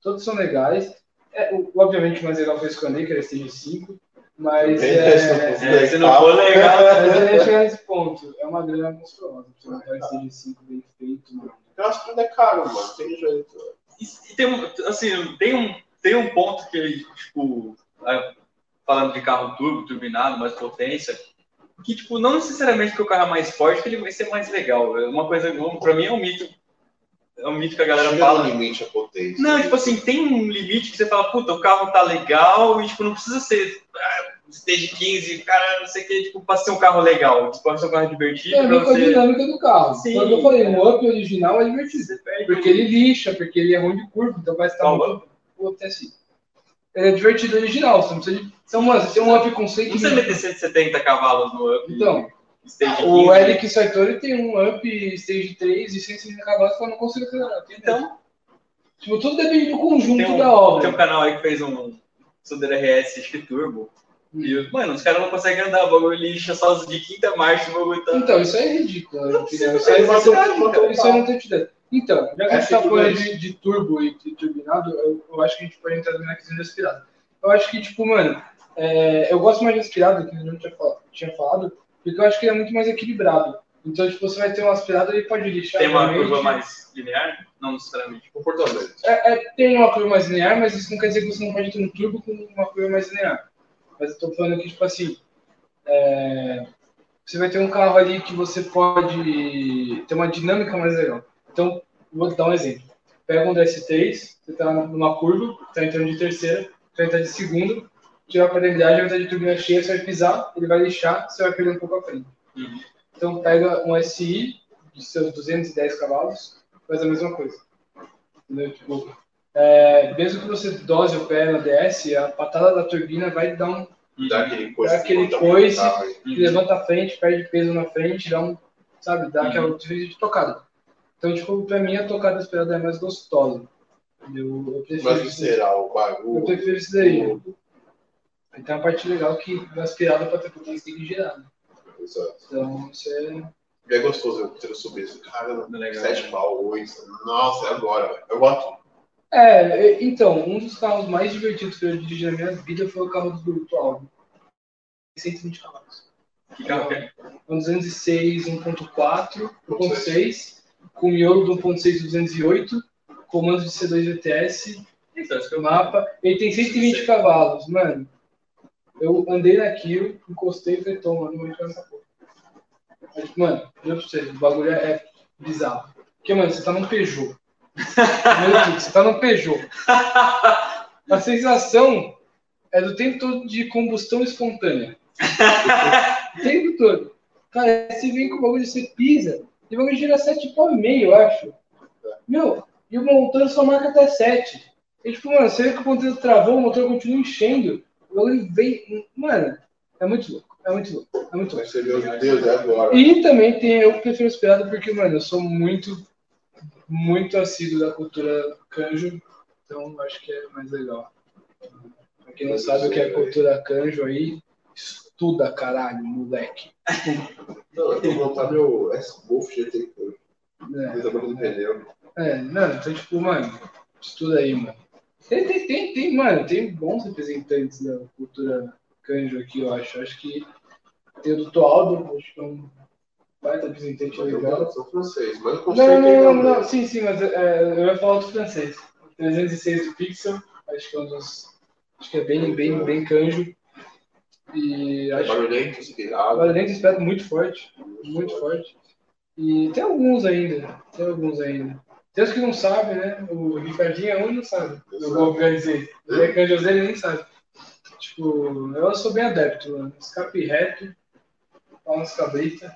Speaker 3: Todos são legais. É, o- obviamente o mais legal foi esse que eu andei, que era Stage 5. Mas é,
Speaker 2: É, se
Speaker 1: tá
Speaker 2: não for legal, né?
Speaker 3: Mas eu ia chegar nesse ponto. É uma grana monstruosa. Você não vai ser de 5 bem feito, mano.
Speaker 1: Eu acho que ainda é caro, mano. Tem jeito.
Speaker 2: E, e tem, um- assim, tem, um, tem um ponto que, tipo, a- falando de carro turbo, turbinado, mais potência, que, tipo, não necessariamente que o carro é mais forte, que ele vai ser mais legal. É Uma coisa, um- pra mim é um mito. É um mito que a galera
Speaker 1: Chega
Speaker 2: fala.
Speaker 1: no limite a potência.
Speaker 2: Não, tipo assim, tem um limite que você fala, puta, o carro tá legal e, tipo, não precisa ser ah, stage 15, cara, não sei o que, tipo, pra ser um carro legal, tipo, pra ser um carro divertido,
Speaker 3: Tem a
Speaker 2: pra
Speaker 3: ver com a
Speaker 2: você...
Speaker 3: É, dinâmica do carro.
Speaker 2: Sim.
Speaker 3: Quando eu falei, no up original é divertido.
Speaker 2: Você perde
Speaker 3: Porque ele lixa, porque ele é ruim de curva, então vai estar
Speaker 2: Qual
Speaker 3: muito up até assim. Ele é divertido original, você não precisa de. Então, mano, você tem um up com
Speaker 2: Não
Speaker 3: 100
Speaker 2: precisa meter 170 cavalos no up. né?
Speaker 3: Então,
Speaker 2: stage 15.
Speaker 3: o Eric Sartori tem um up stage 3 e 150 cavalos que eu não consigo acelerar. Tem mesmo.
Speaker 2: Então,
Speaker 3: tipo, tudo depende do conjunto
Speaker 2: tem um-
Speaker 3: da
Speaker 2: tem um
Speaker 3: obra.
Speaker 2: canal aí que fez um Sudera RS acho que Turbo. E, eu- mano, os caras não conseguem andar, o bagulho lixa só de quinta marcha, o bagulho tá.
Speaker 3: Então, isso aí é ridículo. né?
Speaker 2: Não precisa
Speaker 3: Então, Isso aí
Speaker 2: ter
Speaker 3: matou,
Speaker 2: necessidade,
Speaker 3: matou,
Speaker 2: cara.
Speaker 3: isso aí não tem utilidade. Então, já que a gente
Speaker 1: Essa
Speaker 3: tá
Speaker 1: é
Speaker 3: falando
Speaker 1: turbulência.
Speaker 3: de, de turbo e de turbinado, eu, eu acho que a gente pode entrar também na questão de aspirado. Eu acho que, tipo, mano, é, eu gosto mais de aspirado, que eu não tinha falado, tinha falado, porque eu acho que ele é muito mais equilibrado. Então, tipo, você vai ter um aspirado, ele pode lixar.
Speaker 2: Tem uma
Speaker 3: realmente.
Speaker 2: curva mais linear? Não necessariamente.
Speaker 1: Comportamento.
Speaker 3: É, é, tem uma curva mais linear, mas isso não quer dizer que você não pode ter um turbo com uma curva mais linear. Mas eu tô falando que, tipo assim, é, você vai ter um carro ali que você pode ter uma dinâmica mais legal. Então, vou dar um exemplo. Pega um DS3, você tá numa curva, tá entrando de terceira, você vai entrar de segunda, tirar a penalidade, vai entrar de turbina cheia, você vai pisar, ele vai lixar, você vai perder um pouco a frente.
Speaker 2: Uhum.
Speaker 3: Então pega um SI de seus 210 cavalos, faz a mesma coisa. Entendeu? Tipo, é, mesmo que você dose o pé na DS, a patada da turbina vai dar um
Speaker 1: Dá aquele
Speaker 2: Hum,
Speaker 1: coice.
Speaker 3: Dá aquele
Speaker 1: comportamento
Speaker 3: coice.
Speaker 1: do carro aí.
Speaker 2: Uhum.
Speaker 3: levanta a frente, perde peso na frente, dá um, sabe, dá
Speaker 2: Uhum.
Speaker 3: aquela diferença de tocada. Então, tipo, pra mim a tocada esperada é mais gostosa. Eu, eu prefiro
Speaker 1: né? Mas
Speaker 3: isso-
Speaker 1: visceral, o
Speaker 3: eu
Speaker 1: bagulho.
Speaker 3: prefiro isso daí. E tem uma parte legal é que na aspirada pra ter potência tem que girar, né?
Speaker 1: Exato.
Speaker 3: Então, isso é...
Speaker 1: E é gostoso eu ter subido. Caramba,
Speaker 2: hum, Legal.
Speaker 1: 7 pau, 8. Nossa, é agora. velho. Eu gosto.
Speaker 3: É, e- então, um dos carros mais divertidos que eu dirigi na minha vida foi o carro do Grupo Alvo. 120 cavalos.
Speaker 2: Que carro que é?
Speaker 3: um 206, 1.4, 1.6, com miolo do 1.6 208, comando de C2 VTS,
Speaker 2: Então, acho que eu
Speaker 3: é mapa. Ele tem 120 cavalos, mano. Eu andei naquilo, encostei e falei, toma, não vou entrar nessa porra. Mas, mano, juro pra vocês, o bagulho é bizarro. Porque, mano, você tá num Peugeot. Meu Deus, você tá num Peugeot. A sensação é do tempo todo de combustão espontânea. o tempo todo. Cara, você vem com o bagulho, você pisa. E o bagulho gira 7,5, eu acho. Meu, e o motor só marca até 7. E tipo, mano, você vê que o ponteiro travou, o motor continua enchendo. O bagulho vem. Mano, é muito louco. É muito louco. É muito louco.
Speaker 1: Você, meu Deus, é agora.
Speaker 3: E também tem eu que prefiro as piadas porque, mano, eu sou muito, muito assíduo da cultura canjo, então eu acho que é mais legal. Pra quem não sabe o que é cultura canjo aí, estuda, caralho, moleque.
Speaker 1: Não, eu vou montar meu S-Wolf GT.
Speaker 3: né?
Speaker 1: Mas a boca do pneu.
Speaker 3: É, é, não, então tipo, mano, estuda aí, mano. Tem, tem, tem, tem, mano, tem bons representantes da cultura canjo aqui, eu acho. Acho que tem o Dr. Aldo, acho que é um baita representante
Speaker 1: Eu
Speaker 3: legal.
Speaker 1: sou francês, mas eu
Speaker 3: Não,
Speaker 1: consigo
Speaker 3: não, não,
Speaker 1: entender.
Speaker 3: não, sim, sim, mas é, eu ia falar do francês. 306 do Pixel, acho que é um dos. Acho que é bem, bem, bem canjo. E
Speaker 1: É
Speaker 3: acho que
Speaker 1: barulhento,
Speaker 3: o
Speaker 1: inspirado.
Speaker 3: Valente espero muito forte, muito forte. E tem alguns ainda, tem alguns ainda. Tem os que não sabem, né? O Ricardinho é um e não sabe. Eu vou dizer. O Ricardo José ele nem sabe. Tipo, eu sou bem adepto, mano. Escape reto, pau nas cabritas.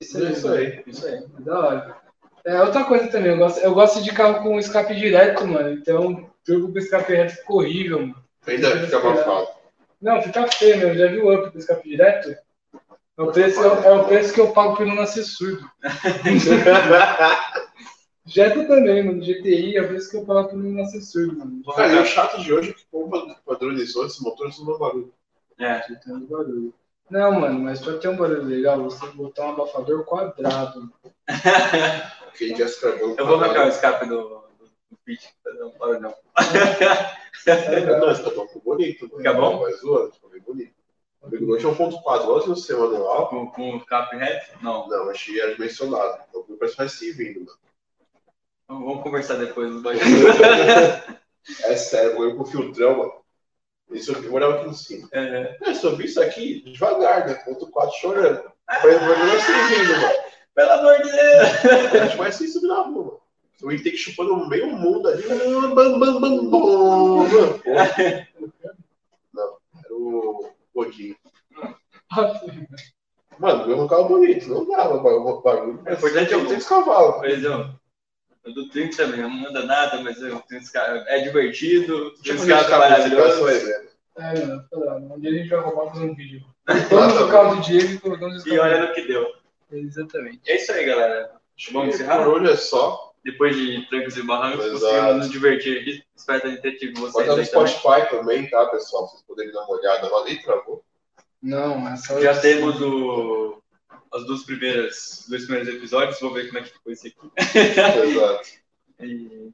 Speaker 3: Isso
Speaker 1: É isso aí.
Speaker 3: isso aí, é da hora. É outra coisa também, eu gosto, eu gosto de carro com escape direto, mano. Então, turbo com escape reto ficou horrível, mano.
Speaker 1: Ainda fica abafado.
Speaker 3: Não, fica feio, meu. Já viu o up com escape direto? É o preço, é o, é o preço que eu pago por não nascer surdo. Jetta também, mano. GTI é o preço que eu pago por não nascer surdo, mano.
Speaker 1: Cara, e o chato de hoje é que como padronizou esses motores no barulho.
Speaker 2: É,
Speaker 3: Já tem um barulho. Não, mano, mas pra ter um barulho legal, você tem que botar um abafador quadrado. mano.
Speaker 1: Quem já escreveu.
Speaker 2: eu vou marcar o escape do, do, do pitch, fazer um barulhão.
Speaker 1: Não, esse tá bom, ficou bonito. né?
Speaker 2: Fica bom?
Speaker 1: Mas o ano ficou bem bonito. O Big Lote é 1.4, olha o seu manual.
Speaker 2: Com, com o escape reto? Não.
Speaker 1: um Não, achei que era dimensionado. Então, o preço vai sim vindo, mano.
Speaker 2: Vamos vamos conversar depois do bagulho.
Speaker 1: É sério, eu com o filtrão, mano. Isso eu morava aqui no cima.
Speaker 2: É,
Speaker 1: Eu só vi isso aqui devagar, né? Ponto 4 chorando. um Falei, o bagulho vai sim vindo, mano.
Speaker 2: Pelo amor de Deus!
Speaker 1: A gente vai assim subir na rua, mano. O Intake chupando no meio mundo ali. ah, Bam, bam, bam, bam. Não, era o Godinho. Mano, ganhou um carro bonito, não dava o barulho.
Speaker 2: É importante eu-
Speaker 1: 800 Tipo, cavalos.
Speaker 2: Por exemplo, o do 30 também não manda nada, mas eu tenho esse cara- é divertido, tem
Speaker 1: Tipo,
Speaker 2: esse
Speaker 1: gente,
Speaker 2: cara
Speaker 1: acabou esse
Speaker 2: maravilhoso.
Speaker 1: braço aí, velho.
Speaker 3: É, mano, sei lá, um dia a gente vai roubar e fazer um vídeo. Vamos no carro do Diego e colocamos os
Speaker 2: E olha no que deu.
Speaker 3: um Exatamente.
Speaker 2: É isso aí, galera. Vamos
Speaker 1: Esse
Speaker 2: encerrar?
Speaker 1: barulho é só.
Speaker 2: Depois de trancos e barrancos,
Speaker 1: Exato.
Speaker 2: conseguimos nos divertir aqui. Espero ter entretido vocês
Speaker 1: Bota no
Speaker 2: aí também.
Speaker 1: Spotify também, tá, pessoal? Pra Vocês poderem dar uma olhada lá ali, travou.
Speaker 3: Não, mas só.
Speaker 2: Já temos o, as duas primeiras, dois primeiros episódios. Vou ver como é que ficou esse aqui.
Speaker 1: Exato.
Speaker 2: E,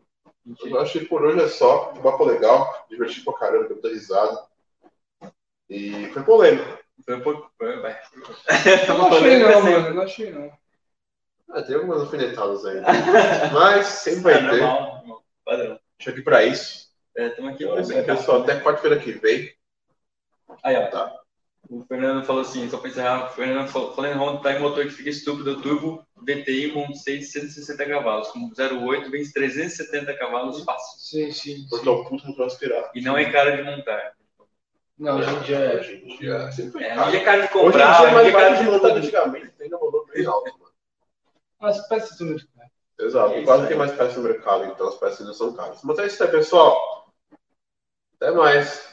Speaker 2: enfim,
Speaker 1: Eu acho que por hoje é só. Um papo legal, divertido pra caramba, deu muita risada. E foi polêmico.
Speaker 2: foi um pouco. Foi, vai.
Speaker 3: Eu não achei não, mano. Eu não achei não.
Speaker 1: Ah, tem algumas alfinetadas ainda. Mas sempre vai
Speaker 2: É
Speaker 1: ter.
Speaker 2: normal, normal, padrão.
Speaker 1: Deixa aqui pra isso.
Speaker 2: É, estamos aqui
Speaker 1: Então,
Speaker 2: pra
Speaker 1: assim,
Speaker 2: brincar.
Speaker 1: pessoal, até quarta-feira que vem.
Speaker 2: Aí, ó.
Speaker 1: Tá.
Speaker 2: O Fernando falou assim, só pra encerrar, o Fernando falou, falando em Honda, pega um motor que fica estúpido, turbo, VTI, 1.6, 160 cavalos, com 0.8, vence 370 cavalos fácil.
Speaker 3: Sim, sim.
Speaker 1: Porque o puto não transpirar.
Speaker 2: E não é caro de montar.
Speaker 3: Não, hoje em dia é.
Speaker 1: Hoje em dia. Sempre foi
Speaker 2: É,
Speaker 1: caro.
Speaker 2: não é caro de
Speaker 1: Hoje em dia
Speaker 2: comprar,
Speaker 1: é
Speaker 2: não é
Speaker 1: mais
Speaker 2: caro
Speaker 1: barato
Speaker 2: de
Speaker 1: de montar
Speaker 2: montar.
Speaker 1: antigamente. Ainda rolou bem alto, mano.
Speaker 3: As peças são muito caras.
Speaker 1: Exato,
Speaker 2: É isso
Speaker 1: quase
Speaker 2: aí.
Speaker 1: tem mais peças no mercado, então as peças ainda são caras. Mas é isso aí, pessoal. Até mais.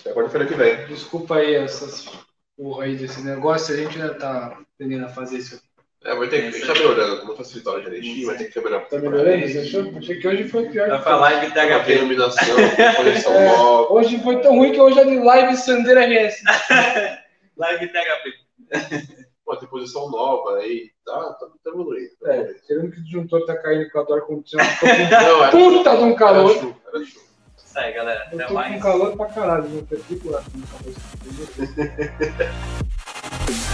Speaker 1: Até quarta-feira que vem.
Speaker 3: Desculpa aí essas porra aí desse negócio, a gente ainda tá aprendendo a fazer isso aqui.
Speaker 1: É, vai ter
Speaker 2: É
Speaker 1: que
Speaker 2: isso
Speaker 1: deixar
Speaker 2: aí.
Speaker 1: melhorando, como facilitar direitinho, vai ter que câmera
Speaker 3: Tá melhorando? Você achou? Achei que hoje foi pior.
Speaker 2: Vai pra live
Speaker 1: Vai ter
Speaker 2: THP.
Speaker 1: iluminação, coleção
Speaker 3: É.
Speaker 1: nova.
Speaker 3: Hoje foi tão ruim que hoje é de live Sandeira RS.
Speaker 2: Live THP.
Speaker 1: Pô, tem posição nova aí. Tá, tá, tá evoluindo. Tá
Speaker 3: É,
Speaker 1: evoluindo.
Speaker 3: tirando que o disjuntor tá caindo com a dor condicionada. Tô com
Speaker 1: Não, é.
Speaker 3: puta de um
Speaker 1: Era
Speaker 3: calor.
Speaker 1: chuva, é era chuva.
Speaker 2: Isso aí, galera.
Speaker 3: Eu
Speaker 2: Até
Speaker 3: tô com
Speaker 2: É mais.
Speaker 3: calor pra caralho, vou ter que pular com o calor.